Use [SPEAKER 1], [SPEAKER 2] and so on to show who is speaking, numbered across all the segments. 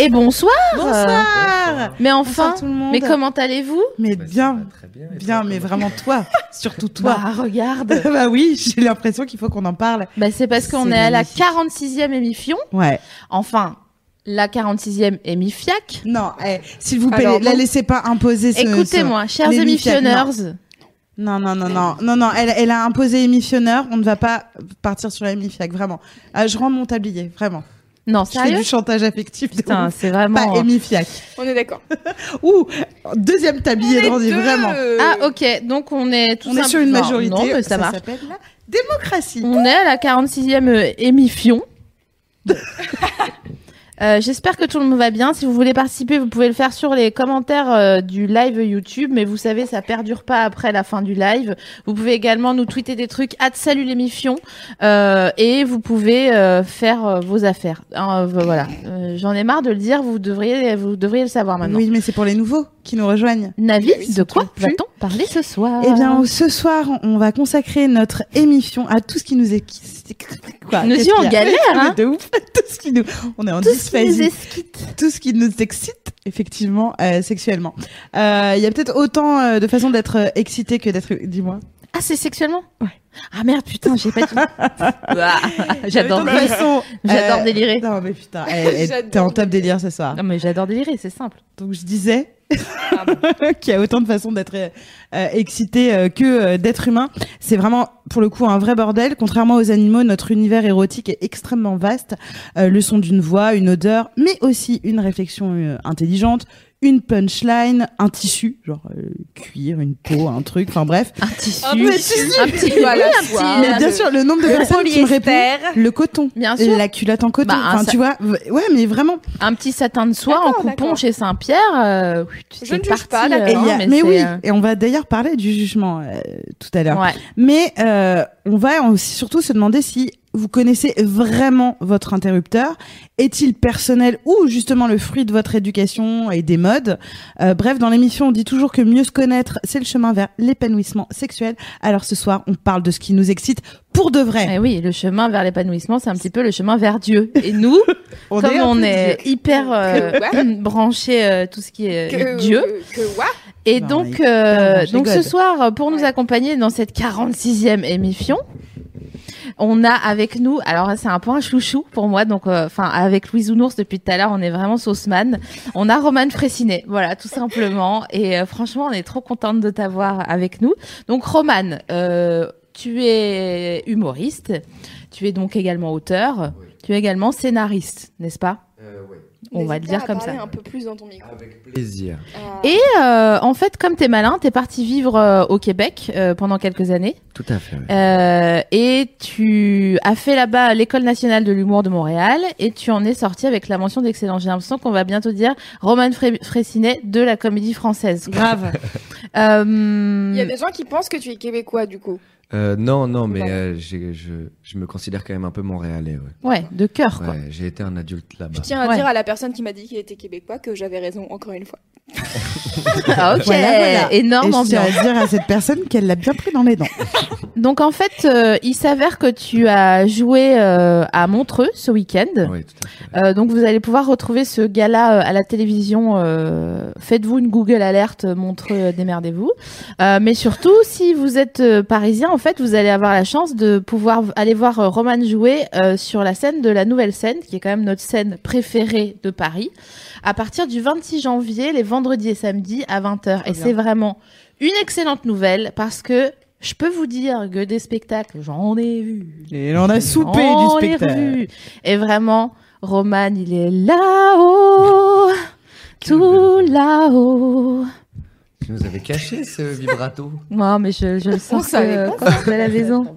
[SPEAKER 1] Et bonsoir
[SPEAKER 2] Bonsoir
[SPEAKER 1] Mais
[SPEAKER 2] Bonsoir
[SPEAKER 1] enfin
[SPEAKER 2] tout le monde.
[SPEAKER 1] Mais comment allez-vous
[SPEAKER 2] Mais
[SPEAKER 3] Bah, ça
[SPEAKER 2] bien,
[SPEAKER 3] va très et
[SPEAKER 2] bien,
[SPEAKER 3] toi,
[SPEAKER 2] mais
[SPEAKER 3] comment-
[SPEAKER 2] vraiment toi, surtout toi.
[SPEAKER 1] Bah regarde
[SPEAKER 2] Bah, oui, j'ai l'impression qu'il faut qu'on en parle.
[SPEAKER 1] Bah c'est parce qu'on
[SPEAKER 2] C'est
[SPEAKER 1] est, à la
[SPEAKER 2] magnifique.
[SPEAKER 1] 46e émission,
[SPEAKER 2] Ouais.
[SPEAKER 1] enfin la 46e émifiac.
[SPEAKER 2] Non, eh, s'il vous plaît,
[SPEAKER 1] Alors,
[SPEAKER 2] la
[SPEAKER 1] donc-
[SPEAKER 2] laissez pas imposer ce.
[SPEAKER 1] Écoutez-moi, chers
[SPEAKER 2] les Mifiac,
[SPEAKER 1] émissionneurs,
[SPEAKER 2] ce- Non, non, non, non, non, non. Elle, elle a imposé émissionneur. On ne va pas partir sur la émifiac, vraiment. Ah, je rends mon tablier, vraiment.
[SPEAKER 1] non
[SPEAKER 2] Je fais
[SPEAKER 1] sérieux
[SPEAKER 2] du chantage affectif. de
[SPEAKER 1] Putain,
[SPEAKER 2] ouf.
[SPEAKER 1] hein, c'est
[SPEAKER 2] pas
[SPEAKER 1] vraiment...
[SPEAKER 2] émifiac.
[SPEAKER 4] On est d'accord.
[SPEAKER 2] Ouh, deuxième tablier de rendez, vraiment.
[SPEAKER 1] Ah
[SPEAKER 4] euh,
[SPEAKER 1] ok, donc on est tout
[SPEAKER 2] On est sur
[SPEAKER 1] simple-
[SPEAKER 2] une
[SPEAKER 1] Non,
[SPEAKER 2] majorité.
[SPEAKER 1] Non, mais ça, marche.
[SPEAKER 2] s'appelle la démocratie.
[SPEAKER 1] On est à la 46e euh, émission. Euh, J'espère que tout le monde va bien. Si vous voulez participer, vous pouvez le faire sur les commentaires euh, du live YouTube. Mais vous savez, ça perdure pas après la fin du live. Vous pouvez également nous tweeter des trucs à salut l'émission euh, et vous pouvez euh, faire euh, vos affaires. Hein, euh, voilà, Euh, j'en ai marre de le dire. Vous devriez, vous devriez le savoir maintenant.
[SPEAKER 2] Oui, mais c'est pour les nouveaux qui nous rejoignent.
[SPEAKER 1] Navi,
[SPEAKER 2] Oui,
[SPEAKER 1] de
[SPEAKER 2] surtout
[SPEAKER 1] quoi
[SPEAKER 2] plus.
[SPEAKER 1] va-t-on parler ce soir
[SPEAKER 2] Eh bien, ce soir, on va consacrer notre émission à tout ce qui nous est. Quoi
[SPEAKER 1] nous
[SPEAKER 2] Qu'est-ce
[SPEAKER 1] y en
[SPEAKER 2] qu'il y a
[SPEAKER 1] galère. Hein
[SPEAKER 2] De ouf. Tout ce qui nous. On est en
[SPEAKER 1] Tout ce qui nous
[SPEAKER 2] dysphasie.
[SPEAKER 1] esquite.
[SPEAKER 2] Tout ce qui nous excite, effectivement, euh, sexuellement. Euh, Il y a peut-être autant euh, de façons d'être euh, excité que d'être. Dis-moi.
[SPEAKER 1] Ah, c'est sexuellement Ah merde, putain, j'ai pas dit. Ah, j'adore
[SPEAKER 2] Autant de façons,
[SPEAKER 1] j'adore
[SPEAKER 2] euh,
[SPEAKER 1] délirer.
[SPEAKER 2] Non, mais putain, eh, eh,
[SPEAKER 4] J'adore
[SPEAKER 2] t'es en top délire ce soir.
[SPEAKER 1] Non, mais j'adore délirer, c'est simple.
[SPEAKER 2] Donc, je disais.
[SPEAKER 1] Ah
[SPEAKER 4] Pardon.
[SPEAKER 2] qu'il y a autant de façons d'être euh, euh, excité euh, que euh, d'être humain. C'est vraiment, pour le coup, un vrai bordel. Contrairement aux animaux, notre univers érotique est extrêmement vaste. Euh, le son d'une voix, une odeur, mais aussi une réflexion euh, intelligente, une punchline, un tissu, genre euh, cuir, une peau, un truc, enfin bref.
[SPEAKER 1] Un tissu,
[SPEAKER 4] Un petit
[SPEAKER 1] un petit,
[SPEAKER 4] tissu à la
[SPEAKER 1] oui, un petit-
[SPEAKER 4] soie.
[SPEAKER 2] mais
[SPEAKER 1] un-
[SPEAKER 2] bien sûr, le nombre de personnes qui me répondent, le coton.
[SPEAKER 1] Bien sûr.
[SPEAKER 2] La culotte en coton,
[SPEAKER 1] Bah, un
[SPEAKER 2] enfin
[SPEAKER 1] sa-
[SPEAKER 2] tu vois, v- ouais mais vraiment.
[SPEAKER 1] un petit satin de soie en
[SPEAKER 4] D'accord,
[SPEAKER 1] coupon
[SPEAKER 4] d'accord.
[SPEAKER 1] chez Saint-Pierre. euh, oui, tu-
[SPEAKER 4] Je
[SPEAKER 1] c'est
[SPEAKER 4] ne juge pas,
[SPEAKER 1] parti,
[SPEAKER 4] d'accord.
[SPEAKER 2] Et
[SPEAKER 1] euh,
[SPEAKER 2] il y a-
[SPEAKER 1] mais
[SPEAKER 2] mais
[SPEAKER 1] c'est,
[SPEAKER 2] oui,
[SPEAKER 1] euh,
[SPEAKER 2] et on va d'ailleurs parler du jugement euh, tout à l'heure.
[SPEAKER 1] ouais.
[SPEAKER 2] Mais euh, on va aussi surtout se demander si vous connaissez vraiment votre interrupteur. Est-il personnel ou justement le fruit de votre éducation et des modes Euh, Bref, dans l'émission, on dit toujours que mieux se connaître, c'est le chemin vers l'épanouissement sexuel. Alors ce soir, on parle de ce qui nous excite pour de vrai.
[SPEAKER 1] Eh oui, le chemin vers l'épanouissement, c'est un petit peu le chemin vers Dieu. Et nous, comme
[SPEAKER 2] un
[SPEAKER 1] on
[SPEAKER 2] peu
[SPEAKER 1] est
[SPEAKER 2] Dieu.
[SPEAKER 1] hyper euh,
[SPEAKER 4] Que what
[SPEAKER 1] branché euh, tout ce qui est euh,
[SPEAKER 4] Que,
[SPEAKER 1] Dieu,
[SPEAKER 4] que- Que what
[SPEAKER 1] Et
[SPEAKER 2] Non,
[SPEAKER 1] donc,
[SPEAKER 2] mais
[SPEAKER 1] euh,
[SPEAKER 2] pardon, je
[SPEAKER 1] donc ce
[SPEAKER 2] rigole.
[SPEAKER 1] soir, euh, pour nous
[SPEAKER 4] Ouais.
[SPEAKER 1] accompagner dans cette 46e émission, on a avec nous, alors c'est un peu un chouchou pour moi, donc euh, enfin avec Louise Ounours depuis tout à l'heure, on est vraiment sauceman. On a Romane Fressinet, voilà tout simplement. Et euh, franchement, on est trop contente de t'avoir avec nous. Donc Romane, euh, tu es humoriste, tu es donc également auteur,
[SPEAKER 3] Oui.
[SPEAKER 1] tu es également scénariste, n'est-ce pas
[SPEAKER 3] Euh, ouais,
[SPEAKER 1] On va le
[SPEAKER 4] N'hésite
[SPEAKER 1] dire
[SPEAKER 4] pas à
[SPEAKER 1] comme ça.
[SPEAKER 4] parler un peu plus dans ton micro.
[SPEAKER 3] avec plaisir.
[SPEAKER 4] Ah.
[SPEAKER 1] Et euh, en fait, comme t'es malin, t'es parti vivre euh, au Québec euh, pendant quelques années.
[SPEAKER 3] Tout à fait. ouais.
[SPEAKER 1] Euh, et tu as fait là-bas l'école nationale de l'humour de Montréal et tu en es sorti avec la mention d'excellence. J'ai l'impression qu'on va bientôt dire Romane Fré- Frécinet de la comédie française.
[SPEAKER 2] Grave.
[SPEAKER 1] Euh,
[SPEAKER 4] Il y a des gens qui pensent que tu es québécois du coup.
[SPEAKER 3] Euh, non, non, mais
[SPEAKER 4] Voilà.
[SPEAKER 3] euh, j'ai- je, je me considère quand même un peu montréalais. Ouais.
[SPEAKER 1] Ouais, de cœur quoi.
[SPEAKER 3] Ouais, j'ai été un adulte là-bas.
[SPEAKER 4] Je tiens à
[SPEAKER 1] Ouais.
[SPEAKER 4] dire à la personne qui m'a dit qu'il était québécois que j'avais raison encore une fois.
[SPEAKER 1] Ah, ok,
[SPEAKER 2] Voilà, voilà.
[SPEAKER 1] énorme
[SPEAKER 2] et je tiens
[SPEAKER 1] ambiance.
[SPEAKER 2] à dire à cette personne qu'elle l'a bien pris dans les dents.
[SPEAKER 1] Donc en fait, euh, il s'avère que tu as joué euh, à Montreux ce week-end.
[SPEAKER 3] Ouais, tout à fait.
[SPEAKER 1] Euh, donc vous allez pouvoir retrouver ce gala euh, à la télévision. euh, Faites-vous une Google alerte, montreux, euh, démerdez-vous. Euh, mais surtout, si vous êtes euh, parisien, en fait, vous allez avoir la chance de pouvoir v- aller voir euh, Roman jouer euh, sur la scène de la nouvelle scène, qui est quand même notre scène préférée de Paris, à partir du 26 janvier, les vendredis et samedis à 20h. Et
[SPEAKER 2] bien.
[SPEAKER 1] c'est vraiment une excellente nouvelle parce que je peux vous dire que des spectacles, j'en ai vu,
[SPEAKER 2] Et on a soupé
[SPEAKER 1] on
[SPEAKER 2] du
[SPEAKER 1] les
[SPEAKER 2] spectacle.
[SPEAKER 1] revue. Et vraiment, Roman, il est là-haut, tout là-haut.
[SPEAKER 3] Tu nous avais caché ce vibrato.
[SPEAKER 1] Non, mais je, je le sens
[SPEAKER 4] savait
[SPEAKER 1] que- quand je vais à la maison.
[SPEAKER 3] Non,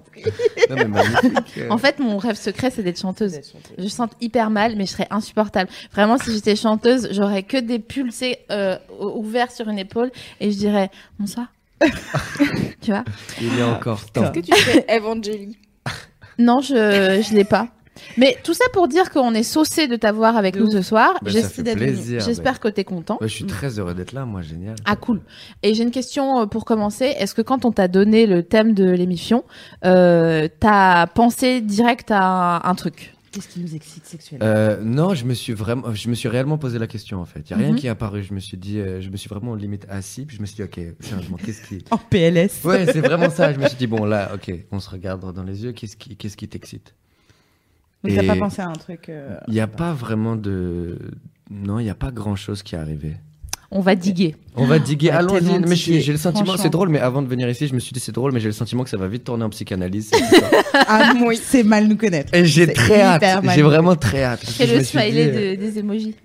[SPEAKER 3] mais magnifique. euh.
[SPEAKER 1] En fait, mon rêve secret, c'est d'être chanteuse. Je sens hyper mal, mais je serais insupportable. Vraiment, si j'étais chanteuse, j'aurais que des pulls tu sais, euh, ou- ouverts sur une épaule et je dirais bonsoir. tu vois
[SPEAKER 3] il est encore temps.
[SPEAKER 4] Est-ce que tu fais Evangeli
[SPEAKER 1] Non, je je l'ai pas. Mais tout ça pour dire qu'on est saucé de t'avoir avec
[SPEAKER 2] De
[SPEAKER 1] nous
[SPEAKER 2] ouf.
[SPEAKER 1] ce soir.
[SPEAKER 3] Bah,
[SPEAKER 1] J'es-
[SPEAKER 3] ça fait
[SPEAKER 2] d'être venu.
[SPEAKER 3] plaisir.
[SPEAKER 1] J'espère que t'es content.
[SPEAKER 3] Bah, je suis très heureux d'être là, moi, génial.
[SPEAKER 1] Ah cool. Et j'ai une question euh, pour commencer. Est-ce que quand on t'a donné le thème de l'émission, euh, t'as pensé direct à un truc
[SPEAKER 2] Qu'est-ce qui nous excite sexuellement
[SPEAKER 3] Euh, non, je me suis vraiment, je me suis réellement posé la question en fait. Il y a rien
[SPEAKER 1] Mhm.
[SPEAKER 3] qui est apparu. Je me suis dit, euh, je me suis vraiment limite assis. Puis je me suis dit, ok, changement. Qu'est-ce qui
[SPEAKER 2] En PLS.
[SPEAKER 3] Ouais, c'est vraiment ça. Je me suis dit bon là, ok, on se regarde dans les yeux. Qu'est-ce qui, qu'est-ce qui t'excite
[SPEAKER 2] Mais t'as
[SPEAKER 3] Et
[SPEAKER 2] pas pensé à un truc euh,
[SPEAKER 3] Il n'y a pas vraiment de, non, il n'y a pas grand chose qui est arrivé.
[SPEAKER 1] On va diguer.
[SPEAKER 3] On va diguer.
[SPEAKER 1] Ah,
[SPEAKER 2] Ouais,
[SPEAKER 3] Allons-y.
[SPEAKER 2] tellement
[SPEAKER 3] Mais je suis-
[SPEAKER 2] diguer,
[SPEAKER 3] j'ai le sentiment,
[SPEAKER 2] franchement.
[SPEAKER 3] c'est drôle. Mais avant de venir ici, je me suis dit c'est drôle, mais j'ai le sentiment que ça va vite tourner en psychanalyse. cette histoire.
[SPEAKER 2] Ah oui, c'est mal nous connaître.
[SPEAKER 3] Et j'ai
[SPEAKER 2] C'est
[SPEAKER 3] très hâte.
[SPEAKER 2] hyper mal.
[SPEAKER 3] J'ai vraiment très hâte. parce que
[SPEAKER 1] C'est
[SPEAKER 3] je
[SPEAKER 1] le
[SPEAKER 3] me suis
[SPEAKER 1] smiley
[SPEAKER 3] dit, euh,
[SPEAKER 1] de- des emojis.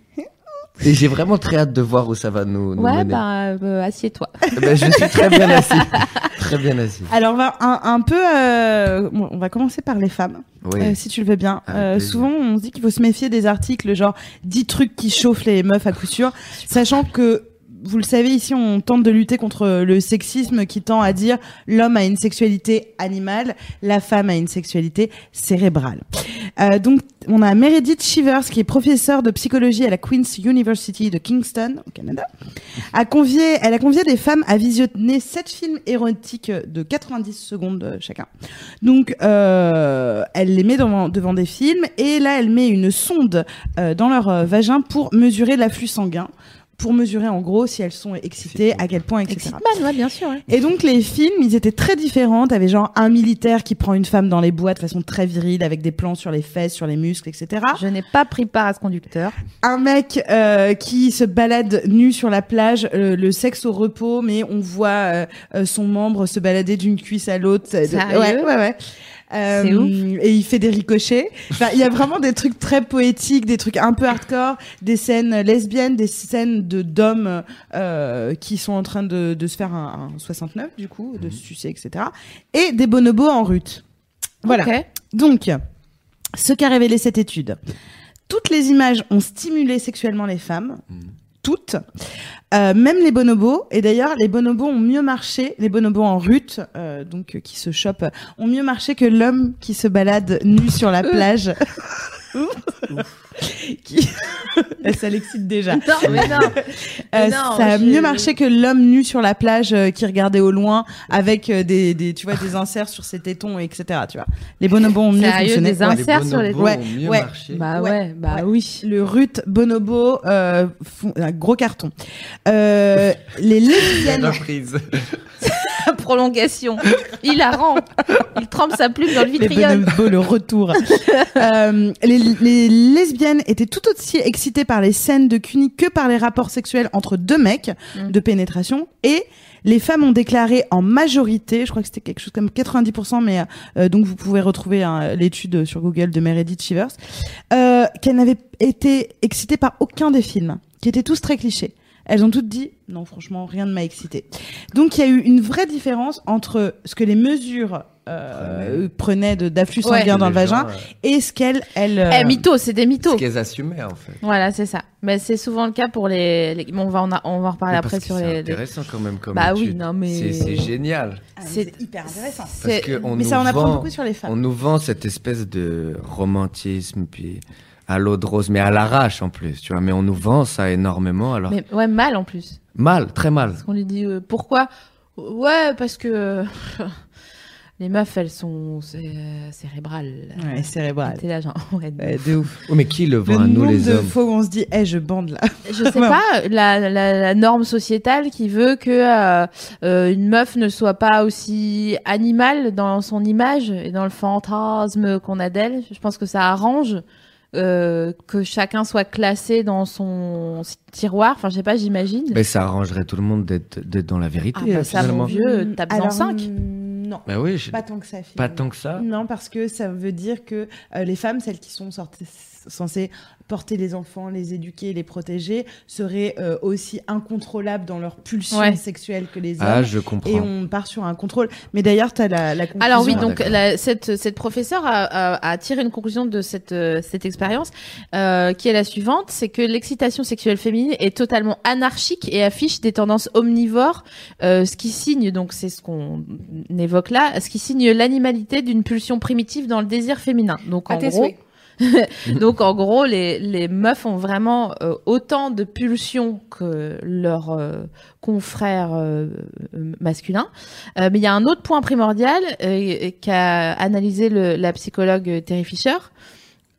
[SPEAKER 3] Et j'ai vraiment très hâte de voir où ça va nous, nous
[SPEAKER 1] Ouais,
[SPEAKER 3] mener.
[SPEAKER 1] bah euh, assieds-toi.
[SPEAKER 3] Ben, je suis très bien assis. très bien assis.
[SPEAKER 2] Alors on va un, un peu, euh, bon, on va commencer par les femmes,
[SPEAKER 3] Oui.
[SPEAKER 2] euh, si tu le veux bien.
[SPEAKER 3] Avec
[SPEAKER 2] Euh,
[SPEAKER 3] plaisir.
[SPEAKER 2] souvent on se dit qu'il faut se méfier des articles genre 10 trucs qui chauffent les meufs à coup sûr, sachant que vous le savez ici on tente de lutter contre le sexisme qui tend à dire l'homme a une sexualité animale, la femme a une sexualité cérébrale. Euh, donc on a Meredith Shivers qui est professeure de psychologie à la Queen's University de Kingston au Canada. a convié, elle a convié des femmes à visionner sept films érotiques de 90 secondes euh, chacun. Donc, euh, elle les met devant, devant des films et là, elle met une sonde euh, dans leur euh, vagin pour mesurer l'afflux sanguin, pour mesurer en gros si elles sont excitées, à quel point, etc.
[SPEAKER 1] Excite-man, ouais, bien sûr. hein. ouais.
[SPEAKER 2] Et donc les films, ils étaient très différents. T'avais genre un militaire qui prend une femme dans les bois de façon très virile, avec des plans sur les fesses, sur les muscles, etc
[SPEAKER 1] Je n'ai pas pris part à ce conducteur.
[SPEAKER 2] un mec euh, qui se balade nu sur la plage, euh, le sexe au repos, mais on voit euh, euh, son membre se balader d'une cuisse à l'autre. Euh, de-
[SPEAKER 1] Sérieux
[SPEAKER 2] Ouais, ouais, ouais. Euh,
[SPEAKER 1] C'est ouf.
[SPEAKER 2] Et il fait des ricochets. Enfin, il y a vraiment des trucs très poétiques, des trucs un peu hardcore, des scènes lesbiennes, des scènes de d'hommes euh, qui sont en train de, de se faire un, un 69 du coup, de se sucer, etc. Et des bonobos en rut. Voilà.
[SPEAKER 1] Ok.
[SPEAKER 2] Donc, ce qu'a révélé cette étude, toutes les images ont stimulé sexuellement les femmes, toutes, Euh, même les bonobos. Et d'ailleurs, les bonobos ont mieux marché, les bonobos en rut, euh, donc euh, qui se chopent, euh, ont mieux marché que l'homme qui se balade nu sur la plage. qui... Eh, ça l'excite déjà.
[SPEAKER 1] Non, mais non.
[SPEAKER 2] Euh,
[SPEAKER 1] Mais non,
[SPEAKER 2] ça a
[SPEAKER 1] je-
[SPEAKER 2] mieux marché que l'homme nu sur la plage euh, qui regardait au loin avec euh, des, des tu vois des inserts sur ses tétons etc tu vois les bonobos ont mieux
[SPEAKER 1] Sérieux,
[SPEAKER 2] fonctionné
[SPEAKER 1] des inserts sur les-
[SPEAKER 3] bonobos
[SPEAKER 2] Ouais,
[SPEAKER 3] ont mieux
[SPEAKER 2] ouais.
[SPEAKER 3] marché.
[SPEAKER 1] Bah ouais,
[SPEAKER 2] Ouais,
[SPEAKER 1] bah
[SPEAKER 2] ouais.
[SPEAKER 1] oui.
[SPEAKER 2] le rut bonobo euh, font un gros carton Euh, les lesbiennes
[SPEAKER 3] Surprise.
[SPEAKER 1] Prolongation. Il la rend. Il trempe sa plume dans le
[SPEAKER 2] les
[SPEAKER 1] vitriol.
[SPEAKER 2] bonobos le retour Euh, les, les lesbiennes étaient tout aussi excitées par les scènes de cuni que par les rapports sexuels entre deux mecs
[SPEAKER 1] Mm.
[SPEAKER 2] de pénétration et les femmes ont déclaré en majorité, je crois que c'était quelque chose comme 90%, mais euh, donc vous pouvez retrouver hein, l'étude sur Google de Meredith Shivers, euh, qu'elles n'avaient été excitées par aucun des films, qui étaient tous très clichés. Elles ont toutes dit non, franchement, rien ne m'a excitée. Donc il y a eu une vraie différence entre ce que les mesures euh, prenaient de- d'afflux
[SPEAKER 1] Ouais.
[SPEAKER 2] sanguin dans le
[SPEAKER 3] Les gens,
[SPEAKER 2] vagin
[SPEAKER 3] euh,
[SPEAKER 2] et ce qu'elles, elles, euh,
[SPEAKER 1] Eh, mytho, c'est des mythos.
[SPEAKER 3] Ce qu'elles assumaient en fait.
[SPEAKER 1] Voilà, c'est ça. Mais c'est souvent le cas pour les. les- Bon, on va en, a- on va en reparler
[SPEAKER 3] Mais parce
[SPEAKER 1] après
[SPEAKER 3] que
[SPEAKER 1] sur
[SPEAKER 3] c'est
[SPEAKER 1] les. les-
[SPEAKER 3] intéressant quand même comme
[SPEAKER 1] Bah oui,
[SPEAKER 3] étude.
[SPEAKER 1] non, mais-
[SPEAKER 3] C'est- C'est génial.
[SPEAKER 2] Ah, mais
[SPEAKER 1] c'est-
[SPEAKER 2] c'est hyper intéressant.
[SPEAKER 3] Parce
[SPEAKER 1] C'est-
[SPEAKER 3] que on
[SPEAKER 2] mais
[SPEAKER 3] nous
[SPEAKER 2] ça en apprend
[SPEAKER 3] vend-
[SPEAKER 2] beaucoup sur les femmes.
[SPEAKER 3] On nous vend cette espèce de romantisme puis à l'eau de rose, mais à l'arrache en plus, tu vois. Mais on nous vend ça énormément, alors
[SPEAKER 1] Mais ouais, mal en plus.
[SPEAKER 3] mal, très mal.
[SPEAKER 1] Parce qu'on lui dit euh, pourquoi Ouais, parce que euh, les meufs, elles sont cé- euh, cérébrales.
[SPEAKER 2] Ouais, cérébral.
[SPEAKER 1] T'es là, genre, ouais, de-
[SPEAKER 2] Ouais, de ouf.
[SPEAKER 3] Oh, mais qui le
[SPEAKER 2] Le
[SPEAKER 3] vend à nous
[SPEAKER 2] nombre
[SPEAKER 3] les
[SPEAKER 2] de
[SPEAKER 3] hommes
[SPEAKER 2] fois où on se dit, eh, je bande là.
[SPEAKER 1] Je sais
[SPEAKER 2] Ouais.
[SPEAKER 1] pas, la, la, la norme sociétale qui veut que euh, euh, une meuf ne soit pas aussi animale dans son image et dans le fantasme qu'on a d'elle. Je pense que ça arrange euh, que chacun soit classé dans son tiroir. Enfin, je sais pas, j'imagine.
[SPEAKER 3] Mais ça arrangerait tout le monde d'être d'être dans la vérité
[SPEAKER 1] Ah, bah, ça, mon
[SPEAKER 3] finalement.
[SPEAKER 1] vieux, t'as besoin de
[SPEAKER 2] Alors,
[SPEAKER 1] 5.
[SPEAKER 2] Non,
[SPEAKER 3] Bah oui, je-
[SPEAKER 2] pas tant que ça. Philippe.
[SPEAKER 3] pas tant que ça.
[SPEAKER 2] Non, parce que ça veut dire que euh, les femmes, celles qui sont sorties, censé porter les enfants, les éduquer, les protéger, seraient euh, aussi incontrôlables dans leur pulsion
[SPEAKER 1] Ouais.
[SPEAKER 2] sexuelle que les hommes.
[SPEAKER 3] Ah, je
[SPEAKER 2] et
[SPEAKER 3] comprends.
[SPEAKER 2] on part sur un contrôle. Mais d'ailleurs, tu as la, la conclusion.
[SPEAKER 1] Alors oui,
[SPEAKER 3] Ah,
[SPEAKER 1] donc
[SPEAKER 3] d'accord.
[SPEAKER 1] la- cette, cette professeure a, a- a tiré une conclusion de cette, euh, cette expérience, euh, qui est la suivante, c'est que l'excitation sexuelle féminine est totalement anarchique et affiche des tendances omnivores, euh, ce qui signe, donc c'est ce qu'on évoque là, ce qui signe l'animalité d'une pulsion primitive dans le désir féminin. Donc en
[SPEAKER 4] À tes
[SPEAKER 1] gros,
[SPEAKER 4] souhaits.
[SPEAKER 1] donc en gros, les, les meufs ont vraiment euh, autant de pulsions que leurs euh, confrères euh, euh, masculins. Euh, mais il y a un autre point primordial euh, qu'a analysé le- la psychologue Terry Fisher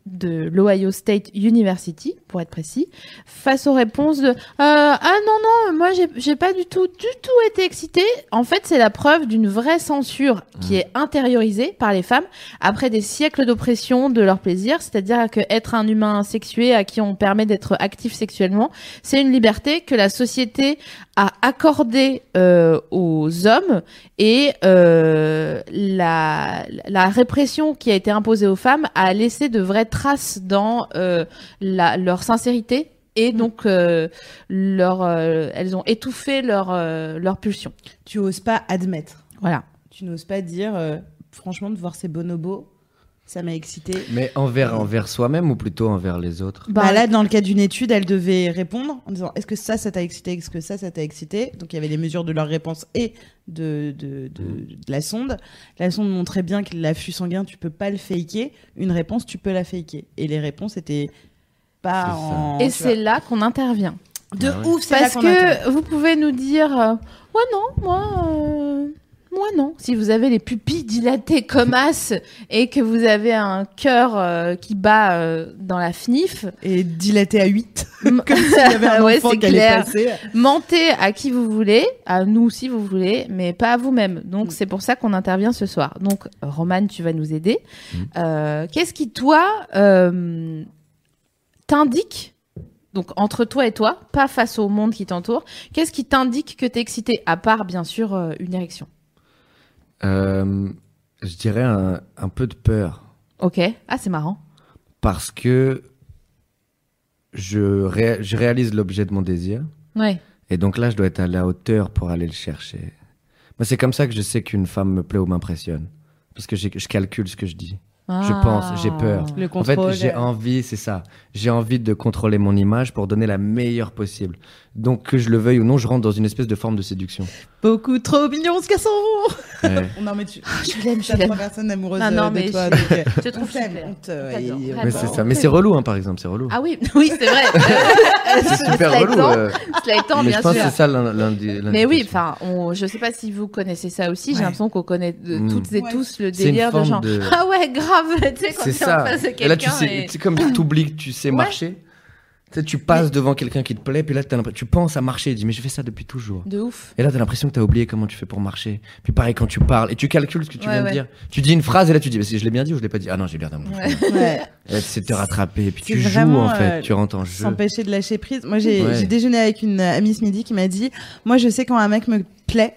[SPEAKER 1] de l'Ohio State University, pour être précis, face aux réponses de euh, ah non non moi j'ai- j'ai pas du tout du tout été excitée. En fait, c'est la preuve d'une vraie censure qui est intériorisée par les femmes après des siècles d'oppression de leur plaisir, c'est-à-dire que être un humain sexué à qui on permet d'être actif sexuellement, c'est une liberté que la société a accordée euh, aux hommes et euh, la, la répression qui a été imposée aux femmes a laissé de vraies traces dans euh, la- leur sincérité. Et
[SPEAKER 2] Mmh.
[SPEAKER 1] donc, euh, leur, euh, elles ont étouffé leur, euh, leur pulsion.
[SPEAKER 2] Tu oses pas admettre.
[SPEAKER 1] Voilà.
[SPEAKER 2] Tu n'oses pas dire, euh, franchement, de voir ces bonobos, ça m'a excité.
[SPEAKER 3] Mais envers, envers soi-même ou plutôt envers les autres
[SPEAKER 2] Bah, là, dans le cas d'une étude, elle devait répondre en disant est-ce que ça, ça t'a excité Est-ce que ça, ça t'a excité Donc il y avait les mesures de leur réponse et de, de, de,
[SPEAKER 3] Mm.
[SPEAKER 2] de la sonde. La sonde montrait bien que l'affût sanguin, tu peux pas le faker. Une réponse, tu peux la faker. Et les réponses étaient
[SPEAKER 3] C'est
[SPEAKER 2] pas
[SPEAKER 3] ça.
[SPEAKER 2] en.
[SPEAKER 1] et
[SPEAKER 2] tu vois.
[SPEAKER 1] c'est là qu'on intervient.
[SPEAKER 2] de
[SPEAKER 3] Ah ouais.
[SPEAKER 2] ouf, c'est là
[SPEAKER 1] Parce
[SPEAKER 2] qu'on intervient.
[SPEAKER 1] que vous pouvez nous dire, euh, ouais non, moi, euh, moi non. Si vous avez les pupilles dilatées comme as et que vous avez un cœur euh, qui bat euh, dans la fnif,
[SPEAKER 2] Et dilaté à 8.
[SPEAKER 1] m-
[SPEAKER 2] Comme s'il y avait un
[SPEAKER 1] Ouais,
[SPEAKER 2] enfant
[SPEAKER 1] c'est
[SPEAKER 2] qui allait
[SPEAKER 1] clair.
[SPEAKER 2] passer.
[SPEAKER 1] mentez à qui vous voulez, à nous si vous voulez, mais pas à vous-même.
[SPEAKER 2] Mm.
[SPEAKER 1] Donc c'est pour ça qu'on intervient ce soir. Donc Romane, tu vas nous aider.
[SPEAKER 3] Mm.
[SPEAKER 1] Euh, Qu'est-ce qui toi euh, t'indique donc entre toi et toi, pas face au monde qui t'entoure, qu'est-ce qui t'indique que t'es excité à part bien sûr euh, une érection
[SPEAKER 3] Euh, Je dirais un, un peu de peur.
[SPEAKER 1] Ok, ah c'est marrant.
[SPEAKER 3] Parce que je, ré- je réalise l'objet de mon désir.
[SPEAKER 1] Ouais.
[SPEAKER 3] Et donc là, je dois être à la hauteur pour aller le chercher. Moi, c'est comme ça que je sais qu'une femme me plaît ou m'impressionne. Parce que j'ai- je calcule ce que je dis. Je
[SPEAKER 1] Ah.
[SPEAKER 3] pense, j'ai peur.
[SPEAKER 2] Le
[SPEAKER 3] En fait,
[SPEAKER 2] contrôle.
[SPEAKER 3] j'ai
[SPEAKER 2] euh,
[SPEAKER 3] envie, c'est ça. J'ai envie de contrôler mon image pour donner la meilleure possible. Donc, que je le veuille ou non, je rentre dans une espèce de forme de séduction.
[SPEAKER 2] Beaucoup trop mignon, ce casson
[SPEAKER 3] Ouais.
[SPEAKER 2] Non, mais tu.
[SPEAKER 1] Ah, Je l'aime, je
[SPEAKER 2] T'as
[SPEAKER 1] l'aime.
[SPEAKER 2] trois personnes amoureuses
[SPEAKER 1] Non, non,
[SPEAKER 2] euh, de
[SPEAKER 1] mais
[SPEAKER 2] toi.
[SPEAKER 1] je-
[SPEAKER 2] donc, euh,
[SPEAKER 1] Je te
[SPEAKER 2] on
[SPEAKER 1] trouve
[SPEAKER 2] t'aime,
[SPEAKER 1] super.
[SPEAKER 2] on te- euh,
[SPEAKER 1] t'adore,
[SPEAKER 2] et-
[SPEAKER 1] vraiment.
[SPEAKER 3] Mais c'est ça. Mais c'est relou, hein, par exemple, c'est relou.
[SPEAKER 1] Ah oui, oui c'est vrai. c'est
[SPEAKER 3] Super relou. euh,
[SPEAKER 1] Cela étant,
[SPEAKER 3] mais
[SPEAKER 1] bien
[SPEAKER 3] je pense que
[SPEAKER 1] sûr.
[SPEAKER 3] c'est ça l'un- l'un des- l'un
[SPEAKER 1] Mais
[SPEAKER 3] des
[SPEAKER 1] oui,
[SPEAKER 3] trucs.
[SPEAKER 1] enfin, on- je sais pas si vous connaissez ça aussi. J'ai
[SPEAKER 2] Ouais.
[SPEAKER 1] l'impression qu'on connaît de-
[SPEAKER 3] Mm.
[SPEAKER 1] toutes et
[SPEAKER 2] Ouais.
[SPEAKER 1] tous le
[SPEAKER 3] C'est une
[SPEAKER 1] délire de
[SPEAKER 3] forme
[SPEAKER 1] genre.
[SPEAKER 3] de-
[SPEAKER 1] Ah ouais, grave. tu sais quand
[SPEAKER 3] C'est
[SPEAKER 1] t'es en
[SPEAKER 3] ça.
[SPEAKER 1] face de
[SPEAKER 3] Et là, tu
[SPEAKER 1] quelqu'un
[SPEAKER 3] sais,
[SPEAKER 1] et-
[SPEAKER 3] c'est comme t'oublies que tu sais
[SPEAKER 1] Ouais.
[SPEAKER 3] marcher. Tu sais, tu passes devant quelqu'un qui te plaît, puis là, t'as l'impression- tu penses à marcher. Tu dis, mais je fais ça depuis toujours.
[SPEAKER 1] de ouf.
[SPEAKER 3] Et là, t'as l'impression que t'as oublié comment tu fais pour marcher. Puis pareil, quand tu parles, et tu calcules ce que tu
[SPEAKER 1] Ouais,
[SPEAKER 3] viens
[SPEAKER 1] ouais.
[SPEAKER 3] de dire. Tu dis une phrase, et là, tu dis, je l'ai bien dit ou je l'ai pas dit. Ah non, j'ai l'air d'un bon
[SPEAKER 1] Ouais.
[SPEAKER 3] chien.
[SPEAKER 2] Ouais.
[SPEAKER 3] Et là, tu sais te rattraper, et puis
[SPEAKER 2] C'est
[SPEAKER 3] tu joues,
[SPEAKER 2] vraiment,
[SPEAKER 3] en fait.
[SPEAKER 2] euh,
[SPEAKER 3] tu rentres en jeu.
[SPEAKER 2] s'empêcher de lâcher prise. Moi, j'ai
[SPEAKER 3] Ouais.
[SPEAKER 2] j'ai déjeuné avec une euh, amie ce midi qui m'a dit Moi, je sais quand un mec me plaît,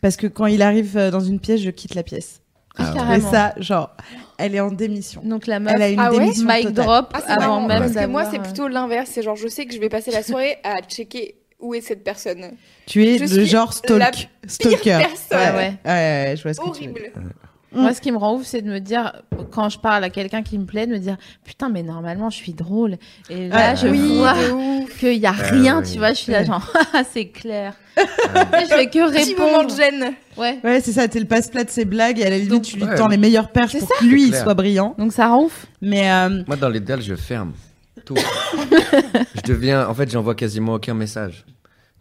[SPEAKER 2] parce que quand il arrive euh, dans une pièce, je quitte la pièce.
[SPEAKER 3] Ah ouais.
[SPEAKER 2] Et
[SPEAKER 1] Carrément.
[SPEAKER 2] ça, genre, elle est en démission.
[SPEAKER 1] Donc la meuf,
[SPEAKER 2] Elle a une
[SPEAKER 1] ah ouais,
[SPEAKER 2] démission
[SPEAKER 1] mic
[SPEAKER 2] totale.
[SPEAKER 1] drop
[SPEAKER 4] Ah, c'est
[SPEAKER 1] avant
[SPEAKER 4] marrant,
[SPEAKER 1] même
[SPEAKER 4] parce que moi,
[SPEAKER 1] d'avoir,
[SPEAKER 4] c'est
[SPEAKER 1] euh,
[SPEAKER 4] plutôt l'inverse. C'est genre, je sais que je vais passer la soirée à checker où est cette personne.
[SPEAKER 2] Tu es
[SPEAKER 4] Je
[SPEAKER 2] le
[SPEAKER 4] suis
[SPEAKER 2] genre
[SPEAKER 4] la
[SPEAKER 2] stalk, stalker. Ouais,
[SPEAKER 4] personne.
[SPEAKER 1] Ouais.
[SPEAKER 2] ouais, ouais, je vois ce que tu veux dire.
[SPEAKER 4] Horrible. Mm.
[SPEAKER 1] Moi, ce qui me rend ouf, c'est de me dire, quand je parle à quelqu'un qui me plaît, de me dire, putain, mais normalement, je suis drôle. Et là,
[SPEAKER 2] Ah,
[SPEAKER 1] je
[SPEAKER 2] oui,
[SPEAKER 1] vois
[SPEAKER 4] de ouf.
[SPEAKER 1] qu'il y a
[SPEAKER 3] Ah,
[SPEAKER 1] rien,
[SPEAKER 3] oui.
[SPEAKER 1] tu vois. Je suis là,
[SPEAKER 2] Ouais.
[SPEAKER 1] genre, Ah, c'est clair. je fais que
[SPEAKER 4] Petit moment de
[SPEAKER 1] répondre.
[SPEAKER 4] gêne.
[SPEAKER 1] Ouais.
[SPEAKER 2] Ouais, c'est ça, t'es le passe-plat de ses blagues et à la limite,
[SPEAKER 1] Donc-
[SPEAKER 2] tu lui
[SPEAKER 3] Ouais.
[SPEAKER 2] tends les meilleures perches
[SPEAKER 1] C'est
[SPEAKER 2] pour que lui
[SPEAKER 3] C'est
[SPEAKER 2] il
[SPEAKER 3] clair.
[SPEAKER 2] soit brillant.
[SPEAKER 1] Donc ça rend ouf.
[SPEAKER 2] Mais euh,
[SPEAKER 3] Moi, dans les dalles, je ferme tout. je deviens, en fait, j'envoie quasiment aucun message.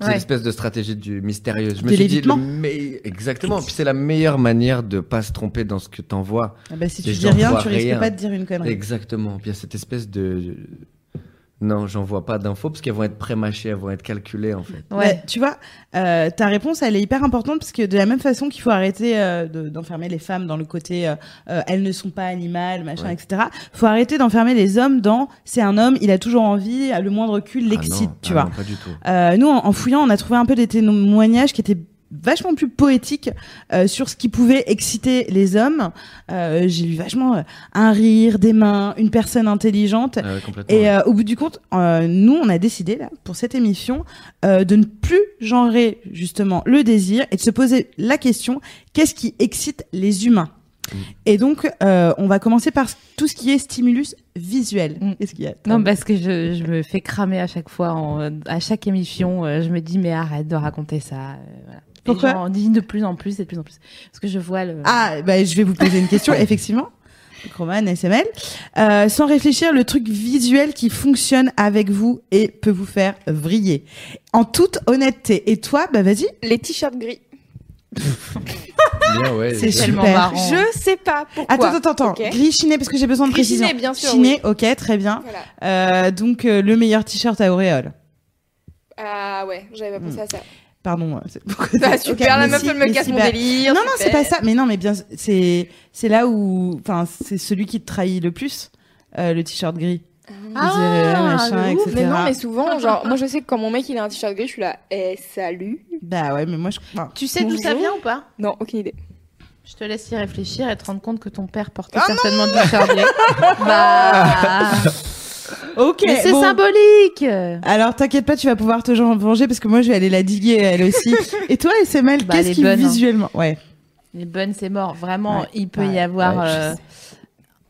[SPEAKER 3] C'est
[SPEAKER 1] Ouais.
[SPEAKER 3] l'espèce de stratégie du mystérieux. Je
[SPEAKER 2] De
[SPEAKER 3] me suis dit, le
[SPEAKER 2] l'évitement.
[SPEAKER 3] me- exactement. Puis c'est la meilleure manière de pas se tromper dans ce que t'envoies.
[SPEAKER 2] ah bah, si tu
[SPEAKER 3] Les
[SPEAKER 2] dis
[SPEAKER 3] gens
[SPEAKER 2] rien,
[SPEAKER 3] voient
[SPEAKER 2] tu risques
[SPEAKER 3] rien.
[SPEAKER 2] pas de dire une connerie.
[SPEAKER 3] Exactement. Puis il y a cette espèce de. Non, j'envoie pas d'infos parce qu'elles vont être prémâchées, elles vont être calculées en fait.
[SPEAKER 4] Bah,
[SPEAKER 2] Ouais.
[SPEAKER 1] Ouais.
[SPEAKER 2] tu vois, euh, ta réponse, elle est hyper importante parce que de la même façon qu'il faut arrêter euh, de- d'enfermer les femmes dans le côté euh, euh, elles ne sont pas animales, machin,
[SPEAKER 3] Ouais.
[SPEAKER 2] etc. Faut arrêter d'enfermer les hommes dans c'est un homme, il a toujours envie, le moindre cul l'excite,
[SPEAKER 3] Ah non,
[SPEAKER 2] tu
[SPEAKER 3] ah
[SPEAKER 2] vois.
[SPEAKER 3] non, pas du tout.
[SPEAKER 2] Euh, nous, en, en fouillant, on a trouvé un peu des témoignages qui étaient vachement plus poétique euh, sur ce qui pouvait exciter les hommes. Euh, J'ai eu vachement euh, un rire, des mains, une personne intelligente.
[SPEAKER 3] Ah ouais, complètement.
[SPEAKER 2] Et euh, au bout du compte, euh, nous, on a décidé là pour cette émission euh, de ne plus genrer justement le désir et de se poser la question qu'est-ce qui excite les humains
[SPEAKER 3] Mm.
[SPEAKER 2] Et donc, euh, on va commencer par tout ce qui est stimulus visuel.
[SPEAKER 1] Mm.
[SPEAKER 2] Qu'est-ce qu'il y a
[SPEAKER 1] Non, parce que je, je me fais cramer à chaque fois, en- à chaque émission. euh, Je me dis, mais arrête de raconter ça. euh, voilà. Et
[SPEAKER 2] Pourquoi
[SPEAKER 1] genre, On dit de plus en plus et de plus en plus. Parce que je vois le.
[SPEAKER 2] Ah, bah, je vais vous poser une question, effectivement. Donc, Roman, SML. Euh, sans réfléchir, le truc visuel qui fonctionne avec vous et peut vous faire vriller. En toute honnêteté. Et toi, bah vas-y.
[SPEAKER 4] Les t-shirts gris.
[SPEAKER 3] Bien, ouais,
[SPEAKER 2] C'est
[SPEAKER 3] je-
[SPEAKER 2] super.
[SPEAKER 1] tellement marrant.
[SPEAKER 4] Je sais pas pourquoi.
[SPEAKER 2] Attends, attends, attends.
[SPEAKER 4] Ok.
[SPEAKER 2] Gris chiné, parce que j'ai besoin de
[SPEAKER 4] Gris
[SPEAKER 2] précision.
[SPEAKER 4] chiné, bien sûr,
[SPEAKER 2] Chiné, ok, très bien.
[SPEAKER 4] Voilà.
[SPEAKER 2] Euh, donc, euh, le meilleur t-shirt à auréole.
[SPEAKER 4] Ah ouais, j'avais pas pensé à ça.
[SPEAKER 2] Pardon. euh, c'est-
[SPEAKER 4] Ah,
[SPEAKER 2] Ok,
[SPEAKER 4] super, la
[SPEAKER 2] mais
[SPEAKER 4] meuf,
[SPEAKER 2] si,
[SPEAKER 4] elle me
[SPEAKER 2] mais
[SPEAKER 4] casse
[SPEAKER 2] si,
[SPEAKER 4] mon
[SPEAKER 2] bah-
[SPEAKER 4] délire.
[SPEAKER 2] Non, non, c'est
[SPEAKER 4] super.
[SPEAKER 2] pas ça. Mais non, mais bien, c'est, c'est là où, enfin, c'est celui qui te trahit le plus, euh, le t-shirt gris.
[SPEAKER 1] Ah,
[SPEAKER 2] machin,
[SPEAKER 1] de ouf.
[SPEAKER 2] etc.
[SPEAKER 4] Mais non, mais souvent, genre, moi je sais que quand mon mec il a un t-shirt gris, je suis là, eh salut.
[SPEAKER 2] Bah ouais, mais moi je. enfin,
[SPEAKER 1] Tu sais d'où ça
[SPEAKER 4] Bonjour.
[SPEAKER 1] vient ou pas
[SPEAKER 4] Non, aucune idée.
[SPEAKER 1] Je te laisse y réfléchir et te rendre compte que ton père portait certainement du t-shirt gris. bah,
[SPEAKER 2] Ok.
[SPEAKER 1] mais c'est
[SPEAKER 2] bon.
[SPEAKER 1] symbolique.
[SPEAKER 2] Alors t'inquiète pas, tu vas pouvoir te gen- venger parce que moi je vais aller la diguer elle aussi. Et toi, SML,
[SPEAKER 1] Bah, elle
[SPEAKER 2] qu'est-ce
[SPEAKER 1] est
[SPEAKER 2] qui
[SPEAKER 1] bonne, hein.
[SPEAKER 2] visuellement, ouais.
[SPEAKER 1] Les buns, c'est mort. Vraiment,
[SPEAKER 2] Ouais,
[SPEAKER 1] il peut
[SPEAKER 2] ouais,
[SPEAKER 1] y avoir
[SPEAKER 3] ouais, je
[SPEAKER 1] euh,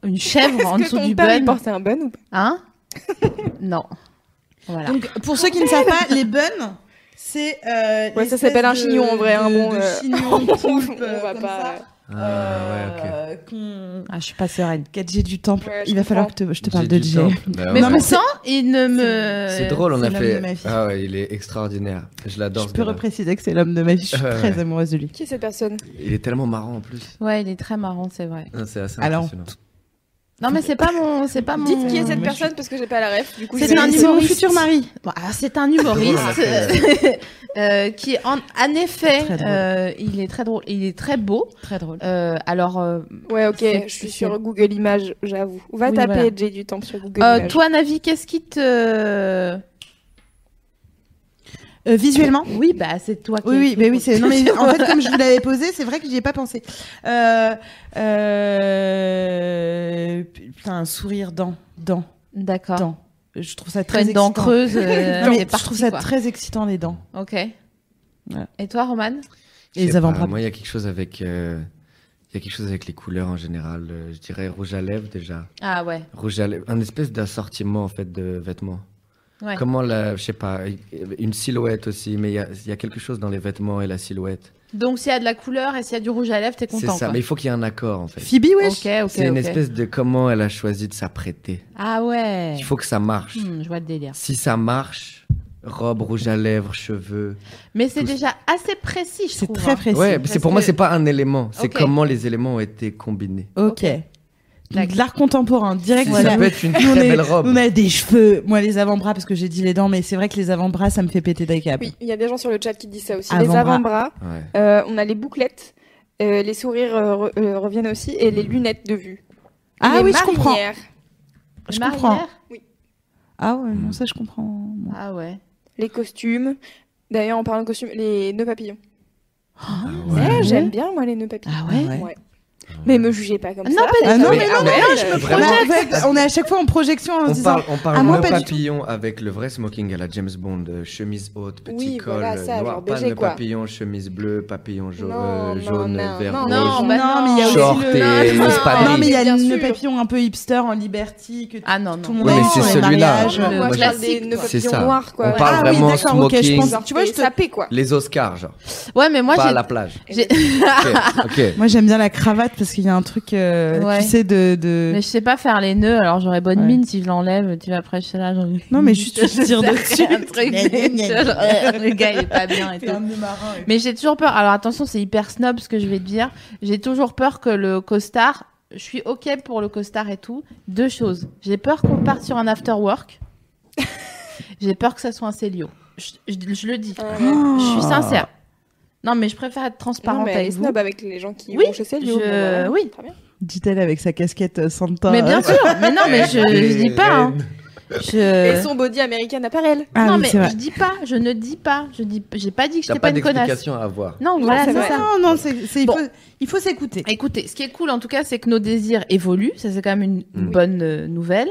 [SPEAKER 1] une chèvre en
[SPEAKER 4] Est-ce que
[SPEAKER 1] dessous
[SPEAKER 4] ton
[SPEAKER 1] du
[SPEAKER 4] père
[SPEAKER 1] bun.
[SPEAKER 4] il portait un bun ou pas
[SPEAKER 1] Hein Non. Voilà.
[SPEAKER 2] Donc pour ceux qui ne savent pas, les buns. C'est euh,
[SPEAKER 4] Ouais, ça
[SPEAKER 2] l'espèce
[SPEAKER 4] s'appelle un
[SPEAKER 2] de-
[SPEAKER 4] chignon, en vrai,
[SPEAKER 2] de-
[SPEAKER 4] hein, bon,
[SPEAKER 2] de
[SPEAKER 4] euh,
[SPEAKER 2] chignon de poulpe,
[SPEAKER 4] on va
[SPEAKER 2] comme
[SPEAKER 4] pas-
[SPEAKER 2] ça,
[SPEAKER 3] Ah, ouais, ok.
[SPEAKER 2] euh, qu'on-
[SPEAKER 1] Ah, je suis pas sereine.
[SPEAKER 2] 4G du temple.
[SPEAKER 4] Ouais, je
[SPEAKER 2] Il va
[SPEAKER 4] comprends.
[SPEAKER 2] falloir que te- je te parle
[SPEAKER 3] J'ai
[SPEAKER 2] de
[SPEAKER 3] du
[SPEAKER 2] G.
[SPEAKER 3] temps. Bah
[SPEAKER 1] Mais
[SPEAKER 3] ouais.
[SPEAKER 1] pourtant, il ne me.
[SPEAKER 3] C'est drôle, on
[SPEAKER 2] c'est
[SPEAKER 3] a
[SPEAKER 2] l'homme de ma
[SPEAKER 3] fait.
[SPEAKER 2] vie.
[SPEAKER 3] Ah ouais, il est extraordinaire. Je l'adore.
[SPEAKER 2] Je
[SPEAKER 3] ce
[SPEAKER 2] peux
[SPEAKER 3] gars-là.
[SPEAKER 2] repréciser que c'est l'homme de ma vie. Je suis
[SPEAKER 3] Ouais,
[SPEAKER 2] très
[SPEAKER 3] ouais.
[SPEAKER 2] amoureuse de lui.
[SPEAKER 4] Qui est cette personne
[SPEAKER 1] Ah,
[SPEAKER 3] Il est tellement marrant en plus.
[SPEAKER 1] Ouais, il est très marrant, c'est vrai.
[SPEAKER 3] Ah, C'est assez
[SPEAKER 2] Alors,
[SPEAKER 3] impressionnant.
[SPEAKER 1] Non, mais c'est pas mon. C'est pas mon.
[SPEAKER 4] Dites qui est cette
[SPEAKER 2] moi, je
[SPEAKER 4] personne parce que j'ai pas la ref. Du coup,
[SPEAKER 1] C'est
[SPEAKER 4] je vais-
[SPEAKER 1] un
[SPEAKER 2] C'est mon
[SPEAKER 1] humoriste.
[SPEAKER 2] futur mari.
[SPEAKER 1] Bon, alors, c'est un humoriste
[SPEAKER 3] hein, C'est
[SPEAKER 1] euh, qui, en, en effet,
[SPEAKER 2] Très drôle.
[SPEAKER 1] euh, il est très drôle, il est très beau.
[SPEAKER 2] Très drôle.
[SPEAKER 1] Euh, alors, euh,
[SPEAKER 4] Ouais, ok,
[SPEAKER 1] C'est-
[SPEAKER 4] je suis
[SPEAKER 1] c'est-
[SPEAKER 4] sur Google Images, j'avoue. Va
[SPEAKER 1] Oui,
[SPEAKER 4] taper
[SPEAKER 1] voilà.
[SPEAKER 4] J'ai du temps sur Google
[SPEAKER 1] euh,
[SPEAKER 4] Images.
[SPEAKER 1] toi, Navi, qu'est-ce qui te.
[SPEAKER 2] Euh, visuellement
[SPEAKER 1] Oui, bah, c'est toi qui.
[SPEAKER 2] Oui, oui, mais oui, c'est. Non, mais en fait, comme je vous l'avais posé, c'est vrai que j'y ai pas pensé. Euh, euh, Putain, un sourire dent, dent,
[SPEAKER 1] D'accord.
[SPEAKER 2] dent. Je trouve ça
[SPEAKER 1] Toi,
[SPEAKER 2] très
[SPEAKER 1] une dent
[SPEAKER 2] excitant.
[SPEAKER 1] creuse. euh,
[SPEAKER 2] Non, mais
[SPEAKER 1] t'es
[SPEAKER 2] je trouve
[SPEAKER 1] parti,
[SPEAKER 2] ça
[SPEAKER 1] quoi.
[SPEAKER 2] très excitant les dents.
[SPEAKER 1] Ok.
[SPEAKER 2] Voilà.
[SPEAKER 1] Et toi, Roman
[SPEAKER 3] Je
[SPEAKER 2] Les
[SPEAKER 3] sais pas,
[SPEAKER 2] avant-bras.
[SPEAKER 3] Moi, il y a quelque chose avec. euh, Il y a quelque chose avec les couleurs en général. Euh, Je dirais rouge à lèvres déjà.
[SPEAKER 1] Ah ouais.
[SPEAKER 3] Rouge à lèvres, un espèce d'assortiment en fait de vêtements.
[SPEAKER 1] Ouais.
[SPEAKER 3] Comment la, je sais pas, une silhouette aussi, mais il y a- il y, a quelque chose dans les vêtements et la silhouette.
[SPEAKER 1] Donc s'il y a de la couleur et s'il y a du rouge à lèvres, t'es
[SPEAKER 3] C'est
[SPEAKER 1] content.
[SPEAKER 3] ça,
[SPEAKER 1] quoi.
[SPEAKER 3] mais il faut qu'il y ait un accord en fait.
[SPEAKER 2] Phoebe,
[SPEAKER 1] Ok,
[SPEAKER 2] wesh.
[SPEAKER 1] ok, ok.
[SPEAKER 3] C'est une espèce de comment elle a choisi de s'apprêter.
[SPEAKER 1] Ah ouais.
[SPEAKER 3] Il faut que ça marche.
[SPEAKER 1] Hmm, je vois le délire.
[SPEAKER 3] Si ça marche, robe, rouge à lèvres, cheveux.
[SPEAKER 1] Mais c'est
[SPEAKER 3] Tout-
[SPEAKER 1] déjà assez précis, je
[SPEAKER 2] C'est
[SPEAKER 1] trouve.
[SPEAKER 2] très
[SPEAKER 1] hein.
[SPEAKER 2] précis.
[SPEAKER 3] ouais, c'est pour
[SPEAKER 1] que-
[SPEAKER 3] moi c'est pas un élément, c'est
[SPEAKER 1] Ok.
[SPEAKER 3] comment les éléments ont été combinés.
[SPEAKER 2] Ok. Donc, de l'art contemporain, direct.
[SPEAKER 3] Si
[SPEAKER 2] voilà.
[SPEAKER 3] Ça peut être une
[SPEAKER 2] Nous, on,
[SPEAKER 3] très
[SPEAKER 2] est-
[SPEAKER 3] belle robe.
[SPEAKER 2] on a des cheveux. Moi, les avant-bras, parce que j'ai dit les dents, mais c'est vrai que les avant-bras, ça me fait péter d'un câble.
[SPEAKER 4] Oui, il y a des gens sur le chat qui disent ça aussi. Les
[SPEAKER 2] Avant-bras.
[SPEAKER 4] avant-bras,
[SPEAKER 3] Ouais.
[SPEAKER 4] euh, on a les bouclettes, euh, les sourires euh, re- euh, reviennent aussi, et les lunettes de vue.
[SPEAKER 2] Ah
[SPEAKER 4] Les
[SPEAKER 2] oui, je comprends.
[SPEAKER 4] marinières,
[SPEAKER 2] Je
[SPEAKER 1] Marinière
[SPEAKER 2] comprends. Ah ouais, non, ça, je comprends.
[SPEAKER 1] Ah ouais.
[SPEAKER 4] Les costumes. D'ailleurs, en parlant de costumes, les nœuds papillons.
[SPEAKER 3] Ah
[SPEAKER 4] Eh,
[SPEAKER 3] ouais.
[SPEAKER 4] J'aime bien, moi, les nœuds papillons.
[SPEAKER 1] Ah ouais.
[SPEAKER 2] Ouais.
[SPEAKER 4] Mais me jugez pas comme
[SPEAKER 1] Non,
[SPEAKER 4] ça.
[SPEAKER 1] pas du
[SPEAKER 2] Ah non,
[SPEAKER 3] Ah,
[SPEAKER 2] mais
[SPEAKER 3] mais-
[SPEAKER 2] non,
[SPEAKER 3] ah, mais-
[SPEAKER 4] je me
[SPEAKER 2] On
[SPEAKER 3] vraiment,
[SPEAKER 2] a, on est à chaque fois en projection en se
[SPEAKER 3] On
[SPEAKER 2] disant.
[SPEAKER 3] parle, on parle
[SPEAKER 2] Ah, moi,
[SPEAKER 3] nœud
[SPEAKER 2] pas du
[SPEAKER 3] papillon avec le vrai smoking à la James Bond, euh, chemise haute, petit
[SPEAKER 4] Oui,
[SPEAKER 3] col
[SPEAKER 4] voilà, ça,
[SPEAKER 3] euh, noir,
[SPEAKER 4] genre
[SPEAKER 3] pas
[SPEAKER 4] BG,
[SPEAKER 3] nœud
[SPEAKER 4] quoi.
[SPEAKER 3] papillon, chemise bleue, papillon jau-
[SPEAKER 4] Non,
[SPEAKER 3] euh,
[SPEAKER 4] non,
[SPEAKER 3] jaune,
[SPEAKER 4] non,
[SPEAKER 3] vert,
[SPEAKER 4] non,
[SPEAKER 3] rouge.
[SPEAKER 1] Non, bah
[SPEAKER 2] Non, mais il y a aussi
[SPEAKER 3] Short
[SPEAKER 2] le-
[SPEAKER 3] et
[SPEAKER 1] non,
[SPEAKER 3] le
[SPEAKER 1] non.
[SPEAKER 3] spaghetti.
[SPEAKER 2] Non, mais il y a
[SPEAKER 4] Bien
[SPEAKER 2] le
[SPEAKER 4] sûr.
[SPEAKER 2] papillon un peu hipster en liberty que
[SPEAKER 1] Ah non, non.
[SPEAKER 2] tout le euh, monde
[SPEAKER 3] Oui,
[SPEAKER 2] a
[SPEAKER 3] mais
[SPEAKER 2] dans
[SPEAKER 3] c'est
[SPEAKER 2] les
[SPEAKER 3] celui-là.
[SPEAKER 2] mariages.
[SPEAKER 4] Non, non, moi, je parle des
[SPEAKER 1] classique,
[SPEAKER 4] nœuds
[SPEAKER 1] quoi.
[SPEAKER 3] C'est
[SPEAKER 4] papillons
[SPEAKER 3] ça.
[SPEAKER 4] noirs, quoi.
[SPEAKER 3] On parle
[SPEAKER 2] Ah oui,
[SPEAKER 3] vraiment
[SPEAKER 2] d'accord, ok, je
[SPEAKER 3] smoking,
[SPEAKER 2] pense-
[SPEAKER 4] Tu vois, je te sapé, quoi.
[SPEAKER 3] les Oscars, genre,
[SPEAKER 1] Ouais, mais moi
[SPEAKER 3] pas à
[SPEAKER 1] j'ai.
[SPEAKER 3] la plage.
[SPEAKER 1] j'ai-
[SPEAKER 3] Ok, ok.
[SPEAKER 2] Moi j'aime bien la cravate parce qu'il y a un truc, euh,
[SPEAKER 1] Ouais.
[SPEAKER 2] tu sais, de. de-
[SPEAKER 1] Mais je sais pas faire les nœuds, alors j'aurais bonne
[SPEAKER 2] Ouais.
[SPEAKER 1] mine si je l'enlève. Tu vas après, je suis là. Genre...
[SPEAKER 2] Non, mais juste, tu
[SPEAKER 1] Je
[SPEAKER 2] tires
[SPEAKER 1] sais
[SPEAKER 2] dessus.
[SPEAKER 1] un truc,
[SPEAKER 2] Gna, gna, gna.
[SPEAKER 1] genre, euh, le gars, il est pas bien et tout. Mais j'ai toujours peur. Alors attention, c'est hyper snob ce que je vais te dire. J'ai toujours peur que le costard. Je suis ok pour le costard et tout. Deux choses. J'ai peur qu'on parte sur un after work. j'ai peur que ça soit un Célio. Je, je- je le dis.
[SPEAKER 4] Ah,
[SPEAKER 1] Je suis sincère. Non, mais je préfère être transparente
[SPEAKER 4] Non, mais elle est
[SPEAKER 1] avec vous.
[SPEAKER 4] snob avec les gens qui
[SPEAKER 1] Oui,
[SPEAKER 4] vont chez
[SPEAKER 1] je-
[SPEAKER 4] Célio. Bon, voilà,
[SPEAKER 1] oui.
[SPEAKER 4] très bien.
[SPEAKER 2] Dit-elle avec sa casquette euh, Santa.
[SPEAKER 1] Mais bien
[SPEAKER 2] euh,
[SPEAKER 1] sûr. Mais non, mais je, je dis pas. hein. Je...
[SPEAKER 4] Et son body américain apparel.
[SPEAKER 2] Ah
[SPEAKER 1] non,
[SPEAKER 2] oui,
[SPEAKER 1] mais
[SPEAKER 2] c'est vrai.
[SPEAKER 1] je dis pas, je ne dis pas, je dis, j'ai pas dit que
[SPEAKER 3] T'as
[SPEAKER 1] j'étais
[SPEAKER 3] pas
[SPEAKER 1] pas une connasse.
[SPEAKER 3] d'explication à avoir.
[SPEAKER 1] Non,
[SPEAKER 4] Non,
[SPEAKER 1] voilà,
[SPEAKER 4] c'est
[SPEAKER 1] c'est
[SPEAKER 4] vrai.
[SPEAKER 1] ça.
[SPEAKER 2] Non, non, c'est, c'est- il,
[SPEAKER 1] Bon.
[SPEAKER 2] faut, il faut s'écouter.
[SPEAKER 1] Écoutez, ce qui est cool en tout cas, c'est que nos désirs évoluent. Ça, c'est quand même
[SPEAKER 3] Mm.
[SPEAKER 1] une une bonne euh, nouvelle.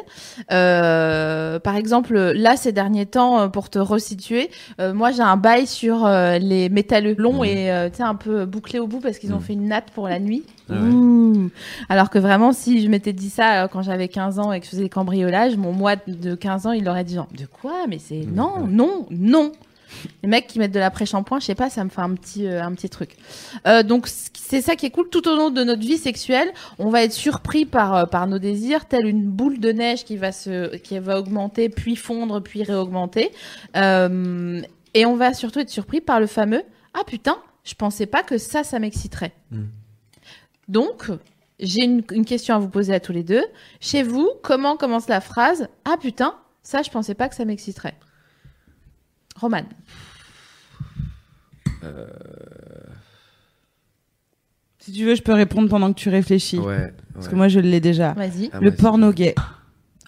[SPEAKER 1] Euh, par exemple, là, ces derniers temps, euh, pour te resituer, euh, moi, j'ai un bail sur euh, les métalleux longs
[SPEAKER 3] Mm.
[SPEAKER 1] et euh, tu sais un peu bouclés au bout parce qu'ils ont
[SPEAKER 3] Mm.
[SPEAKER 1] fait une natte pour la nuit.
[SPEAKER 3] Ah ouais.
[SPEAKER 1] Ouh. Alors que vraiment, si je m'étais dit ça euh, quand j'avais 15 ans et que je faisais des cambriolages, mon moi de 15 ans, il aurait dit genre, de quoi Mais c'est
[SPEAKER 3] Mm.
[SPEAKER 1] non, non, non. Les mecs qui mettent de la pré-shampoing, je sais pas, ça me fait un petit, euh, un petit truc. Euh, donc c- c'est ça qui est cool tout au long de notre vie sexuelle, on va être surpris par euh, par nos désirs, telle une boule de neige qui va se qui va augmenter puis fondre puis réaugmenter. Euh, et on va surtout être surpris par le fameux ah putain, je pensais pas que ça ça m'exciterait.
[SPEAKER 3] Mm.
[SPEAKER 1] Donc j'ai une, une question à vous poser à tous les deux. Chez vous, comment commence la phrase Ah putain, ça je pensais pas que ça m'exciterait. Roman.
[SPEAKER 2] Si tu veux, je peux répondre pendant que tu réfléchis.
[SPEAKER 3] Ouais, ouais.
[SPEAKER 2] Parce que moi, je l'ai déjà.
[SPEAKER 1] Vas-y.
[SPEAKER 3] Ah,
[SPEAKER 2] Le
[SPEAKER 3] vas-y.
[SPEAKER 2] porno gay.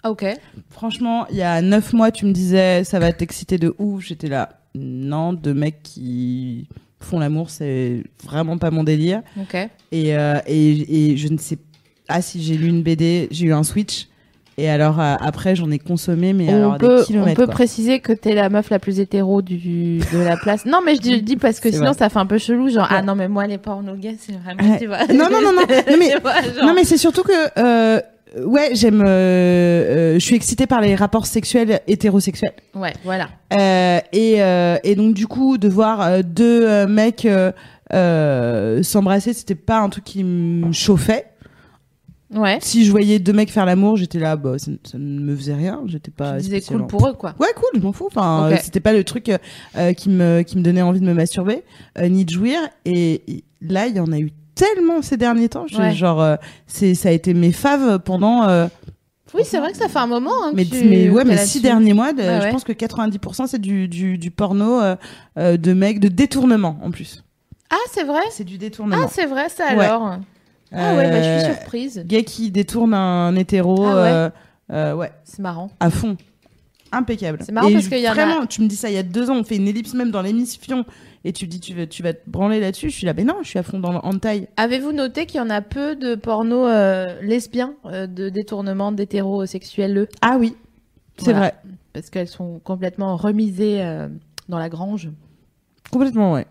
[SPEAKER 1] Ah, ok.
[SPEAKER 2] Franchement, il y a 9 mois, tu me disais, ça va t'exciter de ouf. J'étais là, non, deux mecs qui font l'amour, c'est vraiment pas mon délire.
[SPEAKER 1] Ok.
[SPEAKER 2] Et, euh, et, et je ne sais Ah si, j'ai lu une BD, j'ai eu un Switch. Et alors, euh, après, j'en ai consommé, mais alors
[SPEAKER 1] on peut,
[SPEAKER 2] des kilomètres.
[SPEAKER 1] on peut
[SPEAKER 2] quoi.
[SPEAKER 1] préciser que t'es la meuf la plus hétéro du, de la place. Non, mais je dis, je dis parce que
[SPEAKER 2] C'est
[SPEAKER 1] sinon
[SPEAKER 2] vrai.
[SPEAKER 1] ça fait un peu chelou, genre, ah
[SPEAKER 2] Ouais.
[SPEAKER 1] non, mais moi les porno gays, c'est vraiment,
[SPEAKER 2] Ouais.
[SPEAKER 1] tu vois.
[SPEAKER 2] Non, non, non, non.
[SPEAKER 1] Tu
[SPEAKER 2] Non, mais-
[SPEAKER 1] vois, genre.
[SPEAKER 2] Non, mais c'est surtout que. euh, ouais, j'aime. euh, euh, je suis excitée par les rapports sexuels hétérosexuels.
[SPEAKER 1] Ouais, voilà.
[SPEAKER 2] Euh, et, euh, et donc du coup, de voir euh, deux euh, mecs euh, euh, s'embrasser, c'était pas un truc qui me chauffait.
[SPEAKER 1] Ouais.
[SPEAKER 2] Si je voyais deux mecs faire l'amour, j'étais là, bah, ça, ça ne me faisait rien. J'étais
[SPEAKER 1] Tu
[SPEAKER 2] pas.
[SPEAKER 1] disais cool
[SPEAKER 2] Euh, spécialement-
[SPEAKER 1] pour eux, quoi.
[SPEAKER 2] Ouais, cool, je m'en fous. Enfin,
[SPEAKER 1] Ok.
[SPEAKER 2] euh, c'était pas le truc euh, euh, qui me qui me donnait envie de me masturber euh, ni de jouir. Et et là, il y en a eu tellement ces derniers temps. Je-
[SPEAKER 1] Ouais.
[SPEAKER 2] Genre, euh, c'est ça a été mes faves pendant. euh,
[SPEAKER 1] Oui, c'est vrai que ça fait un moment. Hein, que
[SPEAKER 2] mais,
[SPEAKER 1] tu-
[SPEAKER 2] mais
[SPEAKER 1] que
[SPEAKER 2] ouais,
[SPEAKER 1] t'es
[SPEAKER 2] mais
[SPEAKER 1] là-dessus.
[SPEAKER 2] six derniers mois, de-
[SPEAKER 1] Ouais,
[SPEAKER 2] je
[SPEAKER 1] Ah ouais.
[SPEAKER 2] pense que 90% c'est du, du, du porno euh, euh, de mecs, de détournement en plus.
[SPEAKER 1] Ah, c'est vrai
[SPEAKER 2] C'est du
[SPEAKER 1] Ah,
[SPEAKER 2] détournement.
[SPEAKER 1] c'est vrai, ça
[SPEAKER 2] Ouais.
[SPEAKER 1] alors. Ah ouais, bah je suis surprise.
[SPEAKER 2] Gay Euh, qui détourne un hétéro,
[SPEAKER 1] Ah ouais.
[SPEAKER 2] euh, euh, ouais,
[SPEAKER 1] C'est marrant.
[SPEAKER 2] à fond. Impeccable.
[SPEAKER 1] C'est marrant
[SPEAKER 2] Et
[SPEAKER 1] parce
[SPEAKER 2] je-
[SPEAKER 1] qu'il y en a-
[SPEAKER 2] Vraiment, tu me dis ça il y a deux ans, on fait une ellipse même dans l'émission et tu me dis tu, veux, tu vas te branler là-dessus. Je suis là, mais non, je suis à fond dans le hentai.
[SPEAKER 1] Avez-vous noté qu'il y en a peu de porno euh, lesbiens, euh, de détournement d'hétérosexuels eux
[SPEAKER 2] Ah oui, c'est
[SPEAKER 1] Voilà.
[SPEAKER 2] vrai.
[SPEAKER 1] parce qu'elles sont complètement remisées euh, dans la grange.
[SPEAKER 2] Complètement, ouais.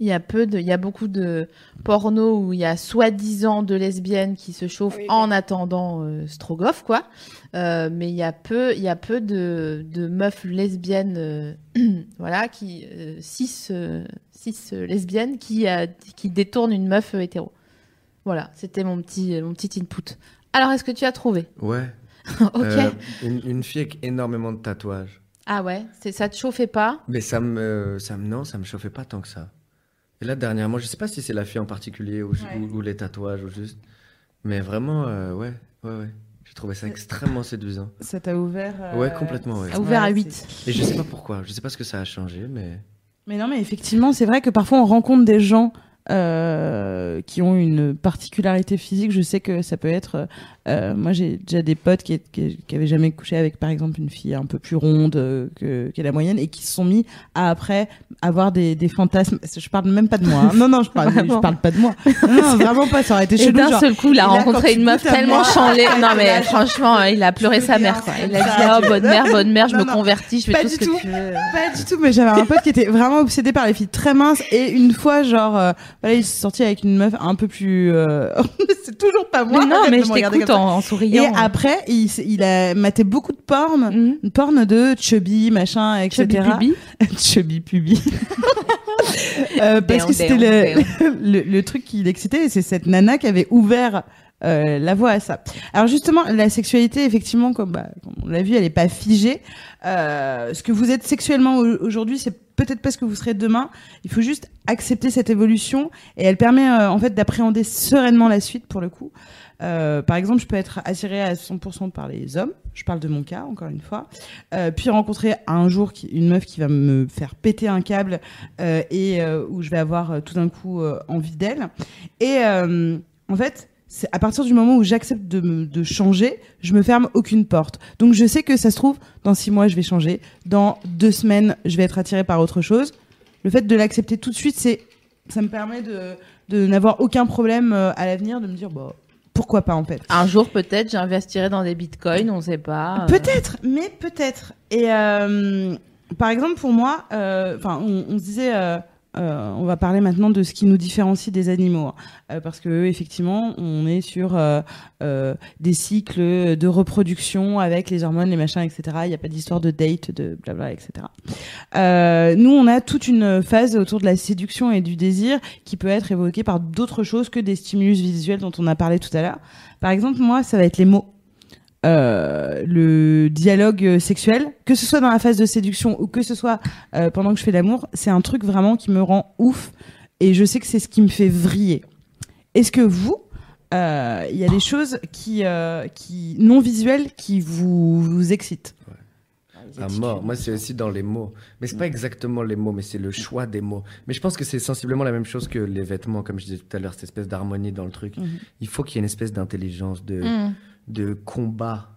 [SPEAKER 1] Il y a peu de, il y a beaucoup de porno où il y a soi-disant de lesbiennes qui se chauffent
[SPEAKER 4] Oui, oui.
[SPEAKER 1] en attendant euh, Strogoff, quoi. Euh, mais il y a peu, il y a peu de, de meufs lesbiennes, euh, voilà, qui euh, cis, euh, cis, euh, lesbiennes qui euh, qui détournent une meuf euh, hétéro. Voilà, c'était mon petit mon petit input. Alors, est-ce que tu as trouvé
[SPEAKER 3] Ouais.
[SPEAKER 1] Ok.
[SPEAKER 3] Euh, une, une fille avec énormément de tatouages.
[SPEAKER 1] Ah ouais, c'est ça te chauffait pas
[SPEAKER 3] Mais ça me, ça me, non, ça me chauffait pas tant que ça. Et là, dernièrement, je sais pas si c'est la fille en particulier ou, ou- ou les tatouages ou juste. Mais vraiment, euh, ouais, ouais, ouais. J'ai trouvé ça extrêmement séduisant.
[SPEAKER 2] Ça t'a ouvert. euh,
[SPEAKER 3] Ouais, complètement, ouais.
[SPEAKER 1] A ouvert à
[SPEAKER 2] c'est-
[SPEAKER 1] 8.
[SPEAKER 3] Et je sais pas pourquoi, je sais pas ce que ça a changé, mais.
[SPEAKER 2] Mais non, mais effectivement, c'est vrai que parfois on rencontre des gens euh, qui ont une particularité physique. Je sais que ça peut être. euh, moi, j'ai déjà des potes qui, qui, qui avaient jamais couché avec, par exemple, une fille un peu plus ronde euh, que, que la moyenne et qui se sont mis à après avoir des, des fantasmes. Je parle même pas de moi. hein. Non, non, je parle, je
[SPEAKER 1] Vraiment.
[SPEAKER 2] parle pas de moi. Non, non, vraiment pas. Ça aurait été
[SPEAKER 1] Et
[SPEAKER 2] chelou.
[SPEAKER 1] d'un
[SPEAKER 2] genre,
[SPEAKER 1] seul coup, il
[SPEAKER 2] Et
[SPEAKER 1] a
[SPEAKER 2] là, quand
[SPEAKER 1] rencontré
[SPEAKER 2] tu
[SPEAKER 1] une meuf
[SPEAKER 2] goûtes à moi,
[SPEAKER 1] tellement chanlée.
[SPEAKER 2] à
[SPEAKER 1] Non,
[SPEAKER 2] ton
[SPEAKER 1] mais
[SPEAKER 2] âge,
[SPEAKER 1] franchement, il a pleuré
[SPEAKER 2] peux
[SPEAKER 1] sa
[SPEAKER 2] dire
[SPEAKER 1] mère,
[SPEAKER 2] ça,
[SPEAKER 1] quoi.
[SPEAKER 2] ça,
[SPEAKER 1] Il a dit,
[SPEAKER 2] ça,
[SPEAKER 1] oh, bonne mère, bonne mère, je
[SPEAKER 2] Non,
[SPEAKER 1] me
[SPEAKER 2] non.
[SPEAKER 1] convertis, je
[SPEAKER 2] Pas
[SPEAKER 1] fais tout
[SPEAKER 2] du
[SPEAKER 1] ce que
[SPEAKER 2] tout.
[SPEAKER 1] tu veux.
[SPEAKER 2] Pas du tout, mais j'avais un pote qui était vraiment obsédé par les filles très minces et une fois, genre, euh, voilà, il s'est sorti avec une meuf un peu plus. euh, c'est toujours pas moi.
[SPEAKER 1] Mais non,
[SPEAKER 2] arrête
[SPEAKER 1] mais
[SPEAKER 2] de
[SPEAKER 1] je
[SPEAKER 2] me regarder
[SPEAKER 1] t'écoute
[SPEAKER 2] comme ça.
[SPEAKER 1] en, en
[SPEAKER 2] Et
[SPEAKER 1] souriant.
[SPEAKER 2] après, il, s- il a maté beaucoup de porn,
[SPEAKER 1] Mhm.
[SPEAKER 2] une porn de chubby, machin, etc.
[SPEAKER 1] Chubby Pubi.
[SPEAKER 2] chubby pubi. Euh, parce
[SPEAKER 1] Béon,
[SPEAKER 2] que c'était le,
[SPEAKER 1] béon,
[SPEAKER 2] le, le truc qui l'excitait, et c'est cette nana qui avait ouvert euh, la voie à ça. Alors justement, la sexualité, effectivement, comme, bah, comme on l'a vu, elle n'est pas figée. Euh, ce que vous êtes sexuellement au- aujourd'hui, c'est peut-être pas ce que vous serez demain. Il faut juste accepter cette évolution et elle permet euh, en fait d'appréhender sereinement la suite pour le coup. Euh, par exemple, je peux être attirée à 100% par les hommes. Je parle de mon cas encore une fois. Euh, puis rencontrer un jour qui- une meuf qui va me faire péter un câble euh, et euh, où je vais avoir euh, tout d'un coup euh, envie d'elle. Et euh, en fait, c'est à partir du moment où j'accepte de, me- de changer, je me ferme aucune porte. Donc je sais que ça se trouve, dans six mois, je vais changer. Dans deux semaines, je vais être attirée par autre chose. Le fait de l'accepter tout de suite, c'est, ça me permet de, de n'avoir aucun problème euh, à l'avenir, de me dire, bah, pourquoi pas en fait.
[SPEAKER 1] Un jour, peut-être, j'investirai dans des bitcoins, on sait pas. euh.
[SPEAKER 2] Peut-être, mais peut-être. Et euh, par exemple, pour moi, euh, enfin, on, on se disait, euh, euh, on va parler maintenant de ce qui nous différencie des animaux, hein. Euh, parce que effectivement, on est sur euh, euh, des cycles de reproduction avec les hormones, les machins, etc. Il n'y a pas d'histoire de date, de blabla, etc. Euh, nous, on a toute une phase autour de la séduction et du désir qui peut être évoquée par d'autres choses que des stimulus visuels dont on a parlé tout à l'heure. Par exemple, moi, ça va être les mots euh, le dialogue euh, sexuel, que ce soit dans la phase de séduction ou que ce soit euh, pendant que je fais l'amour, c'est un truc vraiment qui me rend ouf et je sais que c'est ce qui me fait vriller. Est-ce que vous, euh, il y a des choses qui, euh, qui non visuelles qui vous, vous excitent
[SPEAKER 3] À mort. Moi, c'est aussi dans les mots. Mais c'est pas exactement les mots, mais c'est le choix des mots. Mais je pense que c'est sensiblement la même chose que les vêtements, comme je disais tout à l'heure, cette espèce d'harmonie dans le truc.
[SPEAKER 2] Mhm.
[SPEAKER 3] Il faut qu'il y ait une espèce d'intelligence, de,
[SPEAKER 1] Mm.
[SPEAKER 3] de combat.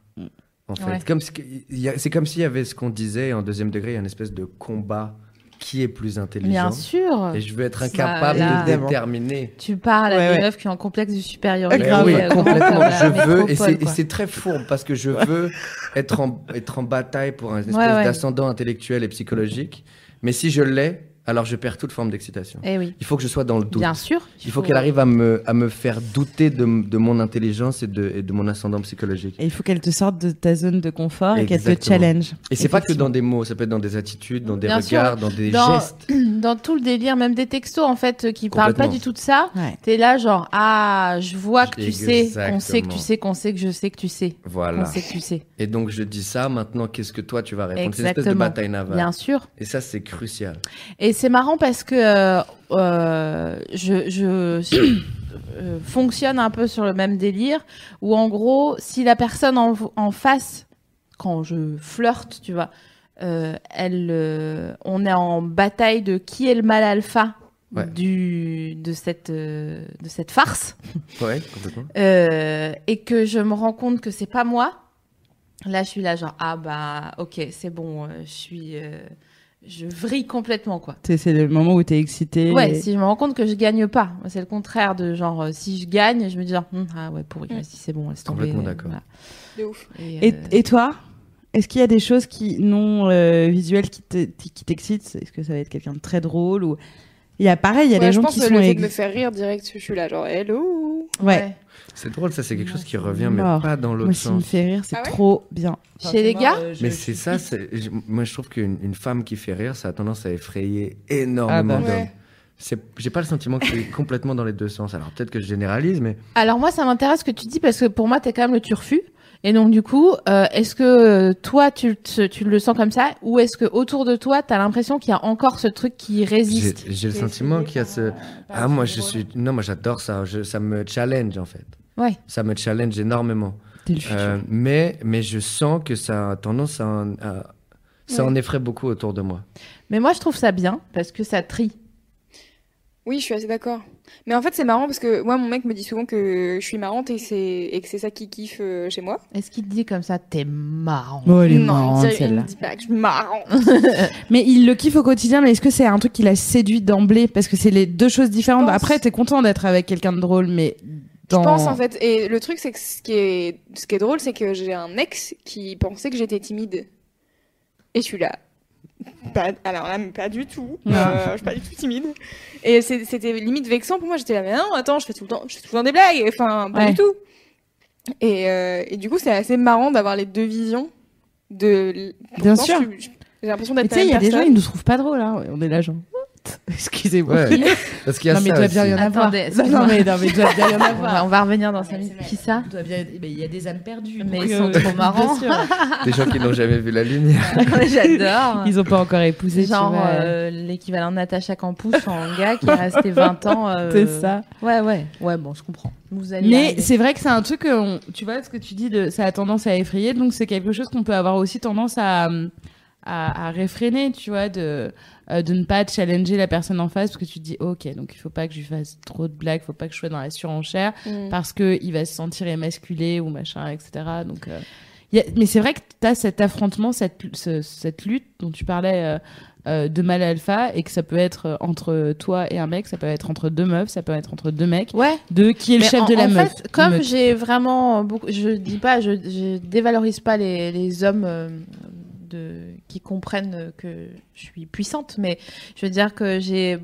[SPEAKER 3] En fait,
[SPEAKER 1] Ouais.
[SPEAKER 3] Comme si- il y a- c'est comme s'il y avait ce qu'on disait en deuxième degré, il y a une espèce de combat qui est plus intelligent.
[SPEAKER 1] Bien sûr.
[SPEAKER 3] Et je veux être
[SPEAKER 1] Ça,
[SPEAKER 3] incapable
[SPEAKER 1] là.
[SPEAKER 3] de déterminer.
[SPEAKER 1] Tu parles à
[SPEAKER 2] Ouais,
[SPEAKER 1] des
[SPEAKER 2] ouais.
[SPEAKER 1] meufs qui ont un complexe du supérieur.
[SPEAKER 2] Ah,
[SPEAKER 3] Mais
[SPEAKER 2] grave.
[SPEAKER 3] oui,
[SPEAKER 2] Ouais,
[SPEAKER 3] complètement. Je veux, et c'est- et c'est très fourbe parce que je veux être en, être en bataille pour un espèce
[SPEAKER 1] Ouais, ouais.
[SPEAKER 3] d'ascendant intellectuel et psychologique. Mais si je l'ai, alors je perds toute forme d'excitation.
[SPEAKER 1] Et oui,
[SPEAKER 3] Il faut que je sois dans le doute.
[SPEAKER 1] bien sûr.
[SPEAKER 3] Il faut qu'elle arrive à me, à me faire douter de, m- de mon intelligence et de, et de mon ascendant psychologique.
[SPEAKER 2] Et il faut qu'elle te sorte de ta zone de confort et qu'elle te
[SPEAKER 3] Exactement.
[SPEAKER 2] challenge.
[SPEAKER 3] Et c'est pas que dans des mots, ça peut être dans des attitudes, dans des
[SPEAKER 1] Bien sûr.
[SPEAKER 3] regards, dans des
[SPEAKER 1] Dans-
[SPEAKER 3] gestes.
[SPEAKER 1] Dans tout le délire, même des textos, en fait, euh, qui parlent pas
[SPEAKER 3] Complètement.
[SPEAKER 1] du tout de ça.
[SPEAKER 2] Ouais.
[SPEAKER 1] T'es là, genre, ah, je vois que tu sais, qu'on
[SPEAKER 3] Exactement.
[SPEAKER 1] sait que tu sais, qu'on sait que je sais que tu sais.
[SPEAKER 3] Voilà.
[SPEAKER 1] On sait que tu sais.
[SPEAKER 3] Et donc je dis ça, maintenant qu'est-ce que toi tu vas répondre C'est une espèce de
[SPEAKER 1] Exactement.
[SPEAKER 3] bataille navale.
[SPEAKER 1] Bien sûr.
[SPEAKER 3] Et ça c'est crucial.
[SPEAKER 1] Et c'est marrant parce que euh, euh, je, je euh, fonctionne un peu sur le même délire, où en gros, si la personne en, en face, quand je flirte, tu vois, euh, elle, euh, on est en bataille de qui est le mal alpha
[SPEAKER 3] Ouais.
[SPEAKER 1] du, de, cette, euh, de cette farce,
[SPEAKER 3] Ouais, complètement.
[SPEAKER 1] euh, et que je me rends compte que c'est pas moi, là je suis là genre, ah bah ok, c'est bon, euh, je suis... euh, je vrille complètement quoi.
[SPEAKER 2] C'est- C'est le moment où t'es excité.
[SPEAKER 1] Ouais,
[SPEAKER 2] et-
[SPEAKER 1] si je me rends compte que je gagne pas, Moi, c'est le contraire de genre euh, si je gagne, je me dis genre Hum, ah ouais pourri,
[SPEAKER 4] Mm.
[SPEAKER 1] si c'est bon, laisse tomber. euh,
[SPEAKER 3] Complètement d'accord.
[SPEAKER 1] Voilà.
[SPEAKER 4] De ouf.
[SPEAKER 1] Et,
[SPEAKER 2] Et,
[SPEAKER 1] euh,
[SPEAKER 2] et toi est-ce qu'il y a des choses qui non euh, visuelles qui te- qui t'excitent Est-ce que ça va être quelqu'un de très drôle ou il y a pareil, il y a
[SPEAKER 4] Ouais,
[SPEAKER 2] des
[SPEAKER 4] je
[SPEAKER 2] gens
[SPEAKER 4] pense
[SPEAKER 2] qui
[SPEAKER 4] que
[SPEAKER 2] sont
[SPEAKER 4] le fait
[SPEAKER 2] ex-
[SPEAKER 4] de me faire rire direct, je suis là, genre hello.
[SPEAKER 2] ouais.
[SPEAKER 3] C'est drôle, ça c'est quelque chose qui
[SPEAKER 2] Moi, c'est
[SPEAKER 3] revient mais
[SPEAKER 2] mort.
[SPEAKER 3] pas dans
[SPEAKER 2] Moi,
[SPEAKER 3] l'autre
[SPEAKER 2] ce qui me
[SPEAKER 3] sens.
[SPEAKER 2] fait rire, c'est
[SPEAKER 4] Ah ouais
[SPEAKER 2] trop bien.
[SPEAKER 1] Chez les gars
[SPEAKER 3] Mais c'est ça, c'est- je- moi je trouve qu'une une femme qui fait rire, ça a tendance à effrayer énormément
[SPEAKER 2] Ah bah.
[SPEAKER 3] d'hommes.
[SPEAKER 4] Ouais.
[SPEAKER 3] C'est- J'ai pas le sentiment que c'est complètement dans les deux sens. Alors peut-être que je généralise, mais
[SPEAKER 1] Alors moi ça m'intéresse ce que tu dis parce que pour moi t'es quand même le turfu. Et donc du coup, euh, est-ce que euh, toi tu, te- tu le sens comme ça ou est-ce que autour de toi t'as l'impression qu'il y a encore ce truc qui
[SPEAKER 3] j'ai
[SPEAKER 1] résiste
[SPEAKER 3] j'ai le sentiment qu'il y a ce. Ah, moi je suis. Non, moi j'adore ça. Je- ça me challenge en fait.
[SPEAKER 1] Ouais.
[SPEAKER 3] Ça me challenge énormément.
[SPEAKER 2] T'es le futur.
[SPEAKER 3] Euh, mais, mais je sens que ça a tendance à. en- à- ça en effraie beaucoup autour de moi.
[SPEAKER 1] Mais moi je trouve ça bien parce que ça trie.
[SPEAKER 4] Oui, je suis assez d'accord. Mais en fait, c'est marrant parce que moi, mon mec me dit souvent que je suis marrante et, c'est- et que c'est ça qui kiffe euh, chez moi.
[SPEAKER 1] Est-ce qu'il te dit comme ça t'es marrant
[SPEAKER 2] Oh, elle est
[SPEAKER 4] non, il me
[SPEAKER 2] marrante,
[SPEAKER 4] dit- il
[SPEAKER 2] celle-là.
[SPEAKER 4] me dit pas que je suis marrante.
[SPEAKER 2] Mais il le kiffe au quotidien, mais est-ce que c'est un truc qui l'a séduit d'emblée Parce que c'est les deux choses différentes.
[SPEAKER 4] Je pense.
[SPEAKER 2] Après, t'es content d'être avec quelqu'un de drôle, mais dans...
[SPEAKER 4] Je pense en fait. Et le truc, c'est que ce qui est, ce qui est drôle, c'est que j'ai un ex qui pensait que j'étais timide. Et je suis là. Pas- alors là, mais pas du tout. Euh, je suis pas du tout timide. Et c'est- c'était limite vexant pour moi. J'étais là, mais non, attends, je fais tout le temps, je fais tout le temps des blagues. Enfin, pas
[SPEAKER 2] Ouais.
[SPEAKER 4] du tout. Et, euh, et du coup, c'est assez marrant d'avoir les deux visions. De l-
[SPEAKER 2] Bien
[SPEAKER 4] pourtant,
[SPEAKER 2] sûr.
[SPEAKER 4] je suis- J'ai l'impression
[SPEAKER 2] Mais
[SPEAKER 4] d'être
[SPEAKER 2] tu
[SPEAKER 4] la
[SPEAKER 2] sais, il y a
[SPEAKER 4] même
[SPEAKER 2] des gens,
[SPEAKER 4] personne.
[SPEAKER 2] ils nous trouvent pas drôles, hein. On est là, genre... what Excusez-moi.
[SPEAKER 3] Ouais. Parce qu'il y a
[SPEAKER 2] Non, mais il
[SPEAKER 3] ça
[SPEAKER 2] doit bien y en
[SPEAKER 3] aussi.
[SPEAKER 2] avoir.
[SPEAKER 1] Attendez,
[SPEAKER 2] non, non, mais, non, mais il doit bien y en
[SPEAKER 1] On
[SPEAKER 2] avoir.
[SPEAKER 1] va, on va revenir dans sa minute. Qui ça
[SPEAKER 2] Il doit bien- mais il y a des âmes perdues.
[SPEAKER 1] Mais
[SPEAKER 2] donc, euh,
[SPEAKER 1] ils sont trop marrants.
[SPEAKER 2] bien sûr.
[SPEAKER 3] Des gens qui n'ont jamais vu la lumière.
[SPEAKER 1] J'adore.
[SPEAKER 2] Ils ont pas encore épousé, tu
[SPEAKER 1] Genre
[SPEAKER 2] vois.
[SPEAKER 1] euh, l'équivalent de Natacha Campus en gars qui est resté 20 ans. euh,
[SPEAKER 2] C'est ça.
[SPEAKER 1] Ouais, ouais. Ouais, bon, je comprends. Vous allez
[SPEAKER 2] Mais
[SPEAKER 1] arriver.
[SPEAKER 2] c'est vrai que c'est un truc, que on- tu vois, ce que tu dis, de, ça a tendance à effrayer, donc c'est quelque chose qu'on peut avoir aussi tendance à,
[SPEAKER 5] à, à réfréner, tu vois, de, euh, de ne pas challenger la personne en face parce que tu te dis, ok, donc il faut pas que je lui fasse trop de blagues, faut pas que je sois dans la surenchère
[SPEAKER 1] Mm.
[SPEAKER 4] Mm.
[SPEAKER 5] parce que il va se sentir émasculé ou machin, etc. Donc, euh, y a- mais c'est vrai que tu as cet affrontement, cette, ce- cette lutte dont tu parlais euh, euh, de mal alpha et que ça peut être euh, entre toi et un mec, ça peut être entre deux meufs, ça peut être entre deux mecs,
[SPEAKER 1] Ouais.
[SPEAKER 5] de qui est le
[SPEAKER 1] Mais
[SPEAKER 5] chef
[SPEAKER 1] en-
[SPEAKER 5] de la
[SPEAKER 1] en
[SPEAKER 5] meuf.
[SPEAKER 1] fait, comme
[SPEAKER 5] meute.
[SPEAKER 1] j'ai vraiment beaucoup, je dis pas, je, je dévalorise pas les, les hommes euh, de, qui comprennent que je suis puissante, mais je veux dire que j'ai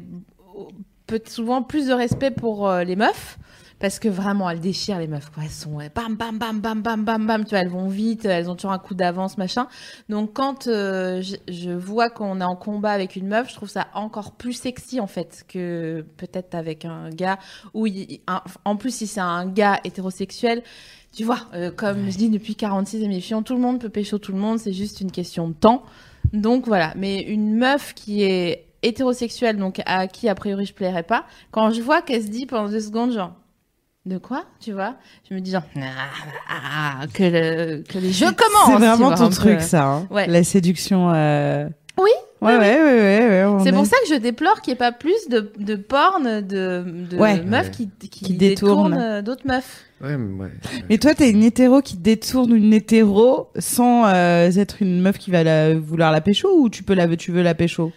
[SPEAKER 1] peut souvent plus de respect pour euh, les meufs. Parce que vraiment, elles déchirent les meufs. quoi. Elles sont euh, bam, bam, bam, bam, bam, bam, bam. Tu vois, elles vont vite. Elles ont toujours un coup d'avance, machin. Donc quand euh, je, je vois qu'on est en combat avec une meuf, je trouve ça encore plus sexy en fait que peut-être avec un gars. Où il- un- en plus si c'est un gars hétérosexuel, tu vois, euh, comme je dis depuis 46 émissions, tout le monde peut pécho tout le monde, c'est juste une question de temps. Donc voilà, mais une meuf qui est hétérosexuelle, donc à qui a priori je plairais pas, quand je vois qu'elle se dit pendant deux secondes genre... De quoi, tu vois Je me dis genre ah, ah, ah, que le que les jeux commencent.
[SPEAKER 2] C'est
[SPEAKER 1] tu
[SPEAKER 2] vraiment
[SPEAKER 1] vois,
[SPEAKER 2] ton
[SPEAKER 1] un peu.
[SPEAKER 2] truc, ça. hein.
[SPEAKER 1] Ouais.
[SPEAKER 2] La séduction. euh,
[SPEAKER 1] Oui,
[SPEAKER 2] Ouais, ouais, ouais, ouais. ouais, on
[SPEAKER 1] C'est
[SPEAKER 2] est-
[SPEAKER 1] pour ça que je déplore qu'il n'y ait pas plus de, de porn de, de
[SPEAKER 2] Ouais.
[SPEAKER 1] meufs
[SPEAKER 3] Ouais.
[SPEAKER 1] qui, qui,
[SPEAKER 2] Qui détournent.
[SPEAKER 1] détournent euh, d'autres meufs.
[SPEAKER 3] Ouais, mais ouais.
[SPEAKER 2] Mais toi, t'es une hétéro qui détourne une hétéro sans euh, être une meuf qui va la- vouloir la pécho ou tu peux la tu veux la pécho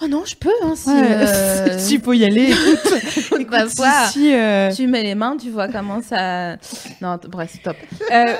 [SPEAKER 1] Oh non, je peux, hein, si, euh, bah,
[SPEAKER 2] tu peux y aller.
[SPEAKER 1] écoute, ma foi,
[SPEAKER 2] si, si, euh,
[SPEAKER 1] tu mets les mains, tu vois comment ça... Non, t- bref, stop.
[SPEAKER 4] Euh,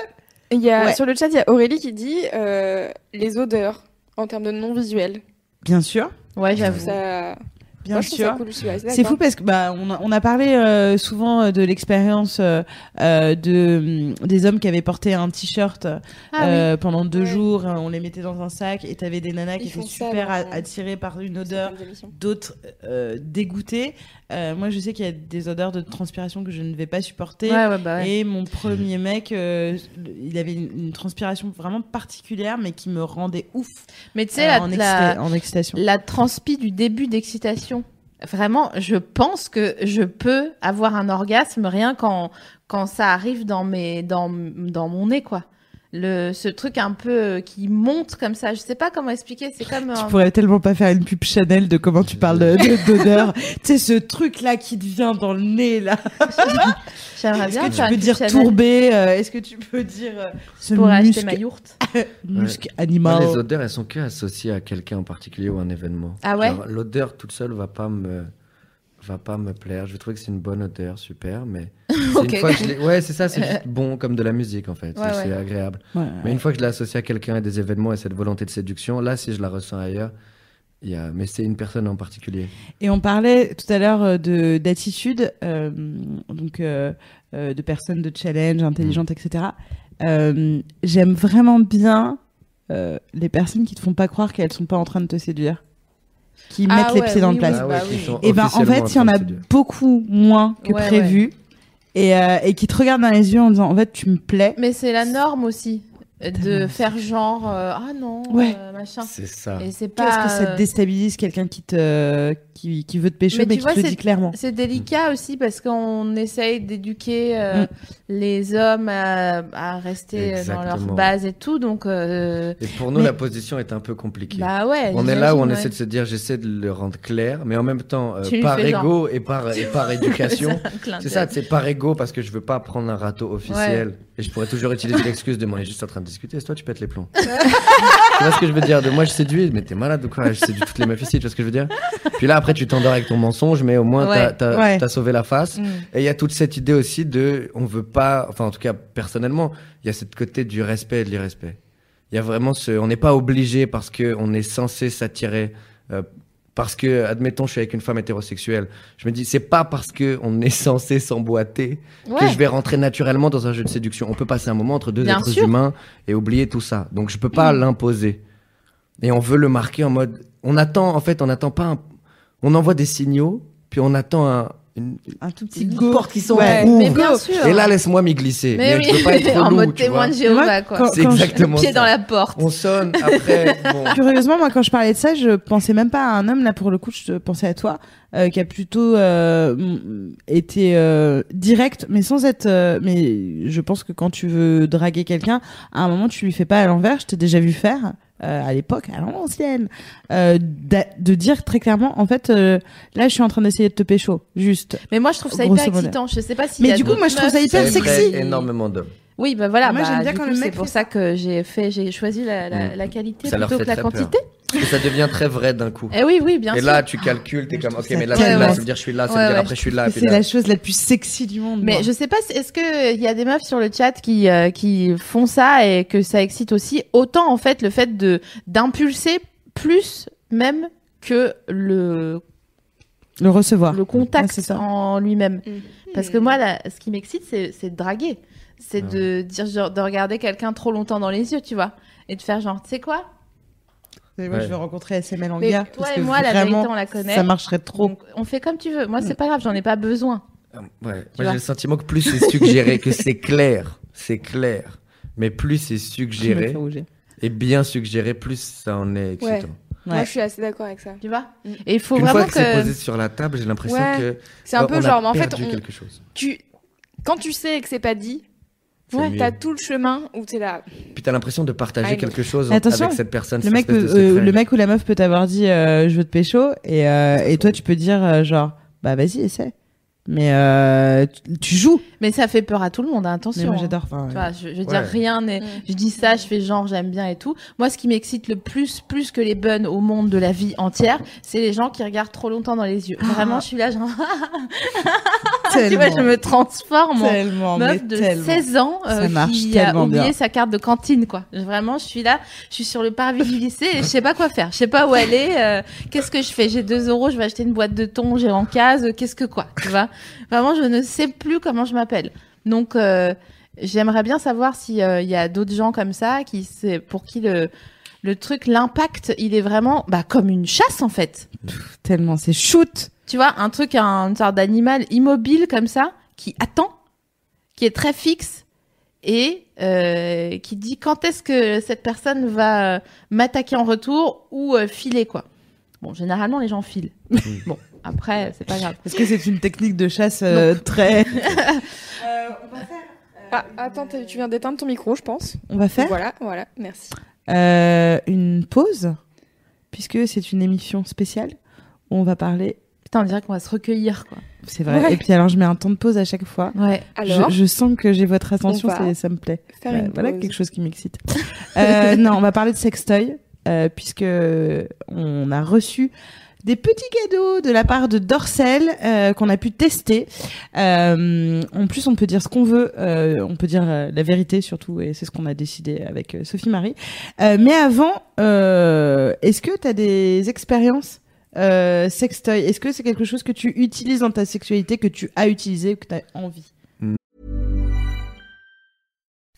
[SPEAKER 4] il y a,
[SPEAKER 2] Ouais.
[SPEAKER 4] Sur le chat, il y a Aurélie qui dit euh, les odeurs en termes de non visuel.
[SPEAKER 2] Bien sûr,
[SPEAKER 1] Ouais,
[SPEAKER 4] Je trouve
[SPEAKER 1] j'avoue.
[SPEAKER 4] ça.
[SPEAKER 2] bien
[SPEAKER 4] Moi, je trouve
[SPEAKER 2] sûr.
[SPEAKER 4] ça cool, je suis assez
[SPEAKER 2] C'est
[SPEAKER 4] d'accord.
[SPEAKER 2] fou parce que bah on a, on a parlé euh, souvent euh, de l'expérience euh, euh, de hum, des hommes qui avaient porté un t-shirt
[SPEAKER 1] Ah oui.
[SPEAKER 2] euh, pendant deux
[SPEAKER 4] Ouais.
[SPEAKER 2] jours, hein, on les mettait dans un sac et t'avais des nanas qui
[SPEAKER 4] Ils
[SPEAKER 2] étaient
[SPEAKER 4] font ça
[SPEAKER 2] super
[SPEAKER 4] dans-
[SPEAKER 2] a- attirées par une
[SPEAKER 4] C'est
[SPEAKER 2] odeur
[SPEAKER 4] plein d'émissions.
[SPEAKER 2] d'autres euh, dégoûtées. Euh, moi, je sais qu'il y a des odeurs de transpiration que je ne vais pas supporter.
[SPEAKER 1] Ouais, ouais, bah ouais.
[SPEAKER 2] Et mon premier mec, euh, il avait une, une transpiration vraiment particulière, mais qui me rendait ouf
[SPEAKER 1] Mais tu sais,
[SPEAKER 2] euh,
[SPEAKER 1] la,
[SPEAKER 2] en,
[SPEAKER 1] la,
[SPEAKER 2] excita- en excitation.
[SPEAKER 1] la transpi du début d'excitation. Vraiment, je pense que je peux avoir un orgasme rien quand, quand ça arrive dans, mes, dans, dans mon nez, quoi. Le, ce truc un peu euh, qui monte comme ça, je sais pas comment expliquer, c'est comme...
[SPEAKER 2] Tu
[SPEAKER 1] un-
[SPEAKER 2] pourrais tellement pas faire une pub Chanel de comment tu parles de- de- d'odeur. tu sais, ce truc-là qui te vient dans le nez, là.
[SPEAKER 1] J'aimerais
[SPEAKER 2] Est-ce
[SPEAKER 1] bien
[SPEAKER 2] que
[SPEAKER 1] faire
[SPEAKER 2] tu peux
[SPEAKER 1] une
[SPEAKER 2] dire
[SPEAKER 1] petite
[SPEAKER 2] tourbé euh, Est-ce que tu peux dire euh, ce
[SPEAKER 1] Chanel pour acheter
[SPEAKER 2] musc,
[SPEAKER 1] ma yourte.
[SPEAKER 2] musc
[SPEAKER 3] Moi,
[SPEAKER 2] animal
[SPEAKER 3] les odeurs, elles sont que associées à quelqu'un en particulier ou à un événement.
[SPEAKER 1] Ah ouais
[SPEAKER 3] Genre, L'odeur toute seule va pas me va pas me plaire. Je vais trouver que c'est une bonne odeur, super, mais c'est
[SPEAKER 1] Ok.
[SPEAKER 3] une fois que je l'ai- ouais, c'est ça, c'est juste bon comme de la musique en fait,
[SPEAKER 1] Ouais,
[SPEAKER 3] C'est- c'est
[SPEAKER 1] ouais.
[SPEAKER 3] agréable.
[SPEAKER 2] Ouais.
[SPEAKER 3] Mais une fois que je l'ai associé à quelqu'un et des événements et cette volonté de séduction, là, si je la ressens ailleurs, il y a... mais c'est une personne en particulier.
[SPEAKER 2] Et on parlait tout à l'heure euh, de d'attitude, euh, donc euh, euh, de personnes de challenge, intelligentes, etc. Euh, J'aime vraiment bien euh, les personnes qui te font pas croire qu'elles sont pas en train de te séduire, qui
[SPEAKER 1] Ah
[SPEAKER 2] mettent les
[SPEAKER 1] ouais,
[SPEAKER 2] pieds dans
[SPEAKER 1] oui,
[SPEAKER 2] le plat.
[SPEAKER 1] oui. bah
[SPEAKER 3] qui sont
[SPEAKER 2] Et ben en
[SPEAKER 3] officiellement
[SPEAKER 2] fait, il y en
[SPEAKER 3] train
[SPEAKER 2] a
[SPEAKER 3] de séduire.
[SPEAKER 2] beaucoup moins que
[SPEAKER 1] Ouais,
[SPEAKER 2] prévu. Et, euh, et qui te regardent dans les yeux en disant en fait tu me plais
[SPEAKER 1] Mais c'est la norme aussi euh, de
[SPEAKER 2] Tellement.
[SPEAKER 1] faire genre euh, ah non
[SPEAKER 2] Ouais.
[SPEAKER 1] euh, machin.
[SPEAKER 3] C'est ça.
[SPEAKER 1] Et c'est
[SPEAKER 2] parce
[SPEAKER 1] pas
[SPEAKER 2] que ça
[SPEAKER 1] euh,
[SPEAKER 2] te déstabilise quelqu'un qui te qui, qui veut te pécho
[SPEAKER 1] Mais
[SPEAKER 2] mais,
[SPEAKER 1] tu
[SPEAKER 2] qui
[SPEAKER 1] vois,
[SPEAKER 2] te le
[SPEAKER 1] c'est-
[SPEAKER 2] dit clairement
[SPEAKER 1] c'est délicat aussi parce qu'on essaye d'éduquer euh,
[SPEAKER 2] Mm.
[SPEAKER 1] les hommes à, à rester euh, dans leur
[SPEAKER 3] Exactement.
[SPEAKER 1] base et tout donc euh,
[SPEAKER 3] Et pour nous,
[SPEAKER 2] Mais-
[SPEAKER 3] la position est un peu compliquée.
[SPEAKER 1] bah ouais.
[SPEAKER 3] On est là où on
[SPEAKER 1] j'imagine,
[SPEAKER 3] essaie
[SPEAKER 1] ouais.
[SPEAKER 3] de se dire, j'essaie de le rendre clair, mais en même temps, euh,
[SPEAKER 1] Tu lui
[SPEAKER 3] par
[SPEAKER 1] fais genre.
[SPEAKER 3] ego et par, et par éducation.
[SPEAKER 1] un clin
[SPEAKER 3] C'est
[SPEAKER 1] d'œil.
[SPEAKER 3] ça, c'est par ego parce que je veux pas prendre un râteau officiel. Et je pourrais toujours utiliser l'excuse de moi, on est juste en train de discuter, c'est toi tu pètes les plombs. tu vois ce que je veux dire De moi je séduis, mais t'es malade ou quoi Je séduis toutes les meufs ici, tu vois ce que je veux dire Puis là après tu t'endors avec ton mensonge, mais au moins t'as-
[SPEAKER 1] Ouais.
[SPEAKER 3] t'as
[SPEAKER 2] Ouais.
[SPEAKER 3] t'as sauvé la face.
[SPEAKER 1] Mm.
[SPEAKER 3] Et il y a toute cette idée aussi de, on veut pas, enfin en tout cas personnellement, il y a cette côté du respect et de l'irrespect. Il y a vraiment ce, on n'est pas obligé parce que on est censé s'attirer, euh, parce que, admettons, je suis avec une femme hétérosexuelle. Je me dis, c'est pas parce que on est censé s'emboîter que
[SPEAKER 1] Ouais.
[SPEAKER 3] je vais rentrer naturellement dans un jeu de séduction. On peut passer un moment entre deux
[SPEAKER 1] Bien
[SPEAKER 3] êtres
[SPEAKER 1] sûr. Mm.
[SPEAKER 3] humains et oublier tout ça. Donc je peux pas l'imposer. Et on veut le marquer en mode, on attend, en fait, on n'attend pas, un- on envoie des signaux, puis on attend un, une,
[SPEAKER 2] un tout petit
[SPEAKER 3] une
[SPEAKER 2] go.
[SPEAKER 3] porte qui s'ouvre.
[SPEAKER 2] Ouais.
[SPEAKER 1] Mais bien sûr.
[SPEAKER 3] Et là, laisse-moi m'y glisser.
[SPEAKER 1] mais
[SPEAKER 3] Mais,
[SPEAKER 1] oui,
[SPEAKER 3] je veux pas être
[SPEAKER 1] en
[SPEAKER 3] relou,
[SPEAKER 1] mode
[SPEAKER 3] tu
[SPEAKER 1] témoin
[SPEAKER 3] vois.
[SPEAKER 1] de
[SPEAKER 2] Mais
[SPEAKER 1] Jéhovah
[SPEAKER 2] moi,
[SPEAKER 1] quoi.
[SPEAKER 2] quand-
[SPEAKER 3] C'est
[SPEAKER 2] je-
[SPEAKER 3] exactement
[SPEAKER 1] Pied
[SPEAKER 3] ça.
[SPEAKER 1] dans la porte.
[SPEAKER 3] On sonne après. bon.
[SPEAKER 2] Curieusement, moi, quand je parlais de ça, je pensais même pas à un homme. Là, pour le coup, je pensais à toi, euh, qui a plutôt euh, mm, été euh, direct, mais sans être. euh, mais je pense que quand tu veux draguer quelqu'un, à un moment, tu lui fais pas à l'envers. Je t'ai déjà vu faire. euh, à l'époque, à l'ancienne, euh, d'a- de dire très clairement, en fait, euh, là, je suis en train d'essayer de te pécho, juste.
[SPEAKER 1] Mais moi, je trouve ça
[SPEAKER 2] Grosso
[SPEAKER 1] hyper
[SPEAKER 2] modo.
[SPEAKER 1] excitant. Je sais pas si.
[SPEAKER 2] Mais du coup, moi, je trouve ça hyper
[SPEAKER 3] Ça effraie
[SPEAKER 2] sexy.
[SPEAKER 3] énormément d'hommes.
[SPEAKER 1] Oui, bah voilà.
[SPEAKER 2] Moi,
[SPEAKER 1] bah,
[SPEAKER 2] j'aime bien
[SPEAKER 1] du
[SPEAKER 2] quand
[SPEAKER 1] coup,
[SPEAKER 2] le mec
[SPEAKER 1] C'est
[SPEAKER 2] fait
[SPEAKER 1] pour
[SPEAKER 2] ça.
[SPEAKER 1] ça que j'ai fait, j'ai choisi la, la,
[SPEAKER 3] Mm.
[SPEAKER 1] la qualité
[SPEAKER 3] Ça leur
[SPEAKER 1] plutôt
[SPEAKER 3] fait
[SPEAKER 1] que la
[SPEAKER 3] très peur.
[SPEAKER 1] quantité.
[SPEAKER 3] Et ça devient très vrai d'un coup.
[SPEAKER 1] Eh oui, oui, bien
[SPEAKER 3] Et
[SPEAKER 1] sûr.
[SPEAKER 3] là, tu calcules, t'es comme,
[SPEAKER 2] Ah, trouve
[SPEAKER 3] ok,
[SPEAKER 2] ça
[SPEAKER 3] mais là, je suis
[SPEAKER 2] tellement-
[SPEAKER 3] là, ça veut dire je suis là, ça veut
[SPEAKER 1] Ouais,
[SPEAKER 3] dire
[SPEAKER 1] ouais.
[SPEAKER 3] après je suis là.
[SPEAKER 2] Et
[SPEAKER 3] puis
[SPEAKER 2] c'est
[SPEAKER 3] là.
[SPEAKER 2] la chose la plus sexy du monde.
[SPEAKER 1] Mais
[SPEAKER 2] moi.
[SPEAKER 1] je sais pas, si- est-ce que il y a des meufs sur le chat qui euh, qui font ça et que ça excite aussi autant en fait le fait de d'impulser plus même que le
[SPEAKER 2] Le recevoir.
[SPEAKER 1] le
[SPEAKER 2] Ouais,
[SPEAKER 1] contact
[SPEAKER 2] c'est ça.
[SPEAKER 1] en lui-même. Parce que
[SPEAKER 4] Hmm.
[SPEAKER 1] moi, là, ce qui m'excite, c'est c'est de draguer, c'est
[SPEAKER 3] Ah
[SPEAKER 1] de dire genre, de regarder quelqu'un trop longtemps dans les yeux, tu vois, et de faire genre, tu sais quoi,
[SPEAKER 2] Et moi,
[SPEAKER 3] Ouais.
[SPEAKER 2] je vais rencontrer SML en
[SPEAKER 4] Mais
[SPEAKER 2] gars.
[SPEAKER 1] toi
[SPEAKER 2] parce
[SPEAKER 1] et
[SPEAKER 2] que
[SPEAKER 1] moi, la
[SPEAKER 2] vraiment,
[SPEAKER 1] vérité, on la connaît.
[SPEAKER 2] Ça marcherait trop.
[SPEAKER 1] Donc, on fait comme tu veux. Moi, c'est pas grave, j'en ai pas besoin.
[SPEAKER 3] Euh, Ouais.
[SPEAKER 1] Tu
[SPEAKER 3] Moi,
[SPEAKER 1] vois.
[SPEAKER 3] j'ai le sentiment que plus c'est suggéré, que c'est clair, c'est clair. Mais plus c'est suggéré, et bien suggéré, plus ça en est excitant.
[SPEAKER 4] Ouais. Moi,
[SPEAKER 2] Ah, Ouais.
[SPEAKER 4] je suis assez d'accord avec ça.
[SPEAKER 1] Tu vois
[SPEAKER 4] Mm.
[SPEAKER 1] Et il faut
[SPEAKER 3] Une
[SPEAKER 1] vraiment
[SPEAKER 3] fois
[SPEAKER 1] que.
[SPEAKER 3] que, c'est posé sur la table, j'ai l'impression
[SPEAKER 4] Ouais.
[SPEAKER 3] que
[SPEAKER 4] C'est un
[SPEAKER 3] euh,
[SPEAKER 4] peu
[SPEAKER 3] on
[SPEAKER 4] genre,
[SPEAKER 3] a
[SPEAKER 4] mais en fait,
[SPEAKER 3] perdu
[SPEAKER 4] on-
[SPEAKER 3] quelque chose.
[SPEAKER 4] tu... quand tu sais que c'est pas dit,
[SPEAKER 3] C'est mieux.
[SPEAKER 4] t'as tout le chemin où t'es là.
[SPEAKER 3] Puis t'as l'impression de partager
[SPEAKER 4] Ah,
[SPEAKER 3] quelque chose en-
[SPEAKER 2] Attention,
[SPEAKER 3] avec cette personne.
[SPEAKER 2] Le
[SPEAKER 3] cette
[SPEAKER 2] mec, peut-
[SPEAKER 3] espèce de
[SPEAKER 2] euh,
[SPEAKER 3] secret.
[SPEAKER 2] le mec ou la meuf peut t'avoir dit euh, je veux te pécho et, euh, et toi tu peux dire euh, genre bah vas-y essaie mais euh, tu, tu joues
[SPEAKER 1] Mais ça fait peur à tout le monde, hein, attention.
[SPEAKER 2] mais moi
[SPEAKER 1] hein.
[SPEAKER 2] j'adore enfin,
[SPEAKER 1] Tu
[SPEAKER 2] euh,
[SPEAKER 1] vois, je, je veux dire,
[SPEAKER 3] Ouais.
[SPEAKER 1] rien n'est.
[SPEAKER 4] Mm.
[SPEAKER 1] Je dis ça, je fais genre, j'aime bien et tout. Moi, ce qui m'excite le plus, plus que les buns au monde de la vie entière, c'est les gens qui regardent trop longtemps dans les yeux.
[SPEAKER 2] Ah.
[SPEAKER 1] Vraiment, je suis là, genre, tu vois, je me transforme en
[SPEAKER 2] tellement
[SPEAKER 1] meuf
[SPEAKER 2] mais
[SPEAKER 1] de
[SPEAKER 2] tellement.
[SPEAKER 1] 16 ans euh,
[SPEAKER 2] Ça marche
[SPEAKER 1] qui a
[SPEAKER 2] tellement
[SPEAKER 1] oublié
[SPEAKER 2] bien.
[SPEAKER 1] sa carte de cantine, quoi. Vraiment, je suis là, je suis sur le parvis du lycée et je sais pas quoi faire. Je sais pas où aller. euh, Qu'est-ce que je fais J'ai 2 euros, je vais acheter une boîte de thon, j'ai en case. euh, Qu'est-ce que quoi Tu vois Vraiment, je ne sais plus comment je m'appelle. Donc, euh, j'aimerais bien savoir s'il y a d'autres gens comme ça qui, c'est pour qui le le truc, l'impact, il est vraiment bah, comme une chasse en fait.
[SPEAKER 2] tellement c'est shoot
[SPEAKER 1] Tu vois, un truc, un, une sorte d'animal immobile comme ça, qui attend, qui est très fixe et euh, qui dit quand est-ce que cette personne va euh, m'attaquer en retour ou euh, filer, quoi. Bon, généralement, les gens filent. bon, après, c'est pas grave.
[SPEAKER 2] parce que c'est une technique de chasse euh, très
[SPEAKER 4] Ah, attends, t'as- tu viens d'éteindre ton micro, je pense.
[SPEAKER 2] on va faire
[SPEAKER 4] Voilà, voilà, merci.
[SPEAKER 2] euh, une pause puisque c'est une émission spéciale où on va parler
[SPEAKER 1] Putain, on dirait qu'on va se recueillir, quoi.
[SPEAKER 2] c'est vrai
[SPEAKER 4] Ouais.
[SPEAKER 2] et puis alors je mets un temps de pause à chaque fois
[SPEAKER 1] Ouais.
[SPEAKER 4] Alors,
[SPEAKER 2] je, je sens que j'ai votre attention
[SPEAKER 4] On va
[SPEAKER 2] c'est- ça me plaît
[SPEAKER 4] faire
[SPEAKER 2] Ouais,
[SPEAKER 4] une
[SPEAKER 2] Bah, voilà
[SPEAKER 4] pause.
[SPEAKER 2] quelque chose qui m'excite. Euh, non, on va parler de sextoy, euh, puisque on a reçu des petits cadeaux de la part de Dorsel euh, qu'on a pu tester. Euh, en plus, on peut dire ce qu'on veut, euh, on peut dire euh, la vérité surtout, et c'est ce qu'on a décidé avec euh, Sophie Marie. Euh, mais avant, euh, est-ce que tu as des expériences euh, sextoy Est-ce que c'est quelque chose que tu utilises dans ta sexualité, que tu as utilisé ou que tu as envie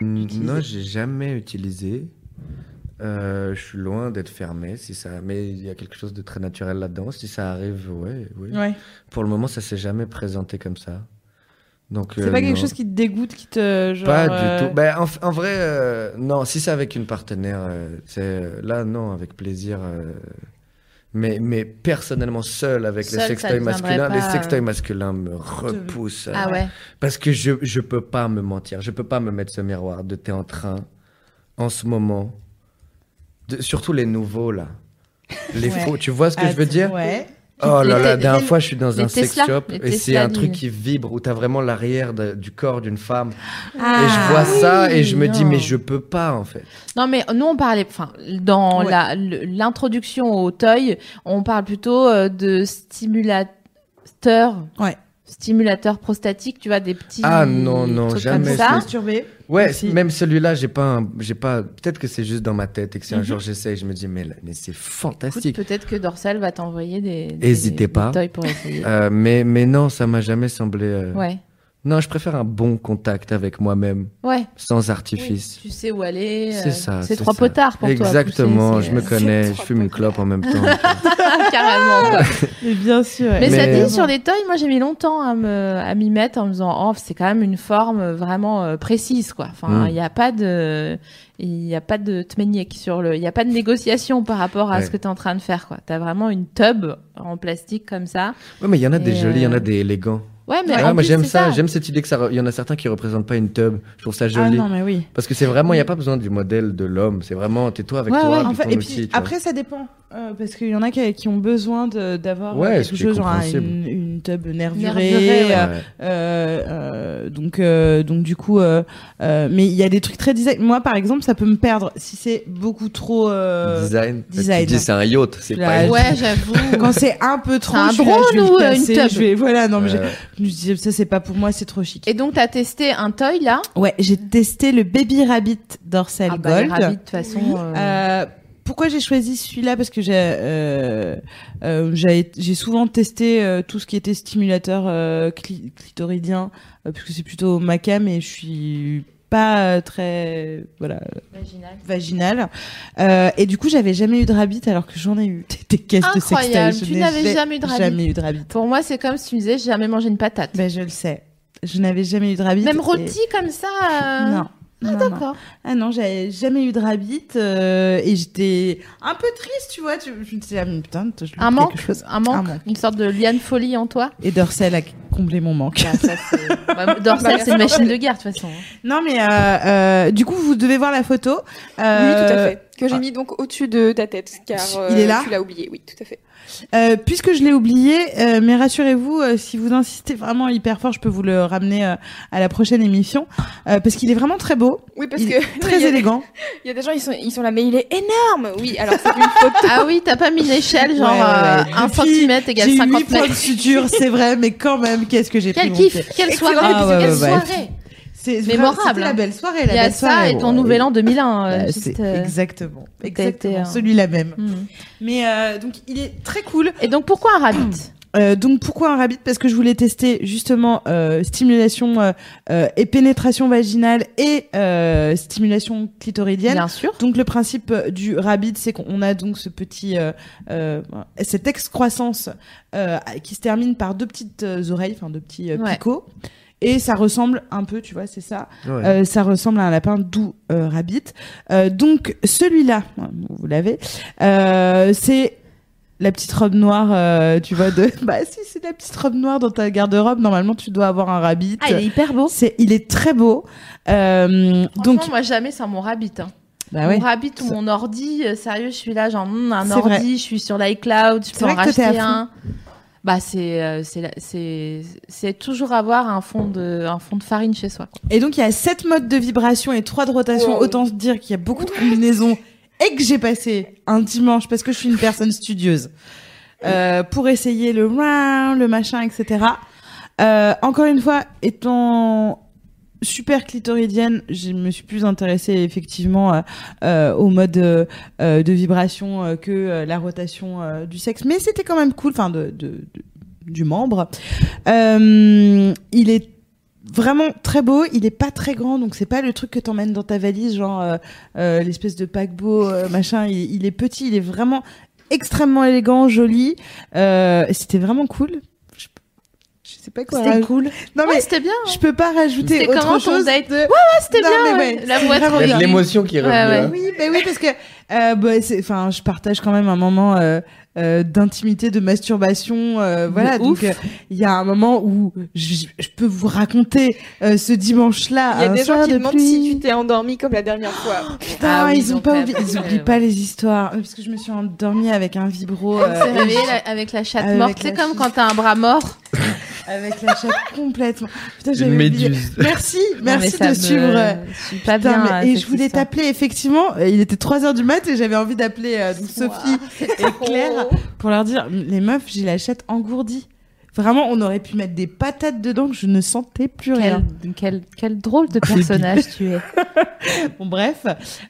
[SPEAKER 3] Mm, Non, j'ai jamais utilisé. Euh, je suis loin d'être fermé, si ça. Mais il y a quelque chose de très naturel là-dedans. Si ça arrive, ouais, ouais. Pour le moment, ça s'est jamais présenté comme ça. Donc.
[SPEAKER 2] C'est
[SPEAKER 3] euh,
[SPEAKER 2] pas quelque
[SPEAKER 3] non.
[SPEAKER 2] chose qui te dégoûte, qui te genre,
[SPEAKER 3] Pas du
[SPEAKER 2] euh,
[SPEAKER 3] tout. Ben, en, f- en vrai, euh, non, si c'est avec une partenaire, euh, c'est euh, là, non, avec plaisir. euh, mais, mais personnellement, seul avec
[SPEAKER 1] Seul, ça
[SPEAKER 3] les sextoys
[SPEAKER 1] deviendrait
[SPEAKER 3] masculins, les
[SPEAKER 1] pas, euh,
[SPEAKER 3] sextoys masculins me repoussent.
[SPEAKER 1] Ah
[SPEAKER 3] euh,
[SPEAKER 1] ouais.
[SPEAKER 3] Parce que je, je peux pas me mentir, je peux pas me mettre ce miroir de t'es en train, en ce moment, de- surtout les nouveaux là. Les
[SPEAKER 2] Ouais.
[SPEAKER 3] faux, tu vois ce que je veux
[SPEAKER 2] Attends,
[SPEAKER 3] dire
[SPEAKER 2] ouais.
[SPEAKER 3] Oh
[SPEAKER 1] Ah, Les
[SPEAKER 3] là là, la
[SPEAKER 1] te-
[SPEAKER 3] dernière
[SPEAKER 1] les-
[SPEAKER 3] fois, je suis dans
[SPEAKER 1] les
[SPEAKER 3] un sex
[SPEAKER 1] Tesla,
[SPEAKER 3] shop
[SPEAKER 1] les
[SPEAKER 3] et c'est
[SPEAKER 1] Tesla
[SPEAKER 3] un truc
[SPEAKER 1] du-
[SPEAKER 3] qui vibre où t'as vraiment l'arrière de- du corps d'une femme.
[SPEAKER 1] Ah,
[SPEAKER 3] et je vois ça et je me dis,
[SPEAKER 1] non.
[SPEAKER 3] mais je peux pas en fait.
[SPEAKER 1] Non, mais nous, on parlait, enfin, dans
[SPEAKER 2] Ouais.
[SPEAKER 1] la le- l'introduction au toy, on parle plutôt euh, de stimulateur.
[SPEAKER 2] Ouais.
[SPEAKER 1] Stimulateur prostatique, tu vois, des petits.
[SPEAKER 3] Ah non, non,
[SPEAKER 1] trucs
[SPEAKER 3] jamais,
[SPEAKER 1] Comme
[SPEAKER 3] je
[SPEAKER 1] ça.
[SPEAKER 3] les- Ouais, même celui-là, j'ai pas, un- j'ai pas. Peut-être que c'est juste dans ma tête et que si un jour j'essaye, je me dis, mais, là- mais c'est
[SPEAKER 1] Mhm. Écoute,
[SPEAKER 3] fantastique.
[SPEAKER 1] Peut-être que Dorsal va t'envoyer des. des-
[SPEAKER 3] Hésitez
[SPEAKER 1] des
[SPEAKER 3] pas.
[SPEAKER 1] toys pour essayer.
[SPEAKER 3] Euh, mais, mais non, ça m'a jamais semblé. euh,
[SPEAKER 1] ouais.
[SPEAKER 3] Non, je préfère un bon contact avec moi-même,
[SPEAKER 1] Ouais.
[SPEAKER 3] sans artifice.
[SPEAKER 1] Tu sais où aller. euh,
[SPEAKER 3] C'est ça,
[SPEAKER 1] C'est
[SPEAKER 3] c'est
[SPEAKER 1] trois
[SPEAKER 3] ça.
[SPEAKER 1] potards pour toi. pousser,
[SPEAKER 3] Exactement, je me
[SPEAKER 1] c'est-
[SPEAKER 3] connais, je
[SPEAKER 4] trop
[SPEAKER 3] fume une clope en même temps.
[SPEAKER 1] Carrément. quoi.
[SPEAKER 2] Mais bien sûr.
[SPEAKER 1] Mais, ça
[SPEAKER 3] Mais- euh,
[SPEAKER 1] dit, sur les toys, moi j'ai mis longtemps à me à m'y mettre en me disant, oh, c'est quand même une forme vraiment euh, précise, quoi. Enfin,
[SPEAKER 3] Mm.
[SPEAKER 1] il n'y a pas de, il y a pas de tmeniek sur le, il n'y a pas de négociation par rapport à
[SPEAKER 3] Ouais.
[SPEAKER 1] ce que tu es en train de faire, quoi. T'as vraiment une tub en plastique comme ça.
[SPEAKER 3] Ouais, mais il y en a des
[SPEAKER 1] Et,
[SPEAKER 3] jolis, il y en
[SPEAKER 1] euh,
[SPEAKER 3] a des élégants.
[SPEAKER 1] Ouais, mais
[SPEAKER 3] Ouais,
[SPEAKER 1] en
[SPEAKER 3] moi
[SPEAKER 1] plus,
[SPEAKER 3] j'aime
[SPEAKER 1] c'est
[SPEAKER 3] ça, j'aime cette idée que ça. re- Il y en a certains qui représentent pas une tub. Je trouve ça
[SPEAKER 5] Ah
[SPEAKER 3] joli.
[SPEAKER 5] non, mais oui.
[SPEAKER 3] Parce que c'est vraiment, il n'y a pas besoin du modèle de l'homme. C'est vraiment, tais-toi avec
[SPEAKER 1] Ouais,
[SPEAKER 3] toi,
[SPEAKER 1] ouais.
[SPEAKER 3] puis
[SPEAKER 2] En fait,
[SPEAKER 3] ton
[SPEAKER 2] et
[SPEAKER 3] outil,
[SPEAKER 2] puis
[SPEAKER 3] tu vois.
[SPEAKER 2] après, ça dépend. euh, parce qu'il y en a qui, qui ont besoin de- d'avoir
[SPEAKER 3] Ouais,
[SPEAKER 2] euh,
[SPEAKER 3] ce
[SPEAKER 2] quelque
[SPEAKER 3] qui est
[SPEAKER 2] chose, genre un-
[SPEAKER 3] compréhensible.
[SPEAKER 2] une, une tub nervurée.
[SPEAKER 1] Nervurée, ouais.
[SPEAKER 2] euh,
[SPEAKER 3] Ouais.
[SPEAKER 2] euh, euh, donc, euh, donc du coup, euh, euh, mais il y a des trucs très design. Moi, par exemple, ça peut me perdre si c'est beaucoup trop. euh,
[SPEAKER 3] design.
[SPEAKER 2] design.
[SPEAKER 3] Tu dis, c'est un yacht, c'est
[SPEAKER 2] La-
[SPEAKER 3] pas
[SPEAKER 1] ça.
[SPEAKER 3] une-
[SPEAKER 1] Ouais, j'avoue.
[SPEAKER 2] Quand c'est un peu trop,
[SPEAKER 1] un
[SPEAKER 2] je suis là, je vais
[SPEAKER 1] drone
[SPEAKER 2] le
[SPEAKER 1] ou, euh, une
[SPEAKER 2] casser,
[SPEAKER 1] tub
[SPEAKER 2] je vais- Voilà, non, mais j'ai- Oh,
[SPEAKER 3] Ouais.
[SPEAKER 2] je me disais, ça c'est pas pour moi, c'est trop chic.
[SPEAKER 1] Et donc t'as testé un toy là.
[SPEAKER 2] Ouais, j'ai testé le Baby Rabbit Dorsal
[SPEAKER 1] Ah bah, les
[SPEAKER 2] Gold.
[SPEAKER 1] rabbits, de toute façon. euh,
[SPEAKER 2] Euh, pourquoi j'ai choisi celui-là Parce que j'ai euh, euh, j'ai j'ai souvent testé euh, tout ce qui était stimulateur euh, cli- clitoridien, euh, parce que c'est plutôt ma cam et je suis pas euh, très voilà vaginale. Euh, et du coup, j'avais jamais eu de rabbit alors que j'en ai eu des, des caisses de
[SPEAKER 1] Incroyable,
[SPEAKER 2] sextoy. Je
[SPEAKER 1] tu
[SPEAKER 2] n'ai
[SPEAKER 1] n'avais jamais eu de rabbit.
[SPEAKER 2] Jamais eu de rabbit.
[SPEAKER 1] Pour moi, c'est comme si tu me disais, j'ai jamais mangé une patate.
[SPEAKER 2] Ben je le sais, je n'avais jamais eu de rabbit.
[SPEAKER 1] Même
[SPEAKER 2] et-
[SPEAKER 1] rôti comme ça. euh,
[SPEAKER 2] Non.
[SPEAKER 1] Ah,
[SPEAKER 2] non, non.
[SPEAKER 1] d'accord.
[SPEAKER 2] Ah non, j'avais jamais eu de rabbit euh, et j'étais un peu triste, tu vois. Tu, je me disais, ah, mais putain, je loupe
[SPEAKER 1] Un manque,
[SPEAKER 2] quelque chose.
[SPEAKER 1] un manque,
[SPEAKER 2] Un manque.
[SPEAKER 1] une sorte de liane folie en toi.
[SPEAKER 2] Et Dorsel a comblé mon manque.
[SPEAKER 1] Bah, ça, c'est- bah, Dorsal, c'est une machine de guerre, de toute façon.
[SPEAKER 2] Non, mais euh, euh, du coup, vous devez voir la photo.
[SPEAKER 4] Oui, tout à
[SPEAKER 2] Euh,
[SPEAKER 4] fait. Que j'ai
[SPEAKER 2] ah.
[SPEAKER 4] mis donc au-dessus de ta tête, car euh,
[SPEAKER 2] Il est là
[SPEAKER 4] tu l'as oublié. Oui, tout à fait.
[SPEAKER 2] Euh, puisque je l'ai oublié, euh, mais rassurez-vous, euh, si vous insistez vraiment hyper fort, je peux vous le ramener euh, à la prochaine émission euh, parce qu'il est vraiment très beau,
[SPEAKER 4] Oui, parce
[SPEAKER 2] Il
[SPEAKER 4] que il,
[SPEAKER 2] très
[SPEAKER 4] y a,
[SPEAKER 2] élégant.
[SPEAKER 4] il y a des gens, ils sont, ils sont là, mais il est énorme. Oui, alors c'est une photo.
[SPEAKER 1] Ah oui, t'as pas mis l'échelle, genre
[SPEAKER 2] Ouais, ouais, ouais.
[SPEAKER 1] 1
[SPEAKER 2] Depuis,
[SPEAKER 1] cm égale
[SPEAKER 2] J'ai eu 8
[SPEAKER 1] 50
[SPEAKER 2] points de
[SPEAKER 1] mètres.
[SPEAKER 2] suture, c'est vrai, mais quand même, qu'est-ce que j'ai pris
[SPEAKER 1] Quel
[SPEAKER 2] mon pied.
[SPEAKER 1] kiff, quelle soirée,
[SPEAKER 2] Excellent épisode.
[SPEAKER 1] quelle
[SPEAKER 2] Ouais, ouais, ouais.
[SPEAKER 1] soirée.
[SPEAKER 2] C'est
[SPEAKER 1] Mémorable,
[SPEAKER 2] c'était la
[SPEAKER 1] hein.
[SPEAKER 2] belle soirée, la
[SPEAKER 1] Il y a
[SPEAKER 2] belle
[SPEAKER 1] ça
[SPEAKER 2] soirée.
[SPEAKER 1] et ton
[SPEAKER 2] Bon,
[SPEAKER 1] nouvel an 2001. euh,
[SPEAKER 2] Bah,
[SPEAKER 1] juste,
[SPEAKER 2] c'est
[SPEAKER 1] euh,
[SPEAKER 2] exactement,
[SPEAKER 1] t'as
[SPEAKER 2] exactement,
[SPEAKER 1] été un-
[SPEAKER 2] celui-là même.
[SPEAKER 1] hmm.
[SPEAKER 2] Mais euh, donc il est très cool.
[SPEAKER 1] Et donc pourquoi un rabbit
[SPEAKER 2] Euh, donc pourquoi un rabbit Parce que je voulais tester justement euh, stimulation euh, euh, et pénétration vaginale et euh, stimulation clitoridienne.
[SPEAKER 1] Bien sûr.
[SPEAKER 2] Donc le principe euh, du rabbit, c'est qu'on a donc ce petit, euh, euh, cette excroissance euh, qui se termine par deux petites euh, oreilles, enfin deux petits euh,
[SPEAKER 1] Ouais.
[SPEAKER 2] picots, et ça ressemble un peu, tu vois, c'est ça.
[SPEAKER 3] Ouais.
[SPEAKER 2] Euh, ça ressemble à un lapin doux euh, rabbit. Euh, donc celui-là, ouais, vous l'avez, euh, c'est la petite robe noire, euh, tu vois. De... bah si, c'est la petite robe noire dans ta garde-robe. Normalement, tu dois avoir un rabbit.
[SPEAKER 1] Ah, il est hyper beau.
[SPEAKER 2] C'est, il est très beau. Euh, donc,
[SPEAKER 1] Donc moi jamais sans mon rabbit. hein.
[SPEAKER 2] bah ouais.
[SPEAKER 1] Mon rabbit ou mon ordi, euh, sérieux, je suis là, genre hmm, un
[SPEAKER 2] C'est
[SPEAKER 1] ordi,
[SPEAKER 2] vrai.
[SPEAKER 1] je suis sur l'iCloud, je
[SPEAKER 2] C'est
[SPEAKER 1] peux en
[SPEAKER 2] vrai que t'es à
[SPEAKER 1] racheter
[SPEAKER 2] fond.
[SPEAKER 1] un. Bah c'est euh, c'est la- c'est c'est toujours avoir un fond de un fond de farine chez soi. quoi.
[SPEAKER 2] Et donc, il y a sept modes de vibration et trois de rotation.
[SPEAKER 4] Wow.
[SPEAKER 2] Autant se dire qu'il y a beaucoup de combinaisons et que j'ai passé un dimanche parce que je suis une personne studieuse euh, pour essayer le round, le machin, etc. Euh, encore une fois, étant super clitoridienne, je me suis plus intéressée effectivement euh, euh, au mode euh, euh, de vibration euh, que euh, la rotation euh, du sexe, mais c'était quand même cool, enfin de, de- de- du membre. Euh, il est vraiment très beau, il est pas très grand, donc c'est pas le truc que t'emmènes dans ta valise, genre euh, euh, l'espèce de paquebot euh, machin. Il, il est petit, il est vraiment extrêmement élégant, joli. Euh, C'était vraiment cool. Je, je sais pas quoi.
[SPEAKER 1] C'était
[SPEAKER 2] raj-
[SPEAKER 1] cool.
[SPEAKER 2] Non
[SPEAKER 1] Ouais,
[SPEAKER 2] mais
[SPEAKER 1] c'était bien. hein.
[SPEAKER 2] je peux pas rajouter
[SPEAKER 1] C'était
[SPEAKER 2] autre
[SPEAKER 1] comment ton
[SPEAKER 2] chose.
[SPEAKER 1] date
[SPEAKER 2] de-
[SPEAKER 1] Ah, c'était
[SPEAKER 2] Non,
[SPEAKER 1] bien.
[SPEAKER 2] mais
[SPEAKER 1] ouais.
[SPEAKER 2] ouais,
[SPEAKER 1] La
[SPEAKER 2] c'est
[SPEAKER 1] voix
[SPEAKER 2] vraiment
[SPEAKER 3] Il y a
[SPEAKER 2] bien.
[SPEAKER 3] de l'émotion qui est
[SPEAKER 1] Ouais,
[SPEAKER 3] revenue. hein.
[SPEAKER 1] ouais.
[SPEAKER 3] là.
[SPEAKER 2] Oui, mais oui, parce que euh, bah, c'est- enfin, je partage quand même un moment euh, euh, d'intimité, de masturbation, euh, voilà.
[SPEAKER 1] ouf.
[SPEAKER 2] Donc euh, il y a un moment où je, je peux vous raconter euh, ce dimanche-là.
[SPEAKER 4] Il y a
[SPEAKER 2] un
[SPEAKER 4] des gens
[SPEAKER 2] soir
[SPEAKER 4] qui
[SPEAKER 2] de
[SPEAKER 4] demandent
[SPEAKER 2] pluie.
[SPEAKER 4] si tu t'es endormi comme la dernière fois.
[SPEAKER 2] Putain,
[SPEAKER 1] Ah oui,
[SPEAKER 2] ils ont
[SPEAKER 1] donc
[SPEAKER 2] pas
[SPEAKER 1] la-
[SPEAKER 2] oublié, ils
[SPEAKER 1] ouais,
[SPEAKER 2] oublient
[SPEAKER 1] ouais.
[SPEAKER 2] pas les histoires. Euh, Parce que je me suis endormie avec un vibro, euh,
[SPEAKER 1] C'est réveillé la- avec la chatte
[SPEAKER 2] Avec
[SPEAKER 1] morte.
[SPEAKER 2] la
[SPEAKER 1] C'est comme
[SPEAKER 2] chatte.
[SPEAKER 1] quand t'as un bras mort.
[SPEAKER 2] avec la chatte complètement. Putain, j'avais
[SPEAKER 3] Une
[SPEAKER 2] oublié.
[SPEAKER 3] méduse.
[SPEAKER 2] Merci,
[SPEAKER 1] Non, mais
[SPEAKER 2] merci
[SPEAKER 1] ça
[SPEAKER 2] de
[SPEAKER 1] me-
[SPEAKER 2] suivre. euh,
[SPEAKER 1] Je suis pas
[SPEAKER 2] Putain,
[SPEAKER 1] Ah bien.
[SPEAKER 2] mais-
[SPEAKER 1] à
[SPEAKER 2] et
[SPEAKER 1] cette
[SPEAKER 2] je voulais
[SPEAKER 1] histoire.
[SPEAKER 2] t'appeler effectivement. euh, Il était 3 heures du mat et j'avais envie d'appeler euh, donc Sophie et Claire pour leur dire les meufs, j'ai la chatte engourdie. Vraiment, on aurait pu mettre des patates dedans que je ne sentais plus rien.
[SPEAKER 1] Quel, quel, quel drôle de personnage tu es.
[SPEAKER 2] Bon, bref.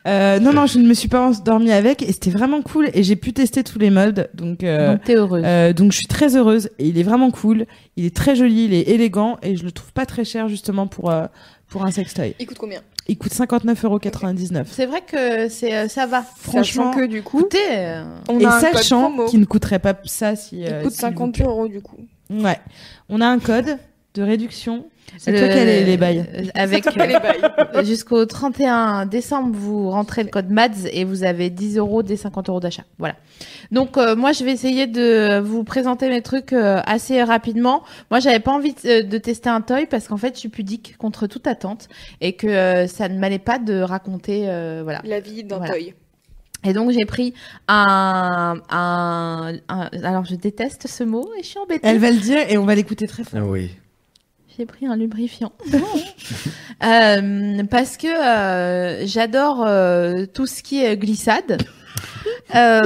[SPEAKER 2] Euh, non, non, je ne me suis pas endormie avec et c'était vraiment cool et j'ai pu tester tous les modes. Donc, euh,
[SPEAKER 1] Donc t'es heureuse.
[SPEAKER 2] euh, donc je suis très heureuse et il est vraiment cool. Il est très joli, il est élégant et je le trouve pas très cher justement pour, euh, pour un sextoy.
[SPEAKER 4] Il coûte combien
[SPEAKER 2] Il coûte 59,99€.
[SPEAKER 1] C'est vrai que c'est euh, ça va.
[SPEAKER 2] Franchement,
[SPEAKER 4] Sachant que du coup,
[SPEAKER 1] Écoutez, euh,
[SPEAKER 4] on
[SPEAKER 2] et
[SPEAKER 4] a un code
[SPEAKER 2] sachant
[SPEAKER 4] promo.
[SPEAKER 2] qu'il ne coûterait pas ça si.
[SPEAKER 4] Il
[SPEAKER 2] euh,
[SPEAKER 4] coûte
[SPEAKER 2] s'il vous
[SPEAKER 4] 50
[SPEAKER 2] plaît.
[SPEAKER 4] euros du coup.
[SPEAKER 2] Ouais. On a un code de réduction. C'est
[SPEAKER 1] le-
[SPEAKER 2] toi qui as les, les bails.
[SPEAKER 1] euh, Avec
[SPEAKER 4] Quel est bail
[SPEAKER 1] euh, jusqu'au 31 décembre, vous rentrez le code MADS et vous avez 10 euros des 50 euros d'achat. Voilà. Donc euh, moi, je vais essayer de vous présenter mes trucs euh, assez rapidement. Moi, j'avais pas envie de, euh, de tester un toy parce qu'en fait, je suis pudique contre toute attente et que euh, ça ne m'allait pas de raconter. euh, voilà.
[SPEAKER 4] La vie d'un
[SPEAKER 1] Voilà.
[SPEAKER 4] toy.
[SPEAKER 1] Et donc j'ai pris un, un, un- alors je déteste ce mot et je suis embêtée.
[SPEAKER 2] Elle va le dire et on va l'écouter très fort.
[SPEAKER 3] Ah oui.
[SPEAKER 1] J'ai pris un lubrifiant. Euh, parce que euh, j'adore euh, tout ce qui est glissade. Euh,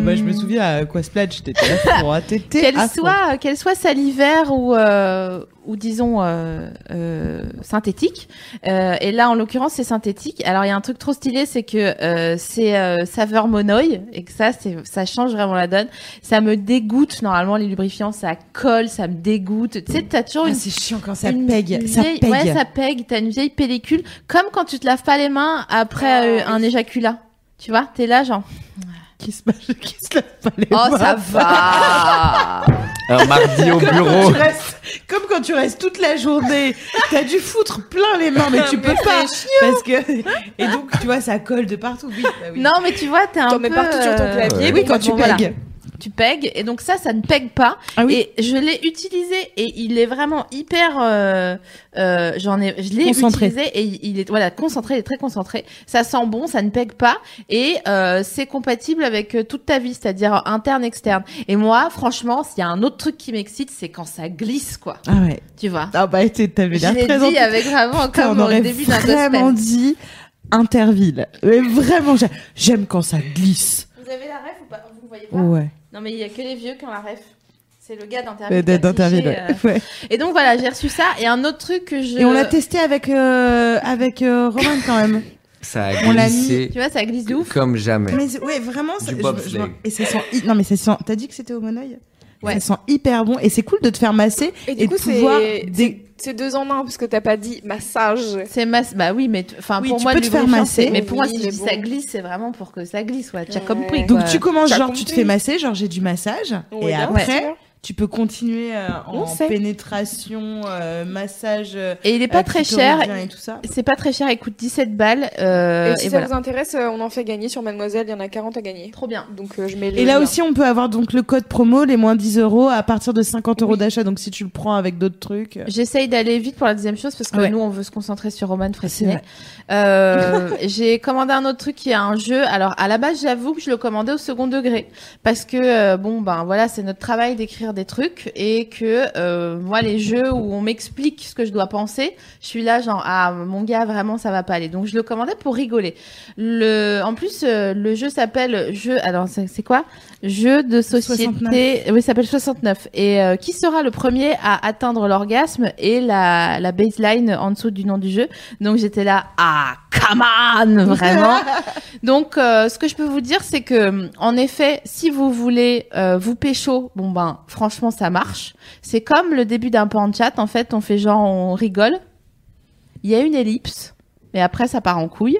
[SPEAKER 2] bah, je me souviens à quoi Splash, t'étais là pour t'étais
[SPEAKER 1] Qu'elle
[SPEAKER 2] à fond.
[SPEAKER 1] soit, qu'elle soit salivaire ou, euh, ou disons euh, euh, synthétique. Euh, et là, en l'occurrence, c'est synthétique. Alors, il y a un truc trop stylé, c'est que euh, c'est euh, saveur monoï et que ça, c'est, ça change vraiment la donne. Ça me dégoûte. Normalement, les lubrifiants, ça colle, ça me dégoûte. Tu sais, t'as toujours
[SPEAKER 2] Ah,
[SPEAKER 1] une
[SPEAKER 2] c'est chiant quand ça
[SPEAKER 1] une
[SPEAKER 2] pègue. Ça
[SPEAKER 1] vieille-
[SPEAKER 2] pègue.
[SPEAKER 1] Ouais, ça pègue. T'as une vieille pellicule, comme quand tu te laves pas les mains après
[SPEAKER 4] Ah,
[SPEAKER 1] euh,
[SPEAKER 4] oui.
[SPEAKER 1] un éjaculat. Tu vois, t'es là genre,
[SPEAKER 2] Qui se, qui se lave pas les
[SPEAKER 1] oh
[SPEAKER 2] mains.
[SPEAKER 1] ça va.
[SPEAKER 3] Un mardi au bureau.
[SPEAKER 2] Tu restes- comme quand tu restes toute la journée, t'as dû foutre plein les mains, mais tu peux pas. Parce que, et donc, tu vois, ça colle de partout. Oui, bah oui. Ah,
[SPEAKER 1] non mais tu vois, t'es un
[SPEAKER 4] T'en
[SPEAKER 1] peu.
[SPEAKER 4] mets partout sur ton
[SPEAKER 1] euh,
[SPEAKER 4] clavier.
[SPEAKER 2] oui,
[SPEAKER 4] bon,
[SPEAKER 2] quand
[SPEAKER 4] bah,
[SPEAKER 2] tu
[SPEAKER 4] bon,
[SPEAKER 2] pègues.
[SPEAKER 4] voilà.
[SPEAKER 1] Tu pègues et donc ça, ça ne pègue pas.
[SPEAKER 2] Ah oui.
[SPEAKER 1] Et je l'ai utilisé et il est vraiment hyper. euh, euh, J'en ai, je l'ai
[SPEAKER 2] Concentré.
[SPEAKER 1] utilisé et il- il est voilà concentré, il est très concentré. Ça sent bon, ça ne pègue pas et euh, c'est compatible avec euh, toute ta vie, c'est-à-dire interne, externe. Et moi, franchement, s'il y a un autre truc qui m'excite, c'est quand ça glisse, quoi.
[SPEAKER 2] Ah ouais.
[SPEAKER 1] Tu vois.
[SPEAKER 2] Ah bah, t'es- t'avais
[SPEAKER 1] Je
[SPEAKER 2] l'air
[SPEAKER 1] l'ai
[SPEAKER 2] très
[SPEAKER 1] dit hein.
[SPEAKER 2] enthousiaste.
[SPEAKER 1] avec vraiment
[SPEAKER 2] Putain,
[SPEAKER 1] comme
[SPEAKER 2] on
[SPEAKER 1] au
[SPEAKER 2] aurait
[SPEAKER 1] Oh, début d'un
[SPEAKER 2] vraiment
[SPEAKER 1] gospel.
[SPEAKER 2] dit Interville. Mais vraiment, j'a- j'aime quand ça glisse.
[SPEAKER 1] Vous avez la ref ou pas Vous voyez pas
[SPEAKER 2] Ouais.
[SPEAKER 1] Non mais il y a que les vieux qui ont la ref. C'est le gars d'Interville. qui a
[SPEAKER 2] D'Interville,
[SPEAKER 1] affiché, euh,
[SPEAKER 2] ouais. Ouais.
[SPEAKER 1] Et donc voilà, j'ai reçu ça. Et un autre truc que je.
[SPEAKER 2] Et on l'a testé avec, euh, avec euh, Roman quand même.
[SPEAKER 3] Ça a
[SPEAKER 2] On l'a
[SPEAKER 3] glissé
[SPEAKER 1] Tu vois, ça glisse de ouf.
[SPEAKER 3] comme jamais.
[SPEAKER 2] Mais c'est- ouais, vraiment, ça,
[SPEAKER 3] Du
[SPEAKER 2] je-
[SPEAKER 3] bobsleigh.
[SPEAKER 2] je- et ça sent. hi- Non, mais ça sent. T'as dit que c'était au monoeil
[SPEAKER 1] Ouais.
[SPEAKER 2] Ça sent hyper bon et c'est cool de te faire masser
[SPEAKER 4] Et
[SPEAKER 2] et,
[SPEAKER 4] du coup,
[SPEAKER 2] de pouvoir.
[SPEAKER 4] c'est-
[SPEAKER 2] dé-
[SPEAKER 4] C'est deux en un parce que t'as pas dit massage.
[SPEAKER 1] C'est masse. Bah oui, mais t- enfin
[SPEAKER 2] Oui,
[SPEAKER 1] pour
[SPEAKER 2] tu
[SPEAKER 1] moi,
[SPEAKER 2] peux
[SPEAKER 1] le
[SPEAKER 2] te faire
[SPEAKER 1] lubrifiant, c'est-
[SPEAKER 2] masser.
[SPEAKER 1] Mais pour moi,
[SPEAKER 4] Oui,
[SPEAKER 1] si je
[SPEAKER 4] mais
[SPEAKER 1] dis
[SPEAKER 4] bon.
[SPEAKER 1] ça glisse, c'est vraiment pour que ça glisse. Ouais, tu as
[SPEAKER 4] Ouais.
[SPEAKER 1] compris.
[SPEAKER 2] Donc
[SPEAKER 1] quoi.
[SPEAKER 2] tu commences
[SPEAKER 4] T'as
[SPEAKER 2] genre, tu te
[SPEAKER 4] compris.
[SPEAKER 2] fais masser, genre j'ai du massage
[SPEAKER 4] Oui,
[SPEAKER 2] et
[SPEAKER 4] bien
[SPEAKER 2] après
[SPEAKER 4] sûr.
[SPEAKER 2] tu peux continuer euh, en
[SPEAKER 4] On sait.
[SPEAKER 2] pénétration, euh, massage. euh,
[SPEAKER 1] Et il est pas très
[SPEAKER 2] clitoridien
[SPEAKER 1] cher.
[SPEAKER 2] et tout ça.
[SPEAKER 1] C'est pas très cher. Il coûte 17 balles. euh,
[SPEAKER 4] et si
[SPEAKER 1] et
[SPEAKER 4] ça
[SPEAKER 1] voilà.
[SPEAKER 4] vous intéresse, euh, on en fait gagner sur Mademoiselle. Il y en a 40 à gagner.
[SPEAKER 1] Trop bien.
[SPEAKER 4] Donc euh, je mets le
[SPEAKER 2] Et là
[SPEAKER 4] lien.
[SPEAKER 2] aussi, on peut avoir donc le code promo, les moins 10 euros, à partir de 50 euros d'achat. Donc, si tu le prends avec d'autres trucs.
[SPEAKER 1] J'essaye d'aller vite pour la deuxième chose parce que
[SPEAKER 2] Ouais. Ah,
[SPEAKER 1] nous on veut se concentrer sur Roman
[SPEAKER 2] C'est
[SPEAKER 1] Fressinet.
[SPEAKER 2] vrai.
[SPEAKER 1] Euh, j'ai commandé un autre truc qui est un jeu. Alors à la base j'avoue que je le commandais au second degré parce que euh, bon ben voilà c'est notre travail d'écrire des trucs et que euh, moi les jeux où on m'explique ce que je dois penser, je suis là genre ah mon gars vraiment ça va pas aller donc je le commandais pour rigoler. Le en plus euh, le jeu s'appelle jeu alors c'est c'est quoi Jeu de société.
[SPEAKER 2] 69.
[SPEAKER 1] Et- oui, ça s'appelle 69. Et euh, qui sera le premier à atteindre l'orgasme et la, la baseline en dessous du nom du jeu Donc j'étais là, ah, come on, vraiment. Donc euh, ce que je peux vous dire, c'est que en effet, si vous voulez euh, vous pécho, bon ben franchement ça marche. C'est comme le début d'un pan chat. En fait, on fait genre on rigole. Il y a une ellipse. Et après, ça part en couille.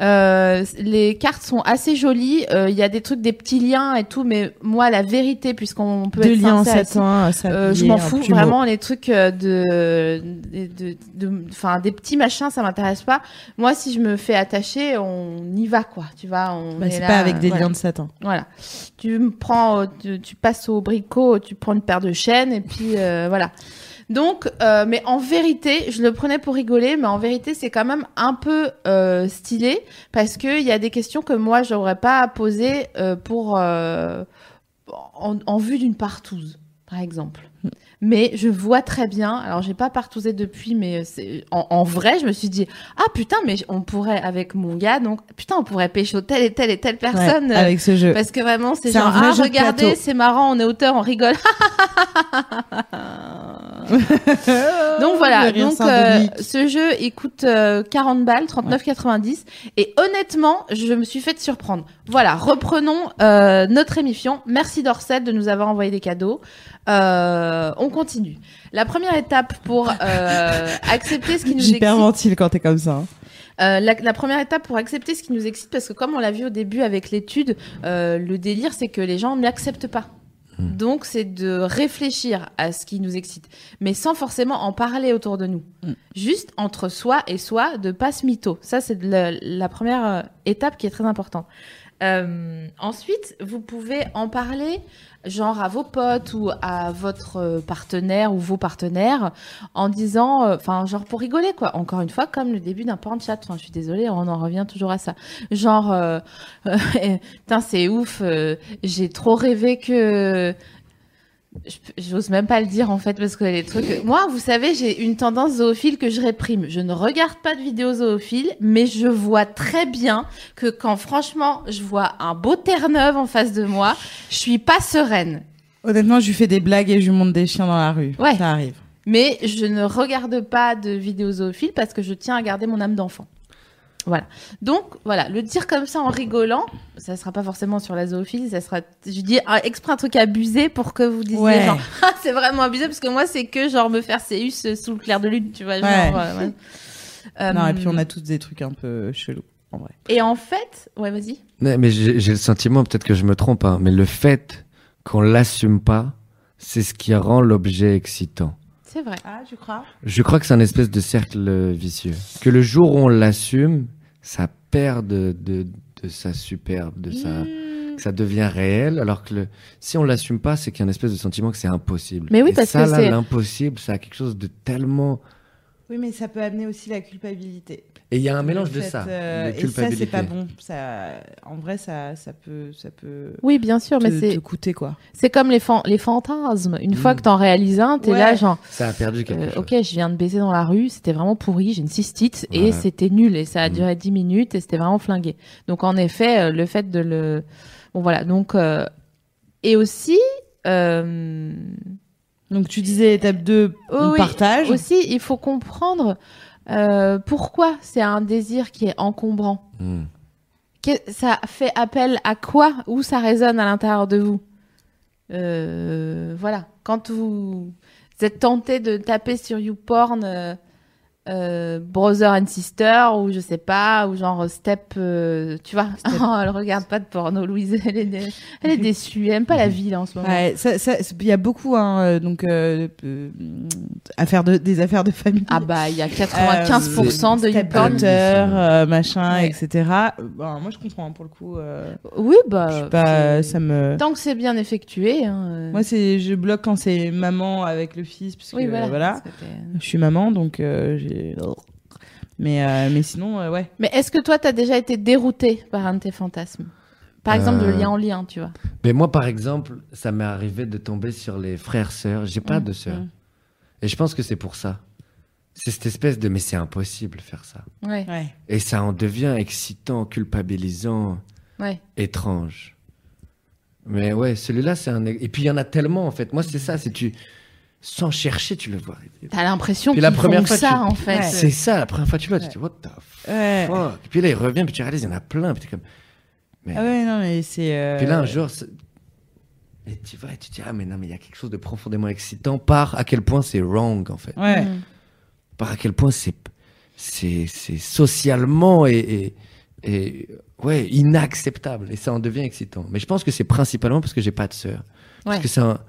[SPEAKER 1] Euh, les cartes sont assez jolies. Euh, Il y a des trucs, des petits liens et tout. Mais moi, la vérité, puisqu'on peut
[SPEAKER 2] Deux
[SPEAKER 1] être
[SPEAKER 2] liens en
[SPEAKER 1] sincère ici,
[SPEAKER 2] satin, un
[SPEAKER 1] euh, je
[SPEAKER 2] sablier,
[SPEAKER 1] m'en
[SPEAKER 2] un
[SPEAKER 1] fous
[SPEAKER 2] plumeau.
[SPEAKER 1] vraiment les trucs euh, de, de, de, de- enfin des petits machins, ça m'intéresse pas. Moi, si je me fais attacher, on y va quoi, tu vois. On
[SPEAKER 2] Bah,
[SPEAKER 1] est
[SPEAKER 2] c'est
[SPEAKER 1] là,
[SPEAKER 2] pas avec des
[SPEAKER 1] euh, voilà.
[SPEAKER 2] liens de satin.
[SPEAKER 1] Voilà. Tu me prends, euh, tu, tu passes au bricot, tu prends une paire de chaînes et puis euh, voilà. Donc, euh, mais en vérité, je le prenais pour rigoler, mais en vérité, c'est quand même un peu euh, stylé parce que il y a des questions que moi j'aurais pas à poser euh, pour euh, en, en vue d'une partouze. par exemple. Mais je vois très bien, alors j'ai pas partousé depuis, mais c'est- en, en vrai, je me suis dit, ah putain, mais on pourrait, avec mon gars, donc putain, on pourrait pécho telle et telle et telle personne.
[SPEAKER 2] Ouais, Ah, avec ce jeu.
[SPEAKER 1] Parce que vraiment, c'est
[SPEAKER 2] Euh, C'est
[SPEAKER 1] genre,
[SPEAKER 2] un vrai
[SPEAKER 1] ah,
[SPEAKER 2] jeu de
[SPEAKER 1] regardez,
[SPEAKER 2] plateau.
[SPEAKER 1] c'est marrant, on est auteur, on rigole. Bah, donc
[SPEAKER 2] Le
[SPEAKER 1] voilà,
[SPEAKER 2] Oh, rire
[SPEAKER 1] donc
[SPEAKER 2] symbolique.
[SPEAKER 1] euh, ce jeu, il coûte euh, 40 balles, 39,90. Et honnêtement, je me suis fait surprendre. Voilà, reprenons euh, notre émission. Merci Dorcel de nous avoir envoyé des cadeaux. Euh, on continue. La première étape pour euh, accepter ce qui nous excite.
[SPEAKER 2] J'hyperventile quand t'es comme ça. hein.
[SPEAKER 1] Euh, la, la première étape pour accepter ce qui nous excite, parce que comme on l'a vu au début avec l'étude, euh, le délire, c'est que les gens ne l'acceptent pas. Donc, c'est de réfléchir à ce qui nous excite, mais sans forcément en parler autour de nous. Juste entre soi et soi, de pas se mytho. Ça, c'est de la, la première euh, étape qui est très importante. Euh, ensuite, vous pouvez en parler, genre à vos potes ou à votre euh, partenaire ou vos partenaires, en disant, euh, enfin, genre pour rigoler, quoi. Encore une fois, comme le début d'un porn chat. Enfin, je suis désolée, on en revient toujours à ça. Genre, euh, putain, c'est ouf, euh, j'ai trop rêvé que. Je peux- J'ose même pas le dire en fait parce que les trucs. Moi, vous savez, j'ai une tendance zoophile que je réprime. Je ne regarde pas de vidéos zoophiles, mais je vois très bien que quand franchement je vois un beau Terre-Neuve en face de moi, je suis pas sereine.
[SPEAKER 2] Honnêtement, je lui fais des blagues et je lui montre des chiens dans la rue.
[SPEAKER 1] Ouais.
[SPEAKER 2] Ça arrive.
[SPEAKER 1] Mais je ne regarde pas de vidéos zoophiles parce que je tiens à garder mon âme d'enfant. Voilà. Donc, voilà, le dire comme ça en rigolant, ça sera pas forcément sur la zoophilie, ça sera, je dis ah, exprès un truc abusé pour que vous disiez
[SPEAKER 2] Ouais.
[SPEAKER 1] genre, ah, c'est vraiment abusé parce que moi, c'est que genre me faire séus euh, sous le clair de lune, tu vois. Genre,
[SPEAKER 2] Ouais.
[SPEAKER 1] voilà, ouais. Euh,
[SPEAKER 2] Non, et puis on a tous des trucs un peu chelous, en vrai.
[SPEAKER 1] et en fait, ouais, vas-y.
[SPEAKER 3] Ouais, mais j'ai j'ai le sentiment, peut-être que je me trompe, hein, mais le fait qu'on l'assume pas, c'est ce qui rend l'objet excitant.
[SPEAKER 1] C'est vrai.
[SPEAKER 2] Ah, tu crois
[SPEAKER 3] Je crois que c'est un espèce de cercle euh, vicieux. Que le jour où on l'assume, ça perd de, de, de sa superbe, de sa, que ça devient réel. Alors que le, si on l'assume pas, c'est qu'il y a un espèce de sentiment que c'est impossible.
[SPEAKER 1] Mais oui,
[SPEAKER 3] Et
[SPEAKER 1] parce
[SPEAKER 3] ça,
[SPEAKER 1] que
[SPEAKER 3] là,
[SPEAKER 1] c'est-
[SPEAKER 3] l'impossible, ça a quelque chose de tellement.
[SPEAKER 2] Oui, mais ça peut amener aussi la culpabilité.
[SPEAKER 3] Et il y a un mélange
[SPEAKER 2] Le
[SPEAKER 3] de
[SPEAKER 2] fait,
[SPEAKER 3] ça,
[SPEAKER 2] euh,
[SPEAKER 3] de
[SPEAKER 2] et ça, c'est
[SPEAKER 3] culpabilité.
[SPEAKER 2] pas bon. Ça, en vrai, ça, ça peut, ça peut
[SPEAKER 1] Oui, bien sûr, mais
[SPEAKER 2] te, te
[SPEAKER 1] c'est,
[SPEAKER 2] coûter quoi.
[SPEAKER 1] c'est comme les, fan- les fantasmes. Une
[SPEAKER 3] Mm.
[SPEAKER 1] fois que t'en réalises un, t'es
[SPEAKER 2] Ouais.
[SPEAKER 1] là, genre,
[SPEAKER 3] Ça a perdu quelque
[SPEAKER 1] Euh,
[SPEAKER 3] chose.
[SPEAKER 1] ok, je viens de baiser dans la rue, c'était vraiment pourri, j'ai une cystite et
[SPEAKER 3] Voilà.
[SPEAKER 1] c'était nul et ça a
[SPEAKER 3] Mm.
[SPEAKER 1] duré 10 minutes et c'était vraiment flingué. Donc en effet, euh, le fait de le bon voilà, donc euh, et aussi euh,
[SPEAKER 2] Donc tu disais étape 2, on
[SPEAKER 1] Oh oui,
[SPEAKER 2] partage.
[SPEAKER 1] aussi il faut comprendre euh, pourquoi c'est un désir qui est encombrant.
[SPEAKER 3] Hmm.
[SPEAKER 1] Que- ça fait appel à quoi Où ça résonne à l'intérieur de vous Euh, Voilà. Quand vous êtes tenté de taper sur YouPorn, euh, euh, Brother and Sister, ou je sais pas, ou genre Step, euh, tu vois. Oh, elle regarde pas de porno, Louise. Elle est, dé- elle est déçue. Elle aime pas la vie là, en ce moment.
[SPEAKER 2] Ouais, ça, ça- il y a beaucoup hein, euh, donc euh, euh, affaires de, des affaires de famille.
[SPEAKER 1] Ah bah,
[SPEAKER 2] Euh,
[SPEAKER 1] il y a 95% de
[SPEAKER 2] Step
[SPEAKER 1] YouPorn.
[SPEAKER 2] Daughter, euh, machin,
[SPEAKER 1] Ouais.
[SPEAKER 2] etc. Euh, bon, moi, je comprends hein, pour le coup. euh,
[SPEAKER 1] Oui,
[SPEAKER 2] je
[SPEAKER 1] bah.
[SPEAKER 2] suis pas, euh,
[SPEAKER 1] c'est-
[SPEAKER 2] ça me.
[SPEAKER 1] Tant que c'est bien effectué. hein, euh,
[SPEAKER 2] Moi, c'est, je bloque quand c'est maman avec le fils, parce que
[SPEAKER 1] oui, voilà.
[SPEAKER 2] voilà.
[SPEAKER 1] Parce que t'es-
[SPEAKER 2] je suis maman, donc euh, j'ai. Mais euh, mais sinon, euh, ouais.
[SPEAKER 1] Mais est-ce que toi, t'as déjà été dérouté par un de tes fantasmes Par exemple, le
[SPEAKER 3] Euh,
[SPEAKER 1] lien en lien, tu vois.
[SPEAKER 3] Mais moi, par exemple, ça m'est arrivé de tomber sur les frères-sœurs. J'ai pas
[SPEAKER 2] Mm,
[SPEAKER 3] de sœurs.
[SPEAKER 2] mm.
[SPEAKER 3] Et je pense que c'est pour ça. C'est cette espèce de mais c'est impossible faire ça.
[SPEAKER 1] Ouais,
[SPEAKER 2] Ouais.
[SPEAKER 3] Et ça en devient excitant, culpabilisant,
[SPEAKER 1] ouais.
[SPEAKER 3] étrange. Mais ouais, celui-là, c'est un. Et puis il y en a tellement en fait. Moi, c'est ça. C'est tu. Sans chercher, tu le vois.
[SPEAKER 1] T'as l'impression
[SPEAKER 3] Puis
[SPEAKER 1] qu'ils
[SPEAKER 3] la première
[SPEAKER 1] font
[SPEAKER 3] fois,
[SPEAKER 1] ça,
[SPEAKER 3] tu-
[SPEAKER 1] en fait.
[SPEAKER 2] Ouais.
[SPEAKER 3] C'est ça, la première fois que tu le vois, tu te dis, what the
[SPEAKER 2] Ouais.
[SPEAKER 3] fuck. Puis là, il revient, puis tu réalises, il y en a plein. Puis t'es comme. Mais...
[SPEAKER 2] Ah ouais, non, mais c'est. euh,
[SPEAKER 3] Puis là, un jour, c'est- et tu vas et tu te dis, ah, mais non, mais il y a quelque chose de profondément excitant par à quel point c'est wrong, en fait.
[SPEAKER 2] Ouais.
[SPEAKER 1] Mm.
[SPEAKER 3] Par à quel point c'est, c'est, c'est socialement et, et, et, ouais, inacceptable. Et ça en devient excitant. Mais je pense que c'est principalement parce que j'ai pas de sœur. Parce
[SPEAKER 1] Ouais.
[SPEAKER 3] que c'est un-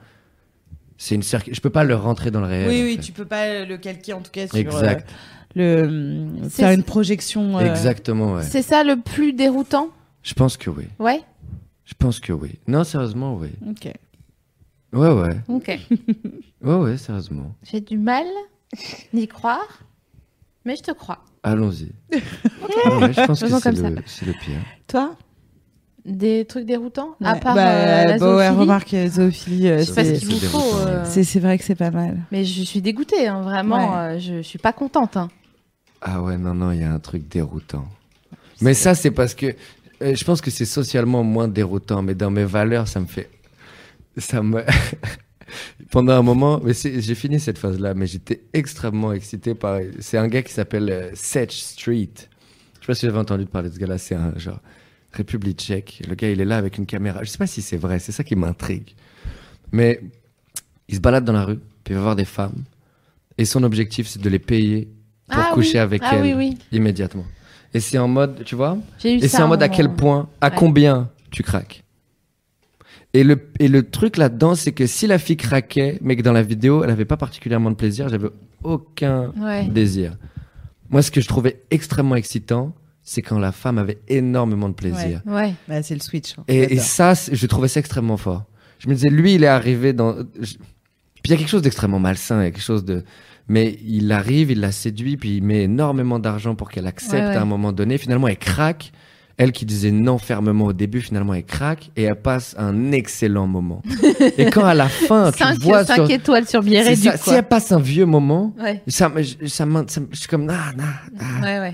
[SPEAKER 3] c'est une sœur, qui- je peux pas le rentrer dans le réel.
[SPEAKER 2] Oui,
[SPEAKER 3] en
[SPEAKER 2] oui,
[SPEAKER 3] fait.
[SPEAKER 2] tu peux pas le calquer en tout cas sur. euh,
[SPEAKER 3] euh, Exact.
[SPEAKER 2] le
[SPEAKER 1] C'est-
[SPEAKER 2] faire une projection euh,
[SPEAKER 3] Exactement, ouais.
[SPEAKER 1] C'est ça le plus déroutant
[SPEAKER 3] Je pense que oui.
[SPEAKER 1] Ouais
[SPEAKER 3] Je pense que oui. Non, sérieusement, oui.
[SPEAKER 2] ok.
[SPEAKER 3] Ouais, ouais.
[SPEAKER 1] Ok.
[SPEAKER 3] Ouais, ouais, sérieusement.
[SPEAKER 1] J'ai du mal d'y croire, mais je te crois.
[SPEAKER 3] Allons-y. Ouais, ouais, je pense que
[SPEAKER 1] Faisons
[SPEAKER 3] c'est
[SPEAKER 1] comme
[SPEAKER 3] le- c'est le pire.
[SPEAKER 2] toi
[SPEAKER 1] Des trucs déroutants À
[SPEAKER 2] Ouais.
[SPEAKER 1] part
[SPEAKER 2] Bah,
[SPEAKER 1] euh, la
[SPEAKER 2] bah ouais,
[SPEAKER 1] zoophilie
[SPEAKER 2] remarque, euh, zoophilie, euh,
[SPEAKER 1] Je sais pas ce
[SPEAKER 2] c'est-
[SPEAKER 1] qu'il vous
[SPEAKER 3] C'est
[SPEAKER 1] faut.
[SPEAKER 3] déroutant.
[SPEAKER 1] euh,
[SPEAKER 2] c'est c'est vrai que c'est pas mal.
[SPEAKER 1] Mais je suis dégoûtée, hein, vraiment.
[SPEAKER 2] Ouais.
[SPEAKER 1] euh, je, je suis pas contente. hein.
[SPEAKER 3] Ah ouais, non, non, il y a un truc déroutant. Mais ça, c'est parce que euh, je pense que c'est socialement moins déroutant, mais dans mes valeurs, ça me fait. Ça me. Pendant un moment, mais c'est- j'ai fini cette phase-là, mais j'étais extrêmement excité par. C'est un gars qui s'appelle euh, Sech Street. Je sais pas si vous avez entendu parler de ce gars-là, c'est un genre République tchèque. Le gars, il est là avec une caméra. Je sais pas si c'est vrai, c'est ça qui m'intrigue. Mais il se balade dans la rue, puis il va voir des femmes, et son objectif, c'est de les payer pour
[SPEAKER 1] Ah
[SPEAKER 3] coucher
[SPEAKER 1] oui.
[SPEAKER 3] avec
[SPEAKER 1] ah,
[SPEAKER 3] elles
[SPEAKER 1] oui, oui.
[SPEAKER 3] immédiatement. Et c'est en mode, tu vois
[SPEAKER 1] J'ai eu
[SPEAKER 3] Et
[SPEAKER 1] ça
[SPEAKER 3] c'est en
[SPEAKER 1] un
[SPEAKER 3] mode à
[SPEAKER 1] moment.
[SPEAKER 3] quel point, à
[SPEAKER 1] Ouais.
[SPEAKER 3] combien tu craques. Et le, et le truc là-dedans, c'est que si la fille craquait, mais que dans la vidéo, elle n'avait pas particulièrement de plaisir, j'avais aucun
[SPEAKER 1] Ouais.
[SPEAKER 3] désir. Moi, ce que je trouvais extrêmement excitant, c'est quand la femme avait énormément de plaisir.
[SPEAKER 1] Ouais.
[SPEAKER 2] Bah, c'est le switch. hein.
[SPEAKER 3] Et, et
[SPEAKER 2] J'adore.
[SPEAKER 3] ça, c'est- je trouvais ça extrêmement fort. Je me disais, lui, il est arrivé dans. je- Puis il y a quelque chose d'extrêmement malsain, il y a quelque chose de. Mais il arrive, il la séduit, puis il met énormément d'argent pour qu'elle accepte
[SPEAKER 1] Ouais, ouais.
[SPEAKER 3] à un moment donné. Finalement, elle craque. Elle qui disait non fermement au début, finalement, elle craque et elle passe un excellent moment. et quand à la fin, Ah, tu
[SPEAKER 1] 5,
[SPEAKER 3] vois sur.
[SPEAKER 1] étoiles sur
[SPEAKER 3] C'est
[SPEAKER 1] Biarritz, du
[SPEAKER 3] ça,
[SPEAKER 1] coup.
[SPEAKER 3] si elle passe un vieux moment,
[SPEAKER 1] Ouais.
[SPEAKER 3] ça, me- je- ça, m'in- ça me- je suis comme. Ah, ah, ah.
[SPEAKER 1] Ouais, ouais.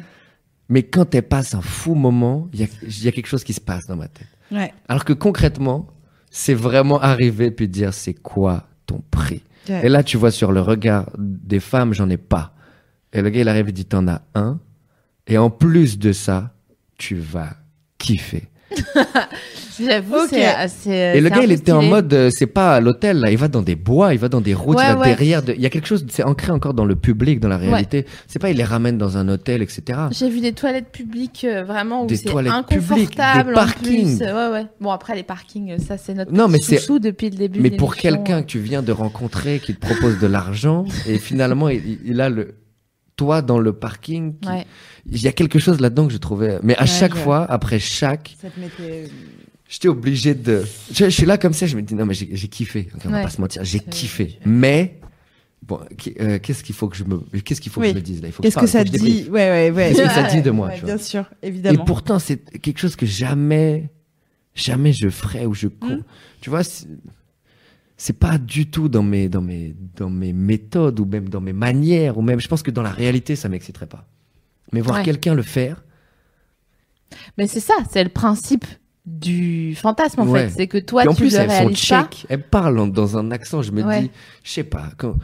[SPEAKER 3] Mais quand elle passe un fou moment, il y a- il y a quelque chose qui se passe dans ma tête.
[SPEAKER 2] Ouais.
[SPEAKER 3] Alors que concrètement, c'est vraiment arriver puis dire c'est quoi ton prix.
[SPEAKER 2] Ouais.
[SPEAKER 3] Et là, tu vois sur le regard des femmes, j'en ai pas. Et le gars, il arrive et dit t'en as un. Et en plus de ça, tu vas kiffer.
[SPEAKER 1] J'avoue,
[SPEAKER 2] Ok.
[SPEAKER 1] Euh, c'est assez.
[SPEAKER 3] et le gars, il était en mode, euh, c'est pas à l'hôtel, là. Il va dans des bois, il va dans des routes,
[SPEAKER 1] Ouais,
[SPEAKER 3] il va
[SPEAKER 1] ouais.
[SPEAKER 3] derrière. de- Il y a quelque chose, c'est ancré encore dans le public, dans la réalité. C'est pas, il les ramène dans un hôtel, etc.
[SPEAKER 1] J'ai vu des toilettes publiques euh, vraiment où
[SPEAKER 3] Des
[SPEAKER 1] c'est
[SPEAKER 3] toilettes
[SPEAKER 1] inconfortable
[SPEAKER 3] publiques, des
[SPEAKER 1] en
[SPEAKER 3] parkings.
[SPEAKER 1] plus. Ouais, ouais. Bon après les parkings, euh, ça c'est notre
[SPEAKER 3] Non,
[SPEAKER 1] petit
[SPEAKER 3] mais c'est-
[SPEAKER 1] chouchou depuis le début.
[SPEAKER 3] Mais
[SPEAKER 1] de
[SPEAKER 3] pour
[SPEAKER 1] l'émission.
[SPEAKER 3] quelqu'un que tu viens de rencontrer, qui te propose de l'argent, et finalement, il, il a le toi dans le parking, qui-
[SPEAKER 1] Ouais.
[SPEAKER 3] il y a quelque chose là-dedans que je trouvais. Mais à
[SPEAKER 2] Ouais,
[SPEAKER 3] chaque
[SPEAKER 2] je-
[SPEAKER 3] fois, après chaque,
[SPEAKER 2] Ça te mettait.
[SPEAKER 3] j'étais obligé de. Je, je suis là comme ça, je me dis non mais j'ai j'ai kiffé. Ok, On va
[SPEAKER 1] Ouais.
[SPEAKER 3] pas se mentir, j'ai
[SPEAKER 1] Euh,
[SPEAKER 3] kiffé. Mais bon, qui- euh, qu'est-ce qu'il faut que je me, qu'est-ce qu'il faut
[SPEAKER 2] Oui.
[SPEAKER 3] que je me dise là Il faut
[SPEAKER 2] Qu'est-ce
[SPEAKER 3] je
[SPEAKER 2] que ça
[SPEAKER 3] parle, il faut je débriefe.
[SPEAKER 2] dit Ouais, ouais, ouais.
[SPEAKER 3] Qu'est-ce que ça dit de moi
[SPEAKER 2] Ouais,
[SPEAKER 3] tu vois
[SPEAKER 2] bien sûr,
[SPEAKER 3] et
[SPEAKER 2] évidemment.
[SPEAKER 3] pourtant, c'est quelque chose que jamais, jamais je ferais ou je.
[SPEAKER 1] Hmm.
[SPEAKER 3] con- Tu vois, c'est- c'est pas du tout dans mes, dans, mes, dans mes méthodes ou même dans mes manières ou même. Je pense que dans la réalité, ça m'exciterait pas. Mais voir
[SPEAKER 1] Ouais.
[SPEAKER 3] quelqu'un le faire,
[SPEAKER 1] Mais c'est ça, c'est le principe du fantasme en fait,
[SPEAKER 3] Ouais.
[SPEAKER 1] c'est que toi
[SPEAKER 3] puis en
[SPEAKER 1] tu
[SPEAKER 3] plus
[SPEAKER 1] le
[SPEAKER 3] elles sont
[SPEAKER 1] réalises pas.
[SPEAKER 3] tchèques, elles parlent en- dans un accent, je me
[SPEAKER 1] Ouais.
[SPEAKER 3] dis, je sais pas, quand-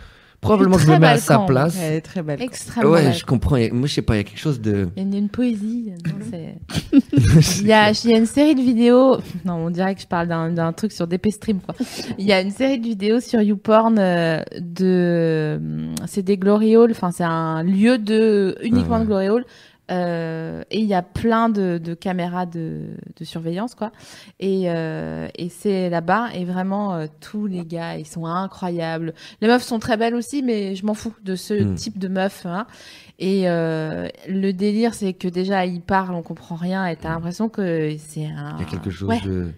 [SPEAKER 3] probablement que je me
[SPEAKER 1] très
[SPEAKER 3] mets à
[SPEAKER 1] balkan,
[SPEAKER 3] sa
[SPEAKER 1] ouais.
[SPEAKER 3] place.
[SPEAKER 2] Elle est très belle.
[SPEAKER 1] Extrêmement.
[SPEAKER 3] ouais,
[SPEAKER 1] mal.
[SPEAKER 3] je comprends. Et Moi, je sais pas, il y a quelque chose de.
[SPEAKER 1] Il y a une poésie.
[SPEAKER 3] Ah
[SPEAKER 1] non, c'est- il, y a, il y a une série de vidéos. Non, on dirait que je parle d'un d'un truc sur DP Stream, quoi. Il y a une série de vidéos sur YouPorn euh, de. euh, C'est des Glory Hall. Enfin, c'est un lieu de uniquement
[SPEAKER 3] Ah ouais.
[SPEAKER 1] de Glory Hall. Euh, et il y a plein de, de caméras de, de surveillance, quoi. Et, euh, et c'est là-bas. Et vraiment, euh, tous les gars, ils sont incroyables. Les meufs sont très belles aussi, mais je m'en fous de ce
[SPEAKER 3] Mm.
[SPEAKER 1] type de meuf. hein. Et euh, le délire, c'est que déjà, ils parlent, on comprend rien, et t'as l'impression que c'est un.
[SPEAKER 3] Hmm. Il y a quelque chose
[SPEAKER 1] Ah, Ouais.
[SPEAKER 3] de.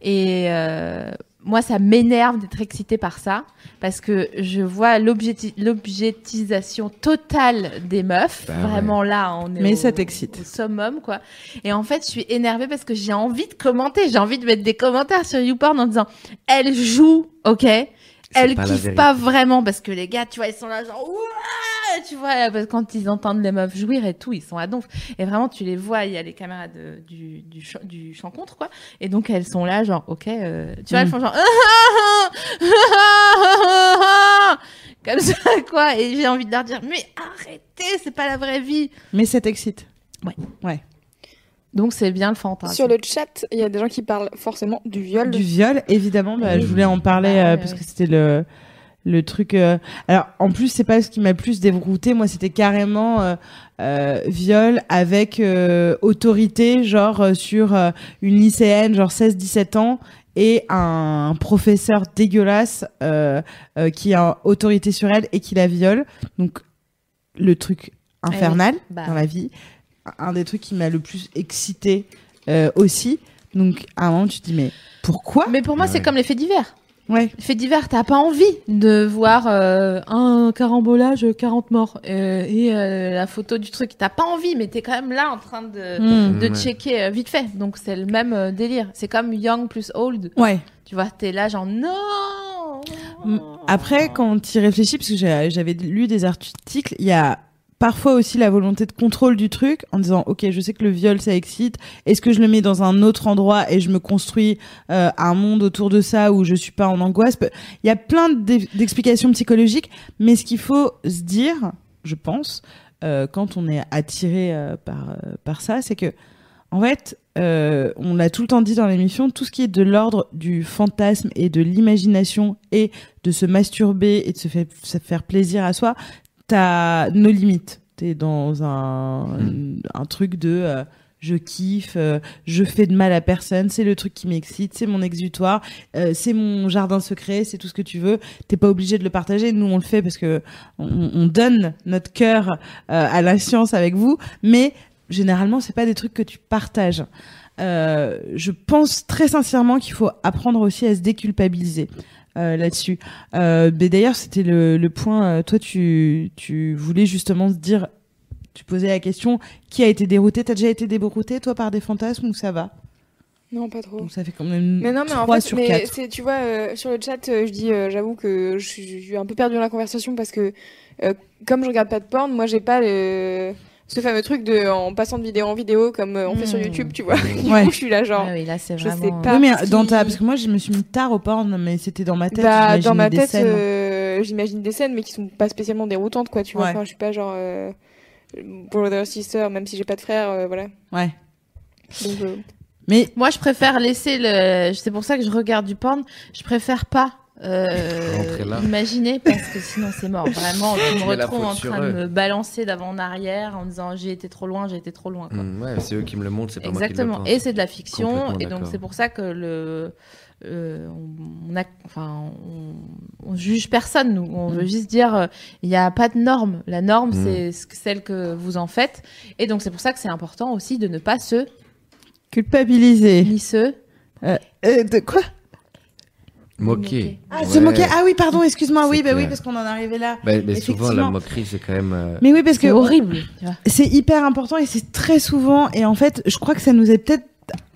[SPEAKER 1] Et euh, moi, ça m'énerve d'être excitée par ça, parce que je vois l'objecti- l'objectisation totale des meufs.
[SPEAKER 3] Bah ouais.
[SPEAKER 1] Vraiment là, on est
[SPEAKER 2] Mais
[SPEAKER 1] au,
[SPEAKER 2] ça t'excite.
[SPEAKER 1] au summum, quoi. Et en fait, je suis énervée parce que j'ai envie de commenter, j'ai envie de mettre des commentaires sur YouPorn en disant elle joue, ok elle
[SPEAKER 3] pas la
[SPEAKER 1] kiffe
[SPEAKER 3] vérité.
[SPEAKER 1] pas vraiment parce que les gars, tu vois, ils sont là genre Ouah tu vois, parce que quand ils entendent les meufs jouir et tout, ils sont à donf. Et vraiment, tu les vois, il y a les caméras de- du du ch- du champ contre quoi. Et donc elles sont là genre ok, euh, tu vois, elles
[SPEAKER 2] Mm.
[SPEAKER 1] font genre Ah, ah, ah, ah, comme ça quoi. Et j'ai envie de leur dire mais arrêtez, c'est pas la vraie vie.
[SPEAKER 2] Mais ça t'excite.
[SPEAKER 1] Donc c'est bien le fantasme.
[SPEAKER 4] Sur le chat, il y a des gens qui parlent forcément du viol.
[SPEAKER 2] Du viol, évidemment, bah,
[SPEAKER 3] Oui.
[SPEAKER 2] je voulais en parler
[SPEAKER 1] Ah,
[SPEAKER 2] euh,
[SPEAKER 1] ouais,
[SPEAKER 2] parce
[SPEAKER 1] ouais.
[SPEAKER 2] que c'était le le truc. euh, Alors, en plus, c'est pas ce qui m'a le plus dérouté. Moi, c'était carrément euh, euh, viol avec euh, autorité, genre euh, sur euh, une lycéenne, genre 16-17 ans, et un professeur dégueulasse euh, euh, qui a autorité sur elle et qui la viole. Donc, le truc infernal
[SPEAKER 1] Bah,
[SPEAKER 2] dans la vie. Un des trucs qui m'a le plus excité aussi. Donc, à un moment, tu te dis, mais pourquoi
[SPEAKER 1] Mais pour moi,
[SPEAKER 3] Ouais.
[SPEAKER 1] c'est comme les faits divers.
[SPEAKER 2] Ouais.
[SPEAKER 1] Fait divers, t'as pas envie de voir euh, un carambolage, 40 morts euh, et euh, la photo du truc. T'as pas envie, mais t'es quand même là en train de,
[SPEAKER 3] Mm.
[SPEAKER 1] de
[SPEAKER 3] Ouais.
[SPEAKER 1] checker euh, vite fait. Donc c'est le même euh, délire. C'est comme young plus old.
[SPEAKER 2] Ouais.
[SPEAKER 1] Tu vois, t'es là genre non.
[SPEAKER 2] Mm. Après, quand tu y réfléchis, parce que j'ai- j'avais lu des articles, il y a parfois aussi la volonté de contrôle du truc en disant ok je sais que le viol ça excite est-ce que je le mets dans un autre endroit et je me construis euh, un monde autour de ça où je suis pas en angoisse Pe- il y a plein d'e- d'explications psychologiques mais ce qu'il faut se dire je pense euh, quand on est attiré euh, par euh, par ça c'est que en fait euh, on l'a tout le temps dit dans l'émission tout ce qui est de l'ordre du fantasme et de l'imagination et de se masturber et de se, fait- se faire plaisir à soi, t'as nos limites. T'es dans un, un truc de euh, je kiffe, euh, je fais de mal à personne, c'est le truc qui m'excite, c'est mon exutoire, euh, c'est mon jardin secret, c'est tout ce que tu veux. T'es pas obligé de le partager. Nous, on le fait parce que on, on donne notre cœur euh, à la science avec vous, mais généralement, c'est pas des trucs que tu partages. Euh, je pense très sincèrement qu'il faut apprendre aussi à se déculpabiliser euh, là-dessus. Euh, mais d'ailleurs, c'était le, le point. euh, toi, tu, tu voulais justement se dire, tu posais la question, qui a été dérouté T'as déjà été dérouté toi par des fantasmes ou ça va
[SPEAKER 4] Non, pas trop.
[SPEAKER 2] Donc ça fait quand même
[SPEAKER 4] Mais non, mais en
[SPEAKER 2] 3
[SPEAKER 4] fait,
[SPEAKER 2] sur
[SPEAKER 4] mais
[SPEAKER 2] 4.
[SPEAKER 4] c'est- tu vois, euh, sur le chat, euh, je dis, euh, j'avoue que je suis je suis un peu perdue dans la conversation parce que, euh, comme je regarde pas de porn, moi, j'ai pas le- ce fameux truc de en passant de vidéo en vidéo comme euh, on fait sur
[SPEAKER 1] Hmm.
[SPEAKER 4] YouTube, tu vois. Du
[SPEAKER 2] Ouais.
[SPEAKER 4] coup, je suis là, genre.
[SPEAKER 1] Ah oui, là c'est
[SPEAKER 4] je sais
[SPEAKER 1] vraiment.
[SPEAKER 4] pas.
[SPEAKER 2] Oui, mais euh,
[SPEAKER 4] qui-
[SPEAKER 2] dans ta, parce que moi, je me suis mis tard au porn, mais c'était dans ma tête.
[SPEAKER 4] Bah,
[SPEAKER 2] j'imaginais
[SPEAKER 4] dans ma
[SPEAKER 2] des
[SPEAKER 4] tête,
[SPEAKER 2] scènes. hein.
[SPEAKER 4] euh, j'imagine des scènes, mais qui sont pas spécialement déroutantes, quoi. Tu vois,
[SPEAKER 2] Ouais.
[SPEAKER 4] enfin, je suis pas genre euh, brother sister, même si j'ai pas de frère, euh, voilà.
[SPEAKER 2] Ouais.
[SPEAKER 4] Donc, euh,
[SPEAKER 2] Mais
[SPEAKER 1] Moi, je préfère laisser le. C'est pour ça que je regarde du porn. Je préfère pas.
[SPEAKER 3] Rentrer
[SPEAKER 1] Euh,
[SPEAKER 3] là.
[SPEAKER 1] imaginer parce que sinon c'est mort vraiment je me
[SPEAKER 3] mets la
[SPEAKER 1] retrouve
[SPEAKER 3] faute
[SPEAKER 1] en
[SPEAKER 3] sur
[SPEAKER 1] train de
[SPEAKER 3] eux.
[SPEAKER 1] me balancer d'avant en arrière en disant j'ai été trop loin j'ai été trop loin quoi.
[SPEAKER 3] Mm, ouais, c'est eux qui me le montrent, c'est pas
[SPEAKER 1] Exactement.
[SPEAKER 3] moi qui le
[SPEAKER 1] Et c'est de la fiction.
[SPEAKER 3] Complètement
[SPEAKER 1] Et donc
[SPEAKER 3] d'accord.
[SPEAKER 1] c'est pour ça que le, euh, on, on a, enfin, on, on juge personne. Nous, on
[SPEAKER 3] Mmh.
[SPEAKER 1] veut juste dire, euh, il n'y a pas de norme. La norme,
[SPEAKER 3] Mm.
[SPEAKER 1] c'est ce que- celle que vous en faites. Et donc c'est pour ça que c'est important aussi de ne pas se
[SPEAKER 2] culpabiliser.
[SPEAKER 1] ni se
[SPEAKER 2] Euh, de quoi
[SPEAKER 3] Moquer.
[SPEAKER 2] Ah, se
[SPEAKER 3] Ouais.
[SPEAKER 2] moquer. Ah oui, pardon, excuse-moi.
[SPEAKER 3] C'est
[SPEAKER 2] Oui, bah oui,
[SPEAKER 3] clair.
[SPEAKER 2] parce qu'on en arrivait là.
[SPEAKER 3] Bah, mais souvent, la
[SPEAKER 2] Effectivement.
[SPEAKER 3] moquerie, c'est quand même. euh,
[SPEAKER 2] Mais oui, parce
[SPEAKER 1] C'est
[SPEAKER 2] que
[SPEAKER 1] horrible. tu vois.
[SPEAKER 2] c'est hyper important et c'est très souvent et en fait je crois que ça nous est peut-être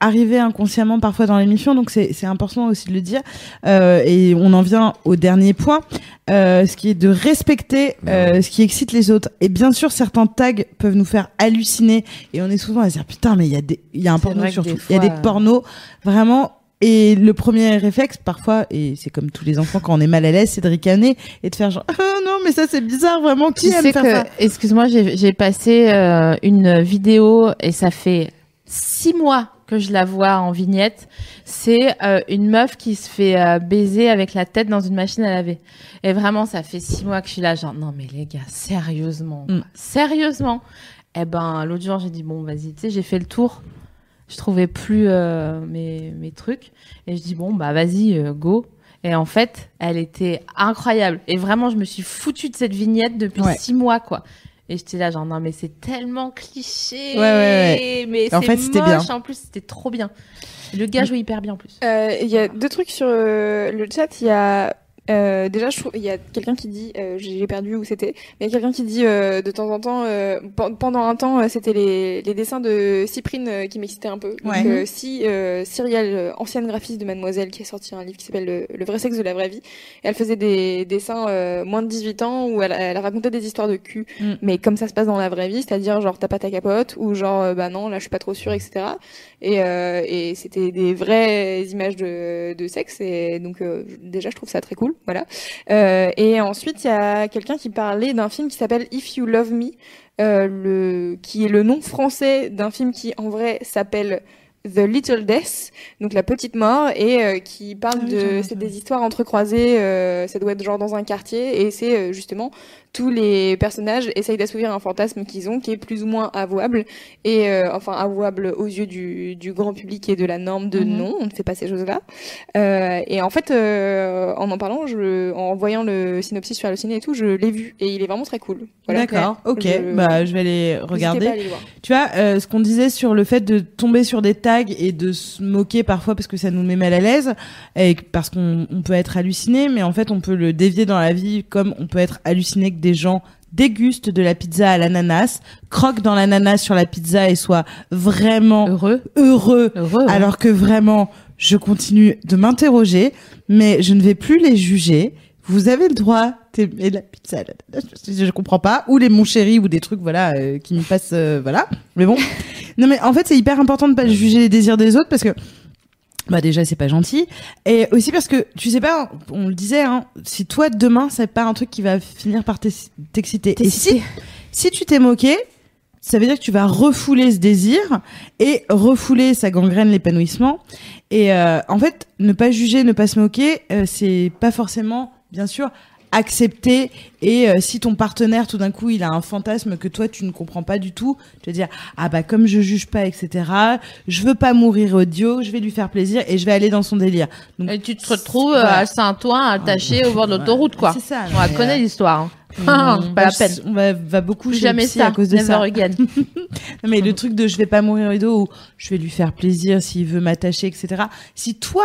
[SPEAKER 2] arrivé inconsciemment parfois dans l'émission donc c'est c'est important aussi de le dire Euh, et on en vient au dernier point euh, ce qui est de respecter
[SPEAKER 1] Ben
[SPEAKER 2] euh, ce qui excite les autres et bien sûr certains tags peuvent nous faire halluciner et on est souvent à se dire putain mais il y a des il y a un
[SPEAKER 1] C'est
[SPEAKER 2] porno
[SPEAKER 1] vrai que
[SPEAKER 2] surtout
[SPEAKER 1] des
[SPEAKER 2] il y a
[SPEAKER 1] fois, euh,
[SPEAKER 2] des pornos vraiment et le premier réflexe parfois et c'est comme tous les enfants quand on est mal à l'aise c'est de ricaner et de faire genre ah non mais ça c'est bizarre vraiment qui
[SPEAKER 1] Tu
[SPEAKER 2] aime
[SPEAKER 1] sais
[SPEAKER 2] faire
[SPEAKER 1] que,
[SPEAKER 2] ça
[SPEAKER 1] excuse-moi, j'ai j'ai passé euh, une vidéo et ça fait six mois que je la vois en vignette. C'est euh, une meuf qui se fait euh, baiser avec la tête dans une machine à laver. Et vraiment, ça fait six mois que je suis là, genre non mais les gars, sérieusement, quoi.
[SPEAKER 2] Mm.
[SPEAKER 1] sérieusement. Eh ben l'autre jour, j'ai dit bon vas-y, tu sais, j'ai fait le tour. Je trouvais plus euh, mes mes trucs et je dis bon bah vas-y euh, go. Et en fait, elle était incroyable. Et vraiment, je me suis foutue de cette vignette depuis
[SPEAKER 2] Ouais.
[SPEAKER 1] six mois, quoi. Et j'étais là, genre, non, mais c'est tellement cliché.
[SPEAKER 2] Ouais, ouais,
[SPEAKER 1] Mais c'est
[SPEAKER 2] En fait, c'était bien.
[SPEAKER 1] moche. En plus, c'était trop bien. Le gars jouait hyper bien, en plus.
[SPEAKER 4] Euh, Il y a deux trucs sur euh, le chat. Il y a euh, déjà, je trouve- il y a quelqu'un qui dit, euh, j'ai perdu où c'était, mais il y a quelqu'un qui dit euh, de temps en temps, euh, pen- pendant un temps, euh, c'était les, les dessins de Cyprine euh, qui m'excitaient un peu. Donc,
[SPEAKER 2] Ouais.
[SPEAKER 4] euh, si euh, Cyrielle, euh, ancienne graphiste de Mademoiselle, qui a sorti un livre qui s'appelle le, Le vrai sexe de la vraie vie, elle faisait des dessins euh, moins de 18 ans où elle, elle racontait des histoires de cul,
[SPEAKER 2] Mm.
[SPEAKER 4] mais comme ça se passe dans la vraie vie, c'est-à-dire genre t'as pas ta capote ou genre euh, bah non, là je suis pas trop sûre, etc. Et, euh, et c'était des vraies images de, de sexe. Et donc, euh, je- déjà, je trouve ça très cool. Voilà. Euh, et ensuite, il y a quelqu'un qui parlait d'un film qui s'appelle If You Love Me, euh, le, qui est le nom français d'un film qui, en vrai, s'appelle The Little Death, donc la petite mort, et euh, qui parle
[SPEAKER 2] Ah oui, j'en ai
[SPEAKER 4] de,
[SPEAKER 2] entendu.
[SPEAKER 4] c'est des histoires entrecroisées, euh, ça doit être genre dans un quartier, et c'est euh, justement tous les personnages essayent d'assouvir un fantasme qu'ils ont, qui est plus ou moins avouable, et euh, enfin avouable aux yeux du, du grand public et de la norme de
[SPEAKER 5] Mhm.
[SPEAKER 4] non, on ne fait pas ces choses-là. Euh, et en fait, euh, en en parlant, je, en voyant le synopsis sur Allociné et tout, je l'ai vu, et il est vraiment très cool. Voilà.
[SPEAKER 2] D'accord, ok,
[SPEAKER 4] Je-
[SPEAKER 2] bah, je vais aller
[SPEAKER 4] N'hésitez
[SPEAKER 2] regarder.
[SPEAKER 4] pas à aller le voir.
[SPEAKER 2] Tu vois, euh, ce qu'on disait sur le fait de tomber sur des tags et de se moquer parfois parce que ça nous met mal à l'aise, et que- parce qu'on on peut être halluciné, mais en fait on peut le dévier dans la vie comme on peut être halluciné que des gens dégustent de la pizza à l'ananas, croquent dans l'ananas sur la pizza et soient vraiment
[SPEAKER 4] Euh,
[SPEAKER 5] Heureux.
[SPEAKER 2] heureux, hein.
[SPEAKER 5] Heureux. ouais.
[SPEAKER 2] alors que vraiment je continue de m'interroger, mais je ne vais plus les juger. Vous avez le droit d'aimer la pizza à l'ananas, je, je comprends pas, ou les mon chéri, ou des trucs voilà euh, qui me passent, euh, voilà. Mais bon, non mais en fait c'est hyper important de pas juger les désirs des autres parce que bah déjà c'est pas gentil et aussi parce que tu sais pas on le disait hein, si toi demain c'est pas un truc qui va finir par t'ex- t'exciter et si si tu t'es moqué ça veut dire que tu vas refouler ce désir et refouler ça gangrène l'épanouissement et euh, en fait ne pas juger ne pas se moquer euh, c'est pas forcément bien sûr accepter et euh, si ton partenaire tout d'un coup il a un fantasme que toi tu ne comprends pas du tout te dire ah bah comme je juge pas etc je veux pas mourir audio je vais lui faire plaisir et je vais aller dans son délire Donc,
[SPEAKER 1] Et tu te retrouves euh,
[SPEAKER 2] voilà.
[SPEAKER 1] à Saint-Ouen attaché au bord de l'autoroute, quoi.
[SPEAKER 2] C'est ça. Bah,
[SPEAKER 1] On la
[SPEAKER 2] mais,
[SPEAKER 1] connaît
[SPEAKER 2] euh,
[SPEAKER 1] l'histoire. hein.
[SPEAKER 2] on-
[SPEAKER 1] Ah,
[SPEAKER 2] on
[SPEAKER 1] pas la
[SPEAKER 2] va-
[SPEAKER 1] peine.
[SPEAKER 2] On va, va beaucoup
[SPEAKER 1] Plus
[SPEAKER 2] chez le
[SPEAKER 1] jamais
[SPEAKER 2] psy
[SPEAKER 1] ça.
[SPEAKER 2] à cause de
[SPEAKER 1] Never
[SPEAKER 2] ça.
[SPEAKER 1] again.
[SPEAKER 2] Non, mais le truc de je vais pas mourir audio ou je vais lui faire plaisir s'il veut m'attacher, etc. Si toi,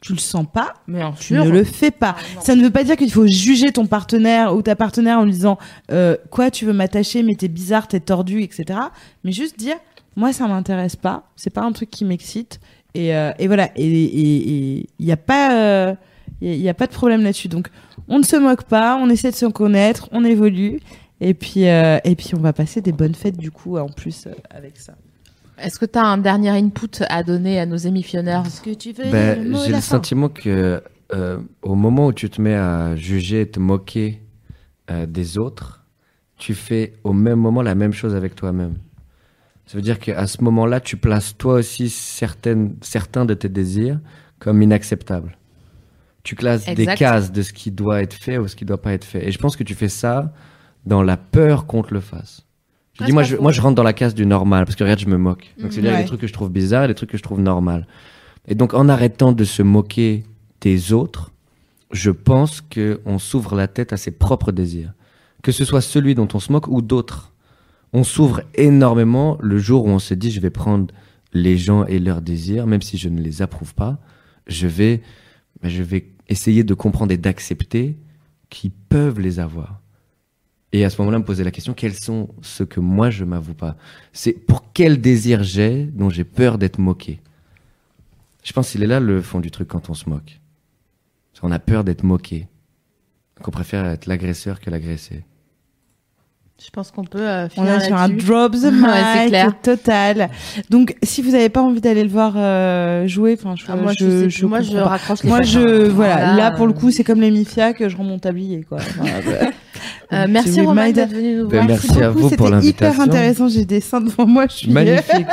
[SPEAKER 2] tu le sens pas,
[SPEAKER 5] Bien
[SPEAKER 2] tu
[SPEAKER 5] sûr.
[SPEAKER 2] ne le fais pas. ça ne veut pas dire qu'il faut juger ton partenaire ou ta partenaire en lui disant euh, quoi tu veux m'attacher mais t'es bizarre, t'es tordu, etc. Mais juste dire moi ça m'intéresse pas, c'est pas un truc qui m'excite et, euh, et voilà et et- et il n'y a pas euh, il y a pas de problème là-dessus donc on ne se moque pas, on essaie de se connaître, on évolue. Et puis, euh, et puis, on va passer des bonnes fêtes du coup en plus euh, avec ça.
[SPEAKER 1] Est-ce que tu as un dernier input à donner à nos émissionneurs
[SPEAKER 2] que tu veux
[SPEAKER 3] Ben, J'ai le sentiment que euh, au moment où tu te mets à juger, te moquer euh, des autres, tu fais au même moment la même chose avec toi-même. Ça veut dire qu'à ce moment-là, tu places toi aussi certaines, certains de tes désirs comme inacceptables. Tu classes des
[SPEAKER 1] Exact.
[SPEAKER 3] cases de ce qui doit être fait ou ce qui doit pas être fait. Et je pense que tu fais ça dans la peur qu'on te le fasse. Tu
[SPEAKER 1] Ah,
[SPEAKER 3] dis,
[SPEAKER 1] c'est
[SPEAKER 3] moi
[SPEAKER 1] pas
[SPEAKER 3] je,
[SPEAKER 1] faux.
[SPEAKER 3] moi, je rentre dans la case du normal, parce que regarde, je me moque. Donc, c'est-à-dire, il y a
[SPEAKER 2] Ouais.
[SPEAKER 3] des trucs que je trouve bizarres et des trucs que je trouve normal. Et donc, en arrêtant de se moquer des autres, je pense que on s'ouvre la tête à ses propres désirs. Que ce soit celui dont on se moque ou d'autres. On s'ouvre énormément le jour où on se dit, je vais prendre les gens et leurs désirs, même si je ne les approuve pas. Je vais, ben, je vais essayer de comprendre et d'accepter qu'ils peuvent les avoir. Et à ce moment-là, me poser la question, quels sont ceux que moi je m'avoue pas C'est pour quel désir j'ai dont j'ai peur d'être moqué Je pense qu'il est là le fond du truc quand on se moque. C'est qu'on a peur d'être moqué. Qu'on préfère être l'agresseur que l'agressé.
[SPEAKER 1] Je pense qu'on peut euh,
[SPEAKER 2] On
[SPEAKER 1] finir
[SPEAKER 2] est sur un
[SPEAKER 1] là-dessus.
[SPEAKER 2] drop the
[SPEAKER 1] Ouais,
[SPEAKER 2] mic
[SPEAKER 1] c'est clair.
[SPEAKER 2] total. Donc, si vous n'avez pas envie d'aller le voir euh, jouer, enfin, je,
[SPEAKER 1] Ah, moi, je, sais plus. moi, je
[SPEAKER 2] comprends pas.
[SPEAKER 1] raccroche les
[SPEAKER 2] Moi,
[SPEAKER 1] pinces.
[SPEAKER 2] je voilà. Là, pour le
[SPEAKER 1] euh,
[SPEAKER 2] coup, c'est comme les Mifia que je rends mon tablier, quoi. Voilà, ouais.
[SPEAKER 1] euh,
[SPEAKER 2] Donc,
[SPEAKER 1] merci
[SPEAKER 2] c'est
[SPEAKER 1] Romain
[SPEAKER 2] remind-
[SPEAKER 1] d'être venu nous
[SPEAKER 3] Ben,
[SPEAKER 1] voir.
[SPEAKER 3] merci à vous
[SPEAKER 2] beaucoup,
[SPEAKER 3] pour
[SPEAKER 2] C'était hyper
[SPEAKER 3] l'invitation.
[SPEAKER 2] intéressant. J'ai des seins devant moi. Je suis,
[SPEAKER 3] Magnifique.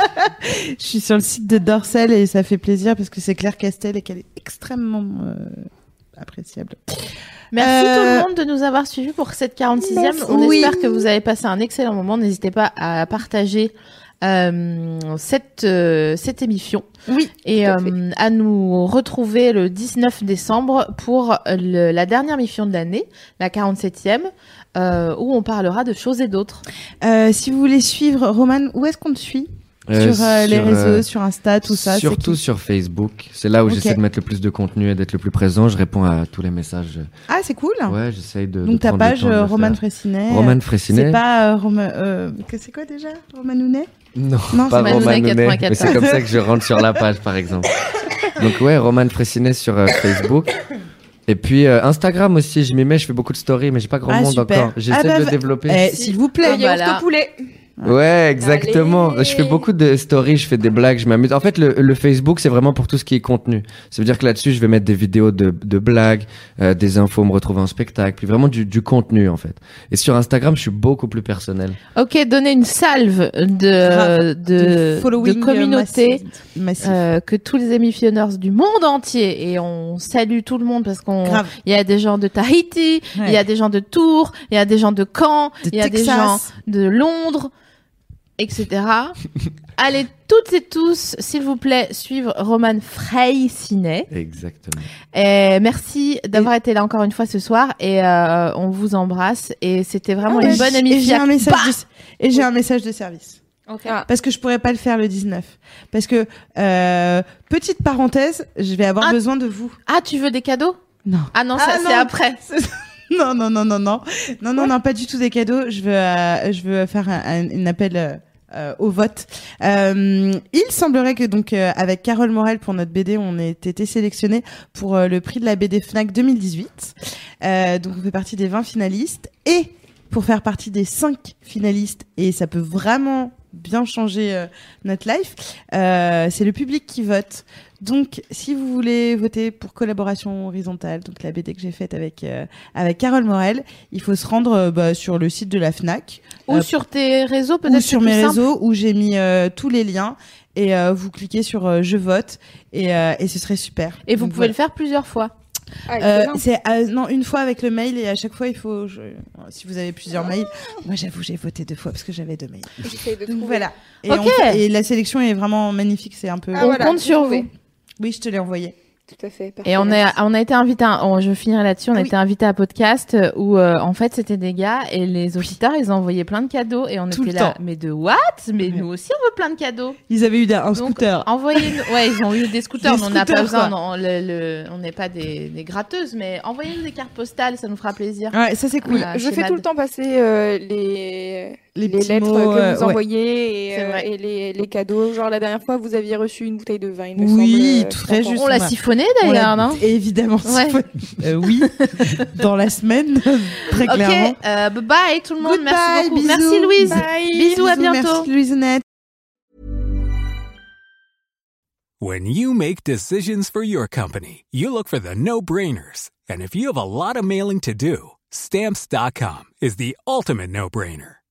[SPEAKER 2] je suis sur le site de Dorsel et ça fait plaisir parce que c'est Claire Castel et qu'elle est extrêmement euh, appréciable.
[SPEAKER 1] Merci
[SPEAKER 2] Euh,
[SPEAKER 1] tout le monde de nous avoir suivis pour cette 46e. On
[SPEAKER 2] Oui.
[SPEAKER 1] espère que vous avez passé un excellent moment. N'hésitez pas à partager euh, cette, euh, cette émission.
[SPEAKER 2] Oui,
[SPEAKER 1] Et
[SPEAKER 4] tout à
[SPEAKER 1] euh, à nous retrouver le 19 décembre pour le- la dernière émission de l'année, la 47e, euh, où on parlera de choses et d'autres.
[SPEAKER 2] Euh, si vous voulez suivre Roman, où est-ce qu'on te suit
[SPEAKER 3] Euh,
[SPEAKER 2] Sur euh, les
[SPEAKER 3] sur,
[SPEAKER 2] réseaux,
[SPEAKER 3] euh,
[SPEAKER 2] sur Insta, tout ça. c'est
[SPEAKER 3] Surtout
[SPEAKER 2] qui
[SPEAKER 3] sur Facebook. C'est là où
[SPEAKER 2] Ok.
[SPEAKER 3] j'essaie de mettre le plus de contenu et d'être le plus présent. Je réponds à tous les messages.
[SPEAKER 2] Ah, c'est cool.
[SPEAKER 3] Ouais, j'essaye de. de
[SPEAKER 2] Donc ta
[SPEAKER 3] prendre le
[SPEAKER 2] page
[SPEAKER 3] temps de le
[SPEAKER 2] euh, Roman
[SPEAKER 3] faire.
[SPEAKER 2] Fressinet.
[SPEAKER 3] Roman
[SPEAKER 2] C'est
[SPEAKER 3] Fressinet.
[SPEAKER 2] pas euh, Roman. euh, que- c'est quoi déjà Roman Hounet
[SPEAKER 3] Non,
[SPEAKER 2] Non,
[SPEAKER 3] pas
[SPEAKER 2] c'est
[SPEAKER 3] Roman
[SPEAKER 1] Manounet
[SPEAKER 3] Hounet,
[SPEAKER 1] 94.
[SPEAKER 3] Mais c'est comme ça que je rentre sur la page, par exemple. Donc ouais, Roman Fressinet sur euh, Facebook. Et puis euh, Instagram aussi, je m'y mets, je fais beaucoup de stories, mais j'ai pas grand
[SPEAKER 2] Ah,
[SPEAKER 3] monde
[SPEAKER 2] super.
[SPEAKER 3] encore. J'essaie
[SPEAKER 2] Ah bah,
[SPEAKER 3] de
[SPEAKER 2] va-
[SPEAKER 3] le développer.
[SPEAKER 2] Eh, S'il vous plaît.
[SPEAKER 4] Le yaourt
[SPEAKER 1] voilà.
[SPEAKER 4] au poulet.
[SPEAKER 3] Ouais, exactement.
[SPEAKER 4] Allez.
[SPEAKER 3] Je fais beaucoup de stories, je fais des blagues, je m'amuse. En fait, le, le Facebook, c'est vraiment pour tout ce qui est contenu. Ça veut dire que là-dessus, je vais mettre des vidéos de, de blagues, euh, des infos, me retrouver en spectacle, puis vraiment du, du contenu, en fait. Et sur Instagram, je suis beaucoup plus personnel.
[SPEAKER 1] Ok, donner une salve de,
[SPEAKER 2] Grave.
[SPEAKER 1] de,
[SPEAKER 3] bah,
[SPEAKER 1] de
[SPEAKER 2] following, euh,
[SPEAKER 1] communauté
[SPEAKER 2] massif- massif.
[SPEAKER 1] euh, que tous les émissionneurs du monde entier, et on salue tout le monde parce qu'on
[SPEAKER 2] Grave.
[SPEAKER 1] Il y a des gens de Tahiti,
[SPEAKER 2] Ouais.
[SPEAKER 1] il y a des gens de Tours, il y a des gens de Caen,
[SPEAKER 2] De
[SPEAKER 1] il y a des
[SPEAKER 2] Texas.
[SPEAKER 1] gens de Londres, etc. Allez toutes et tous, s'il vous plaît, suivre Roman Frey Ciné.
[SPEAKER 3] Exactement.
[SPEAKER 1] Et merci d'avoir été là encore une fois ce soir et euh, on vous embrasse. Et c'était vraiment
[SPEAKER 2] Ah ouais,
[SPEAKER 1] une bonne Bah
[SPEAKER 2] j- Et j'ai
[SPEAKER 1] émission.
[SPEAKER 2] un message de- et j'ai un message de service.
[SPEAKER 4] Ah.
[SPEAKER 2] parce que je pourrais pas le faire le 19 parce que euh, petite parenthèse je vais avoir
[SPEAKER 1] Ah.
[SPEAKER 2] besoin de vous
[SPEAKER 1] Ah, tu veux des cadeaux
[SPEAKER 2] Non.
[SPEAKER 1] Ah non,
[SPEAKER 2] Ah
[SPEAKER 1] ça
[SPEAKER 2] non.
[SPEAKER 1] c'est après.
[SPEAKER 2] non non non non non non non non pas du tout des cadeaux je veux euh, je veux faire un, un- un appel euh, euh, au vote. Euh, il semblerait que donc euh, avec Carole Morel pour notre BD, on ait été sélectionné pour euh, le prix de la BD Fnac 2018. Euh, donc on fait partie des 20 finalistes et pour faire partie des 5 finalistes et ça peut vraiment bien changer euh, notre life, euh, c'est le public qui vote. Donc si vous voulez voter pour collaboration horizontale, donc la BD que j'ai faite avec euh, avec Carole Morel, il faut se rendre euh, bah, sur le site de la Fnac
[SPEAKER 1] Ou
[SPEAKER 2] Euh,
[SPEAKER 1] sur tes réseaux
[SPEAKER 2] ou
[SPEAKER 1] peut-être.
[SPEAKER 2] sur
[SPEAKER 1] c'est plus
[SPEAKER 2] mes
[SPEAKER 1] simple.
[SPEAKER 2] réseaux où j'ai mis euh, tous les liens et euh, vous cliquez sur euh, je vote et, euh, et ce serait super.
[SPEAKER 1] Et vous
[SPEAKER 2] Donc,
[SPEAKER 1] pouvez
[SPEAKER 2] voilà.
[SPEAKER 1] le faire plusieurs fois.
[SPEAKER 4] Ah,
[SPEAKER 2] Euh,
[SPEAKER 4] excellent.
[SPEAKER 2] c'est euh, non une fois avec le mail et à chaque fois il faut je- si vous avez plusieurs
[SPEAKER 1] Ah.
[SPEAKER 2] mails moi j'avoue j'ai voté deux fois parce que j'avais deux mails
[SPEAKER 4] J'essaye de
[SPEAKER 2] donc
[SPEAKER 4] trouver.
[SPEAKER 2] voilà et,
[SPEAKER 1] Ok.
[SPEAKER 2] on- et la sélection est vraiment magnifique c'est un peu
[SPEAKER 4] Ah,
[SPEAKER 1] on
[SPEAKER 4] voilà,
[SPEAKER 1] compte
[SPEAKER 4] j'ai
[SPEAKER 1] sur
[SPEAKER 4] trouvé.
[SPEAKER 1] vous.
[SPEAKER 2] oui je te l'ai envoyé
[SPEAKER 4] Tout à fait. parfait,
[SPEAKER 1] Et on, est,
[SPEAKER 4] merci.
[SPEAKER 1] on a été invité, à- on- je finirai là-dessus, on a
[SPEAKER 2] Oui.
[SPEAKER 1] été invité à un podcast euh, où euh, en fait c'était des gars et les auditeurs ils ont envoyé plein de cadeaux et on
[SPEAKER 2] Tout
[SPEAKER 1] était
[SPEAKER 2] le
[SPEAKER 1] là.
[SPEAKER 2] temps.
[SPEAKER 1] Mais de what Mais
[SPEAKER 2] Ouais.
[SPEAKER 1] nous aussi on veut plein de cadeaux.
[SPEAKER 2] ils avaient eu un
[SPEAKER 1] Donc,
[SPEAKER 2] scooter
[SPEAKER 1] Envoyez-nous. Ouais, ils ont eu des scooters,
[SPEAKER 2] Des
[SPEAKER 1] mais on n'a pas
[SPEAKER 2] scooters,
[SPEAKER 1] besoin. non,
[SPEAKER 2] quoi.
[SPEAKER 1] le- le- on n'est pas des, des gratteuses, mais envoyez-nous des cartes postales, ça nous fera plaisir.
[SPEAKER 2] ouais ça c'est cool
[SPEAKER 1] Voilà.
[SPEAKER 4] Je
[SPEAKER 1] chez
[SPEAKER 4] fais
[SPEAKER 1] Mad.
[SPEAKER 4] tout le temps passer euh, les,
[SPEAKER 2] Les petits
[SPEAKER 4] lettres
[SPEAKER 2] mots,
[SPEAKER 4] que
[SPEAKER 2] euh,
[SPEAKER 4] vous
[SPEAKER 2] ouais.
[SPEAKER 4] envoyez et,
[SPEAKER 1] C'est
[SPEAKER 4] euh,
[SPEAKER 1] vrai.
[SPEAKER 4] et les, les cadeaux. Genre la dernière fois, vous aviez reçu une bouteille de vin. il me
[SPEAKER 2] Oui,
[SPEAKER 4] semble,
[SPEAKER 2] tout
[SPEAKER 4] euh,
[SPEAKER 2] très
[SPEAKER 4] quand on-
[SPEAKER 2] juste.
[SPEAKER 1] on l'a
[SPEAKER 2] ouais.
[SPEAKER 1] siphonné
[SPEAKER 2] On l'a-
[SPEAKER 1] d'ailleurs, non
[SPEAKER 2] évidemment
[SPEAKER 1] Ouais.
[SPEAKER 2] c'est faux. Euh, oui dans la semaine très
[SPEAKER 1] Ok,
[SPEAKER 2] clairement
[SPEAKER 1] euh, bye bye tout le monde, merci
[SPEAKER 2] Goodbye,
[SPEAKER 1] beaucoup.
[SPEAKER 2] bisous.
[SPEAKER 1] Merci Louise.
[SPEAKER 4] Bye.
[SPEAKER 1] Bisous, à bientôt.
[SPEAKER 2] merci Louisenette
[SPEAKER 6] When you make decisions for your company, you look for the no brainers. And if you have a lot of mailing to do, stamps.com is the ultimate no brainer.